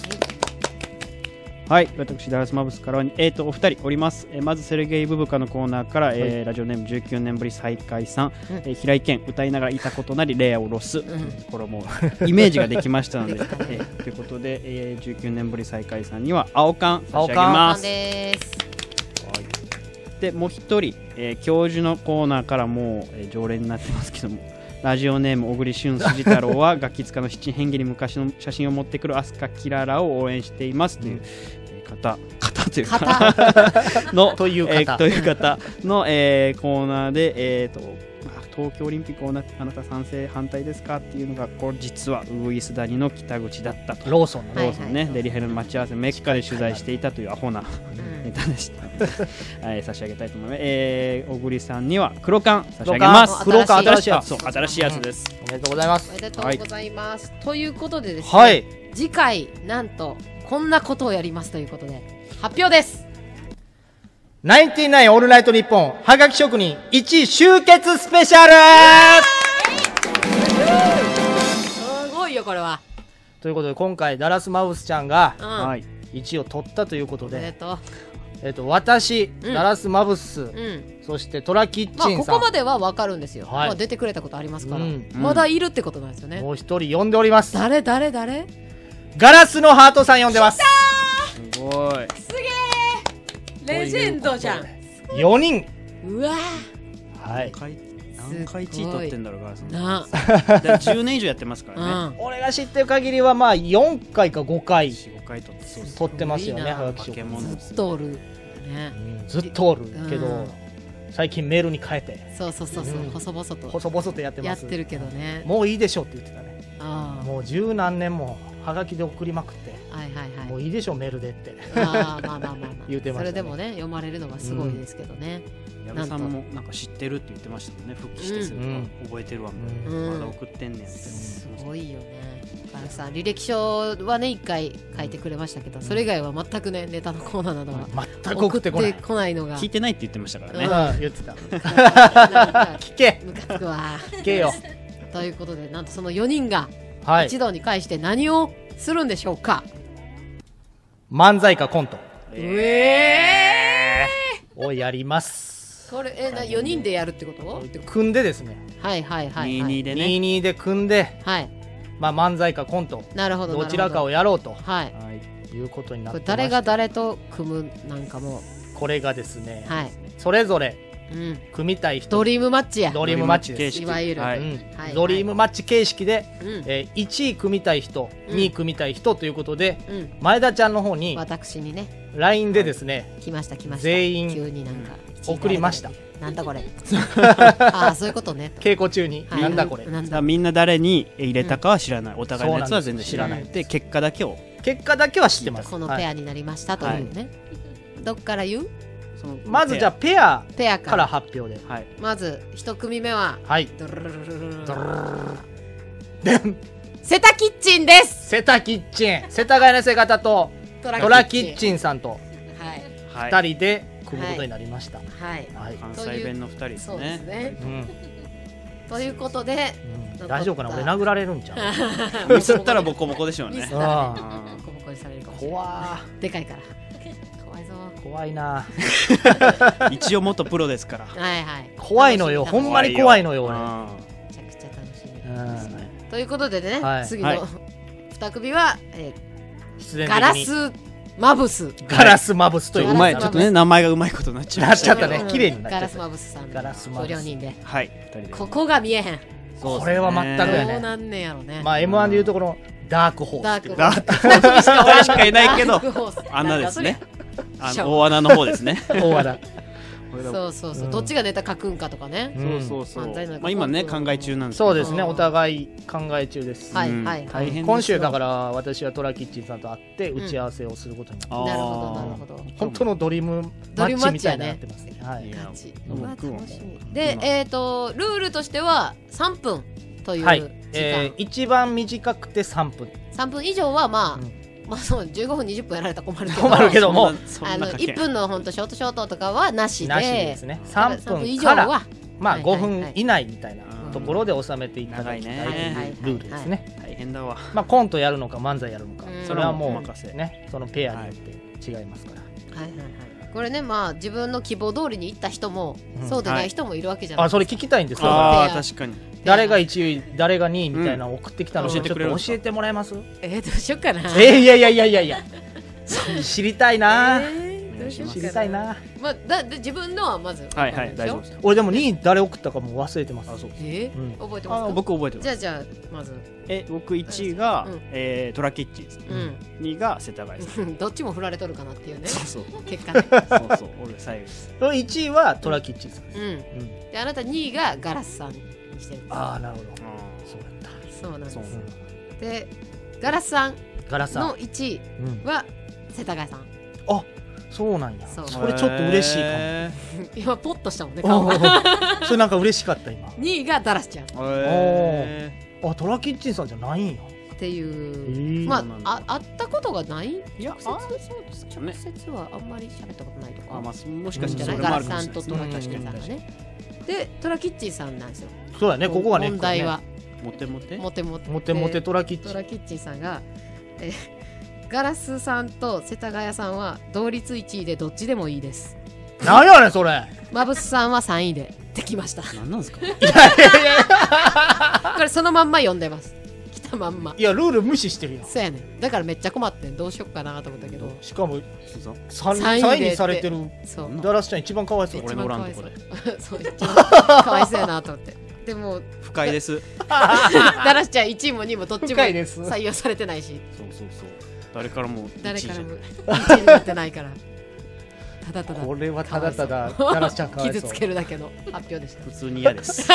E: はい私ダラスマブスからにえー、とお二人おります、えーまずセルゲイ・ブブカのコーナーから、えー
D: はい
E: ラジオネーム19年ぶり再開さん、
D: うん
E: えー平井堅歌いながらいたことなりレイをロス、これも *laughs* イメージができ
D: *laughs*
E: ましたので
D: できたね
E: えーということで、えー19年ぶり再開さんには青缶差し上げ
C: ま
E: ます
C: すです
E: でもう一人、えー教授のコーナーからもう、えー常連になってますけどもラジオネーム小栗旬筋太
D: *laughs*
E: 郎は楽器塚の七変化に昔の写真を持ってくる飛鳥キララを応援していますという、えー方方というかの
D: という方
E: えーという方の、えーコーナーで、えーとあ東京オリンピックをなあなた賛成反対ですかっていうのがこれ実はウグイス谷の北口だったと
D: ローソンの
E: ローソンね、デリヘルの待ち合わせメッカで取材していたというアホなネタでした、はい、差し上げたいと思います。えー、小栗さんには黒缶差し上げます。
C: 黒缶新
E: 新し
C: しい
E: いや
C: や
E: つ。
C: つ
E: そう、新しいやつです。
D: おめでとうございます
C: おめでとうございます、ということでですね、
D: はい
C: 次回なんとこんなことをやりますということで発表です
D: ナインティナインオールナイトニッポンはがき職人1位集結スペシャル
C: すごいよこれは
D: ということで今回ダラスマウスちゃんが
C: うんはい
D: 1位を取ったということ
C: おめで
D: で、
C: とう
D: えっと私、
C: うん
D: ダラスマウス、
C: ん
D: そしてトラキッ
C: まあ
D: チン
C: こ
D: さん、
C: こまではわかるんですよ、
D: はい
C: まあ出てくれたことありますから、
D: うん
C: まだいるってことなんですよね、
D: もう一人呼んでおります
C: 誰誰誰
D: ガラスのハートさん呼んでます
E: すごい
S: すげえレジェンドじゃん
D: 4人
S: うわ
D: はい
E: 何回1位取ってんだろう、ガラス *laughs*
C: な
E: 10年以上やってますからね。
D: 俺が知ってる限りはまあ4回か5回
E: 5回取ってそうです
D: 取ってますよね
C: すごいな
D: はがき職
E: 化け物
D: 人
C: ずっとおるね、
D: ずっとおるけど、
C: うん
D: 最近メールに変えて
C: そうそうそうそう、
D: うん
C: 細々と
D: 細々とやってます
C: やってるけどね
D: もういいでしょうって言ってたね
C: あ
D: もう十何年もはがきで送りまくって
C: あはいはいはい
D: もういいでしょうメールでって
C: あーまあまあまあまあ
D: 言うてま
C: それ
D: した
C: で
D: ね
C: もね読まれるのがすごいですけどね、
E: 矢
C: な
E: 部
C: ん
E: さ
C: と
E: んもなんか知ってるって言ってましたもんね。復帰してすぐ
D: う
E: あ
D: ん
E: 覚えてるわみたい
C: うん
E: な。まだ送ってんねんみたいな。
C: すごいよねあのさ履歴書はね一回書いてくれましたけど、それ以外は全くねネタのコーナーなどは
D: 全く送ってこない
C: 送ないのが
E: 聞いてないって言ってましたか
D: ね、
E: ら
D: うん、
E: ね。
D: 言ってた
C: 聞
D: け
C: ムカつく
D: *laughs*
C: わ
D: 聞
C: *laughs*
D: けよ
C: ということでなんとその4人が
D: はい
C: 一堂に会して何をするんでしょうか、
D: 漫才かコント
C: え
D: をやります
C: これえな4人でやるってこと
D: 組んでですね
C: はいはいはい、はい、
E: 22でね。
D: 22で組んで、
C: はい
D: まあ、漫才かコント
C: なるほどなるほど
D: どちらかをやろうと、
C: はい
D: いうことになっ
C: こ
D: て
C: れ
D: まして
C: 誰が誰と組むなんかも
D: これがですね、
C: はい
D: それぞれ
C: うん
D: 組みたい人
C: ドリームマッチや
D: ドリームマッチです
C: いわゆる、
D: は
C: はいい
D: うん
C: はい
D: ドリームマッチ形式で、
C: うん
D: えー1位組みたい人、
C: うん
D: 2位組みたい人ということで、
C: うん
D: 前田ちゃんの方に
C: 私にね
D: LINE でですね、
C: 来ました来ました
D: 全員
C: 急になんか
D: 送りました
C: なんだこれああそういうことね
D: 稽古中に、
C: はい
D: なんだこれ
C: なんだ
E: みんな誰に入れたかは知らない、お互いのやつは全然知らない
D: そうなん
E: で結果だけを
D: 結果だけは知ってます
C: このペアになりましたというね、どっから言う
D: まずじゃあペア
C: ペアか
D: か
C: ら
D: ら発表ではい、
C: まず一組目はドルルルルルルセタキッチンです
D: セタキッチン世田谷のせ方と
C: ト
D: トラキッチンさんと
C: はい
D: 2人で組むことになりました、
C: はい、
D: はい
E: 関西弁の2人です
C: そうです
E: ね
C: ね
D: うん
C: ということで、
D: 大丈夫かな俺殴られるん
C: *laughs*
D: ちゃう
E: ミスったらボコボコでしょうね
C: ミスったらねボコボコにされるかもしれない
D: 怖
C: でかいから怖いぞ
D: 怖いな
E: 一応元プロですから
C: はいはい
D: 怖いのよほんまに怖いのよ俺
C: めちゃくちゃ楽しみ
D: うん
C: ということでね、
D: はい
C: 次
D: はい
C: の二組は、えー、
D: 必然的に
C: ガラスマブス
D: ガラスマブスという
E: うまいちょっとね名前がうまいことになっちゃいましたけど
D: なっちゃったね綺麗になっちゃ
C: ガラ
D: った
C: スマブスさん
D: ガラスマ
C: ご
D: ブス
C: 両人で
E: はい二人で
C: ここが見えへん
D: これは全くや
C: どう
D: ね
C: なんねんやろね
D: まあ m 1でいうところのダークホー
C: ダ
D: ス
C: ーク
E: ダークホース
D: 俺しかい
E: ないけど
C: ダークホース
E: あんなですね
C: なんか
E: あ
C: それ
E: の大穴の方ですね
D: 大穴
C: そうそうそう、どっちがネタ書くんかとかね、
E: そうそうそう
C: 漫才の
E: まあ今ね考え中なんですけど
D: そうですねお互い考え中です
C: はいうんはい
D: 大
C: はい
D: 変今週だから私はトラキッチンさんと会って打ち合わせをすることになって
E: うん
D: ます
E: なるほど
C: なるほど
D: 本当のドリームマ
C: ドリー
D: ッ
C: ムマ
D: チ
C: ッ
D: み
C: チ
D: た
C: や
D: いにな
C: ね
D: ってますねはい
C: 僕はでえっ、とルールとしては三分という時間、
D: はいえー一番短くて3分
C: 3分以上はまあ、まあそう15分20分やられたら困るけど
D: 困るけどもそんな
C: あ
D: そん
C: の
D: なかけ
C: 1
D: ん
C: 分のほんとショートショートとかはなしで
D: なしですね
C: だ
D: 3
C: から
D: 分
C: 以上
D: から
C: は
D: まあ
C: はい
D: 5分以内みたいなところで収めていただきたいというルールですね
E: 大変だわ
D: まあコントやるのか漫才やるのか
C: うん
D: それはも
E: お任
D: うねそのペアによって違いますから
C: はいはいはいこれねまあ自分の希望通りに行った人も、
D: うん
C: そうでない人もいるわけじゃない
D: あそれ聞きたいんですよ
E: あー確かに
D: 誰が1位誰が2位みたいなの送ってきたのをちょっと教えてもらえます
C: えー、どうしようかな
D: えーいやいやいやいやいや知りたいな
C: どうしようか
D: 知りたいな
C: まあだで自分のはまず
D: はいはい大丈夫です俺でも2位誰送ったかもう忘れてますあそう
C: え
D: うん
C: 覚えてますか
E: あ僕覚えてます
C: じゃあじゃあまず
E: え僕1位が、えートラキッチンです、
C: うん
E: 2位が世田谷さん
C: うん *laughs* どっちも振られとるかなっていう
D: *laughs*
C: ね
E: そう
C: 結果ね
E: そう *laughs* そう俺最後です
D: その1位はトラキッチンさん
C: うん、であなた2位がガラスさんにしてるんです
D: ああなるほどそうやった
C: そうなんです
D: そう
C: でガラスさん
D: ガラスさん
C: の1位は世田谷さん、
D: あそうなんや
C: そう
D: それちょっと嬉しいかも
E: へ
C: 今ポッとしたもんね顔
D: お
C: が
D: ー *laughs* それなんか嬉しかった今
C: 2位がダラスちゃんっ
D: おーあトラキッチンさんじゃないんや
C: ていう、
D: えー
C: ま
D: そうなん
C: ああ会ったことがない
E: いや
C: 直
E: あ
C: 接そうです
E: かね
C: 直接はあんまり喋ったことないとか
E: あまあもしかし
C: じゃない
E: たらそれも
C: ガ
E: あ
C: ラ
E: る
C: ス
E: かも
C: さ
E: し
C: ん
E: れない
C: と
E: です
C: ト
E: ね
C: ラキッチンさんがねでトラキッチンさんなんですよ
D: そうだねここがね
C: 問題は
E: モテモテ
C: モテモテ
D: モテモテトラキッチン
C: トラキッチンさんがえガラスさんと世田谷さんは同率1位でどっちでもいいです
D: なんやねんそれ
C: マブスさんは3位でできま
D: *laughs*
C: した
E: 何なんですか
C: これそのまんま読んでます来たまんま
D: いやルール無視してるやん
C: そうやねんだからめっちゃ困ってんどうしよっかなと思ったけど
D: しかも
C: 三位
D: 3,
C: で
D: 位にされてる
C: そう
D: ダラスちゃん一番かわいそう
C: 一番かわいそう
D: 俺のおら
C: *laughs*
D: ん
C: そう一番かわいそうやなと思ってでも
E: 不快です
C: だらしちゃん1位も2位もどっちも
E: 深いです
C: 採用されてないし
E: そうそうそう誰からも
C: 誰からも
E: 1位じゃない
C: 1位になってないからただただ
D: これはただただ
C: かわいそう
D: ダラスちゃんかわいそう
C: 傷つけるだけの発表でした
E: 普通に嫌です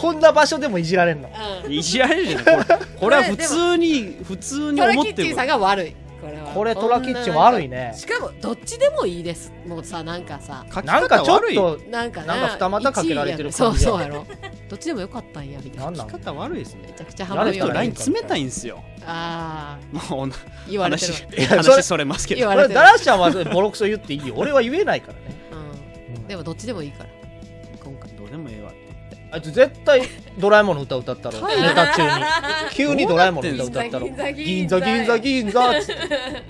D: こんな場所でもいじられんの
E: いじられるじゃないこれこれは普通に普通に思っ
C: トラキッ
E: て
C: チ
E: る
C: ンさんが悪いこれは
D: これトラキッチン悪いね
C: しかもどっちでもいいですもうさなんかさ
D: 書き方なんかちょっと悪いよ
C: なんかね
D: なんか二股かけられてる
C: そ
D: 感
C: う
D: じや
C: そうやろどっちでもよかったんやみたいな
E: 書き方悪いですねめ
C: ちゃくちゃハマるよ
E: 人ライン冷たいんですよ
C: あ
E: まあおな
C: 言われてる
E: 話話それますけど
D: これダラスちゃんはボロクソ言っていいよ俺は言えないからね
C: ーでもどっちでもいいから今回
E: どうでもええわ
D: あいつ絶対ドラえもんの歌歌ったろネタ中
C: *laughs*
D: に急にドラえもんの歌歌ったろ
C: どうなってんの
D: 銀座銀座銀座っつって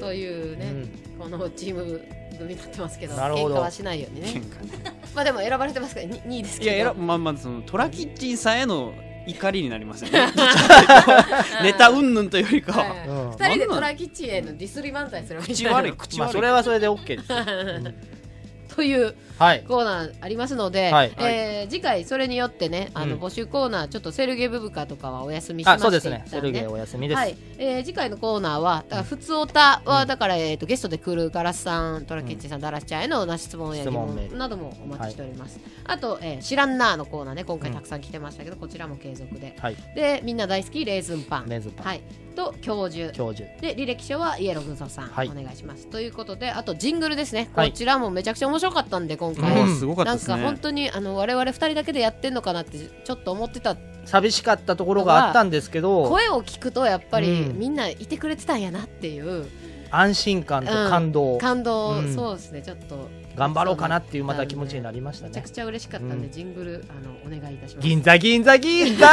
C: というね、このチーム組になってますけど
E: なるほど
C: 喧嘩はしないようにね
E: 喧嘩
C: まあでも選ばれてますから 2, 位です
E: い
C: けど
E: やえらまあまあそのトラキッチンさんへの怒りになります
C: *laughs*
E: よねネタ云々というよりかは
T: 二人でトラキッチンへのディスり漫才するみたいな
E: 口悪い口
D: まあ
E: 悪い
D: それはそれで OK です
C: という
D: はい
C: コーナーありますので、
D: はい
C: えー次回それによってねあの
D: うん
C: 募集コーナーちょっとセルゲブブカとかはお休みしま
D: あ
C: す
D: そうですねセルゲお休みです
C: はいえー次回のコーナーはだから普通オタはだから、えー、とゲストで来るガラスさんトラキッチンさん、ダラスちゃんへのな質問や
U: 質
C: 疑
U: 問メー
C: 問
U: ル
C: などもお待ちしております、あと、えー知らんなーのコーナーね今回たくさん来てましたけど、こちらも継続で、
D: はい
C: でみんな大好きレーズンパン
D: レーズンパン
C: はい、と教授
D: 教授
C: で履歴書はイエロー軍曹さん、
D: はい
C: お願いしますということであとジングルですね、
D: はい
C: こちらもめちゃくちゃ面白かったんで今回、
D: うんすごかったですね
C: なんか本当にあの我々二人だけでやってんのかなってちょっと思ってた
D: 寂しかったところがあったんですけど
C: 声を聞くとやっぱり、
D: うん
C: みんないてくれてたんやなっていう、
D: 安心感と
C: うん
D: 感動
C: 感動、
D: うん
C: そうですねちょっと
D: 頑張ろうかなっていうまた気持ちになりました
C: めちゃ
D: ね
C: くちゃ嬉しかったんで、
D: うん
C: ジングルあのお願いいたします
D: 銀座銀座銀 *laughs* 座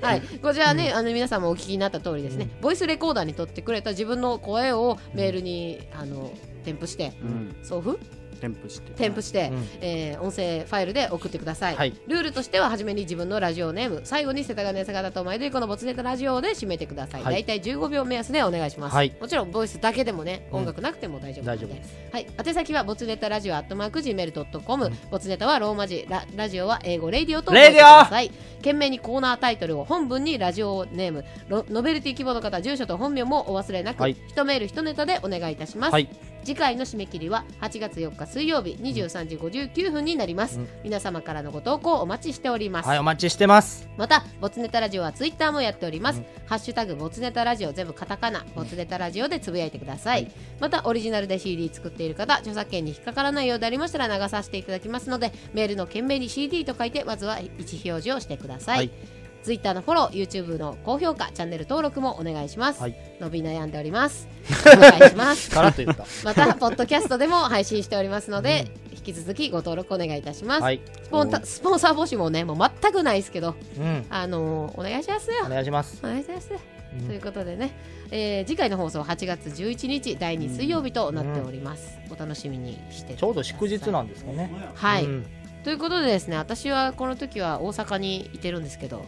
C: はい、こちらね、あの皆さんもお聞きになった通りですね、ボイスレコーダーに取ってくれた自分の声をメールに、あの添付して、
V: うん
C: 送付
V: 添付して
C: 添付して、
V: うん
C: えー音声ファイルで送ってください、
V: はい
C: ルールとしては初めに自分のラジオネーム最後に世田谷坂田と前でこのボツネタラジオで締めてください、
D: は
C: 大
D: い
C: 体15秒目安でお願いします、
D: はい
C: もちろんボイスだけでもね
D: うん
C: 音楽なくても大丈夫な
D: 大
C: ので、
D: 丈夫です
C: はい、宛先はボツネタラジオアットマーク Gmail.com、ボツネタはローマ字ララジオは英語レイディオと覚えてください懸命にコーナータイトルを本文にラジオネームロノベルティ規模の方住所と本名もお忘れなく、
D: はい
C: 一メール一ネタでお願いいたします、
D: はい
C: 次回の締め切りは8月4日水曜日23時59分になります、皆様からのご投稿お待ちしております、
D: はいお待ちしてます
C: また、ボツネタラジオはツイッターもやっております。ハッシュタグ、ボツネタラジオ、全部カタカナ、ボツネタラジオでつぶやいてください。また、オリジナルで CD 作っている方、著作権に引っかからないようでありましたら流させていただきますので、メールの件名に CD と書いて、まずは一表示をしてください。
D: はい
C: ツイッターのフォロー、YouTube の高評価、チャンネル登録もお願いします。
D: はい
C: 伸び悩んでおります。お願いします。
D: さらっと言 *laughs* った
C: また、ポッドキャストでも配信しておりますので、引き続きご登録お願いいたします。
D: はい
C: スポンタスポンサー募集もね、もう全くないですけど、
D: うん
C: あのーお願いしますよ。
D: お願いします
C: お願いします。
D: うん
C: ということでね、えー次回の放送は8月11日第2水曜日となっております。お楽しみにして
D: ちょうど祝日なんですかね
C: はい、
D: うん
C: ということでですね、私はこの時は大阪にいてるんですけど、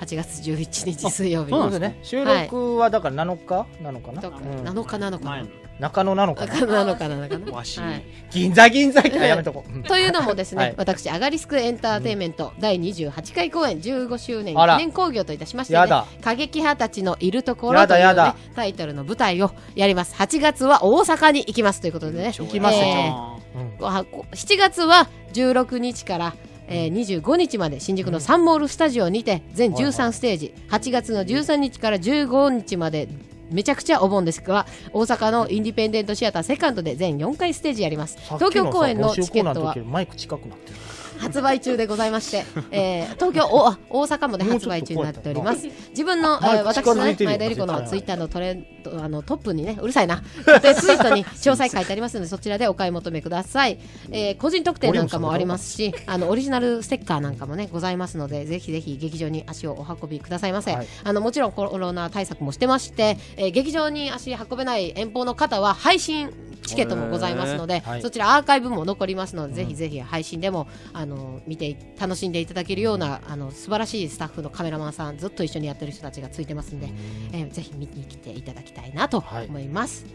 C: 8月11日水曜日
D: そうですね収録はだから7日なのかな
C: 7日なのかな。
D: 中野なのか
C: 中野なのかな中野
D: わし
C: はい
D: 銀座銀座ってやめとこう
C: というのもですね、
D: はい
C: 私アガリスクエンターテインメント第28回公演15周年
D: あら
C: 記念興行といたしまして、
D: や
C: ね
D: だ、
C: 過激派たちのいるところ
D: や
C: と
D: だ
C: いう、
D: や
C: ね
D: だ、
C: タイトルの舞台をやります8月は大阪に行きますということでね行
D: 行きますよ
C: 7月は16日からえー、25日まで新宿のサンモールスタジオにて全13ステージ8月の13日から15日までめちゃくちゃお盆ですが大阪のインディペンデントシアターセカンドで全4回ステージやります
D: さっき
C: 東京公演の
D: さ募集
C: チケット
D: コー
C: は
D: ナーの時よりマイク近くなってる
C: 発売中でございまして、えー、東京おあ大阪もで
D: もう
C: 発
D: ちょ
C: 売
D: っと
C: 中になっております
D: こう
C: 自分の、え
D: マイ
C: ー、
D: ク
C: 私
D: 近
C: の、
D: づ
C: ね
D: い、てるよ
C: 前田ゆり子の
D: 絶対
C: ツイッターのトレンドあのトップにねうるさいな固定ツイートに詳細書いてありますのでそちらでお買い求めください、えー、個人特典なんかもありますしあのオリジナルステッカーなんかもねございますのでぜひぜひ劇場に足をお運びくださいませ、あのもちろんコロナ対策もしてまして、えー、劇場に足運べない遠方の方は配信チケットもございますの
U: へ
C: で、
U: ーはい
C: そちらアーカイブも残りますので、ぜひぜひ配信でもあの見て楽しんでいただけるようなあの素晴らしいスタッフのカメラマンさんずっと一緒にやってる人たちがついてますんで、えーぜひ見に来ていただきたいなと思い
D: *laughs*
C: ます。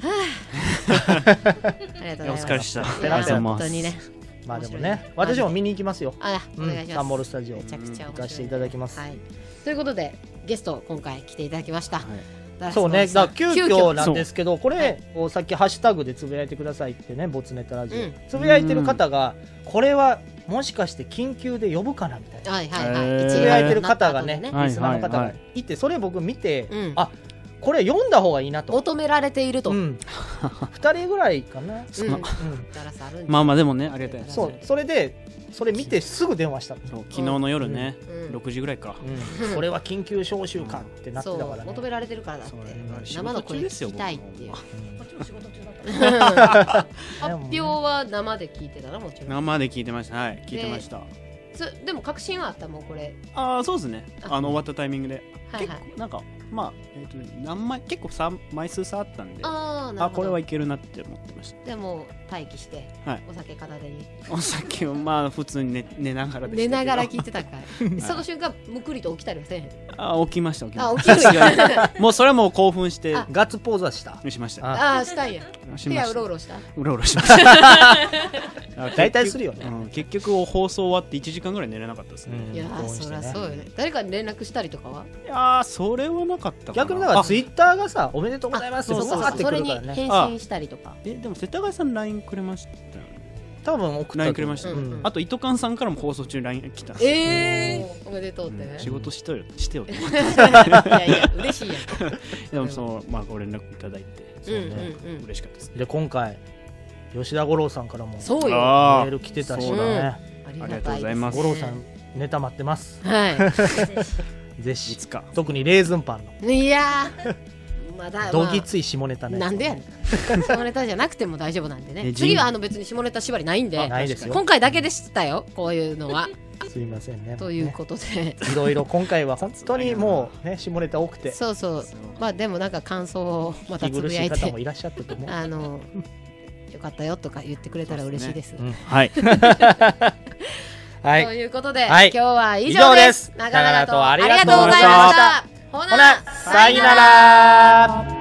C: はあありがとうございます。
D: お疲れした
C: いや
D: ペラペラ
C: 本当にね。
D: まあでも
C: 面白
D: ね
C: い
D: 私も見に行きますよ
C: あお願いします
D: うんサンモールスタジオ
C: めちゃくちゃ面白い
D: 行かせていただきます
C: ということでゲスト今回来ていただきました。ダラス
D: そうね、
C: ボーイさ
D: だ
C: ん
D: から急遽なんですけど、これをさっきハッシュタグでつぶやいてくださいってね、ボツネタラジオ、
C: うん
D: つぶやいてる方が、これはもしかして緊急で呼ぶかなみたいな、
C: はいはいはいへー
D: つぶやいてる方がね、
C: 一覧の
D: リ
C: 中でね
D: スナ
C: はい
D: ーの方
C: は
D: が
C: いはい
D: て、それ僕見て、あこれ読んだ方がいいなと、
C: 求められていると、
D: 二
E: *laughs*
D: 人ぐらいかな、
E: その
C: ダラスあるん
E: まあまあでもねありがたいです
D: そう、それで、それ見てすぐ電話したの
E: 昨日の夜ね、6時ぐらいか、
D: これは緊急招集かってなって
C: そ
D: たから
C: う
D: ね。
C: 求められてるからだって生の声聞きたいっていう。
E: 僕も
C: 発表は生で聞いてたなもちろん。
E: 生で聞いてましたはい聞いてました
C: つでも確信はあったもんこれ。
E: ああそうですねあの終わったタイミングで、
C: はいはい。
E: なんかまあ、えっとね、何枚結構さ枚数差あったんで
C: あーなるほど
E: あこれはいけるなって思ってました
C: でも待機して、
E: はい
C: お酒片手に
E: お酒をまあ普通に寝寝ながらで
C: 寝
E: した
C: な
E: けど
C: がら聞いてた
E: *laughs*
C: んかい
E: い
C: その瞬間むくりと起きたりはせえへん
E: あ起きました起きまし
C: あ
E: た
C: 起きるんや
E: もうそれはもう興奮して
C: あ
E: ガッツポーズはしたしました
C: ああしたんや
E: し
C: 手
E: ま
C: は
E: した
C: うろうろした
E: うろうろしました
D: *laughs* 大体するよね
E: 結局,うん、結局放送終わって1時間ぐらい寝れなかったですね
C: いやーそりゃそうよね誰かに連絡したりとかはい
E: やーそれはなかったかな
D: 逆にだからツイッターがさおめでとうござい
C: あ
D: ます
C: そうそうそ
D: わーっ
C: う
D: て
C: そ
D: く
C: れ
D: る
C: に
D: からね
C: 返信したりとか
E: えでも世田谷さん LINE くれましたよね
D: 多分送ったと思
E: LINE
D: う
E: くれましたよ、
D: うん
E: あと伊藤寛さんからも放送中に LINE 来たんですよ
C: ええー、おめでとうってね、
E: 仕事してよしてよって思って
C: いやいや嬉しいやん
E: でもそうまあご連絡いただいて
C: うんうんうん
E: 嬉しかったです
D: で今回吉田五郎さんからも
C: そうよ
D: メ
E: あー
D: ール来てたし
E: そうだね
D: ね
E: うんありがたいですねありがとうございます
D: 五郎さんネタ待ってます
C: はい
D: ぜひ特にレーズンパン *laughs* の
C: いやーまだ
D: どぎつい下ネタね
C: なんでやねん下ネタじゃなくても大丈夫なんで
D: ね
C: ね次はあの別に下ネタ縛りないんで
D: あないですよ
C: 今回だけでした
D: *laughs*
C: よこういうのは
D: すいませんね
C: ということで
D: いろいろ今回は本当にもうね下ネタ多く
C: *laughs*
D: て
C: そうそうまあでもなんか感想をまた
D: 息
C: つ
D: 苦
C: ぶ
D: し
C: や
D: い
C: い
D: 方
C: て
D: もいらっしゃったと思
C: *laughs*
D: う
C: あのよかったよとか言ってくれたら嬉しいです。
D: うんはいはい
C: ということで、
D: はい
C: 今日は以上です。
D: 以上です
C: 長々と
D: 長々と
C: あ
D: あ
C: り
D: り
C: が
D: が
C: と
D: と
C: う
D: う
C: ご
D: ご
C: ざ
D: ざ
C: い
D: い
C: ま
D: ま
C: し
D: したた。
C: ほ
D: ほなさよなら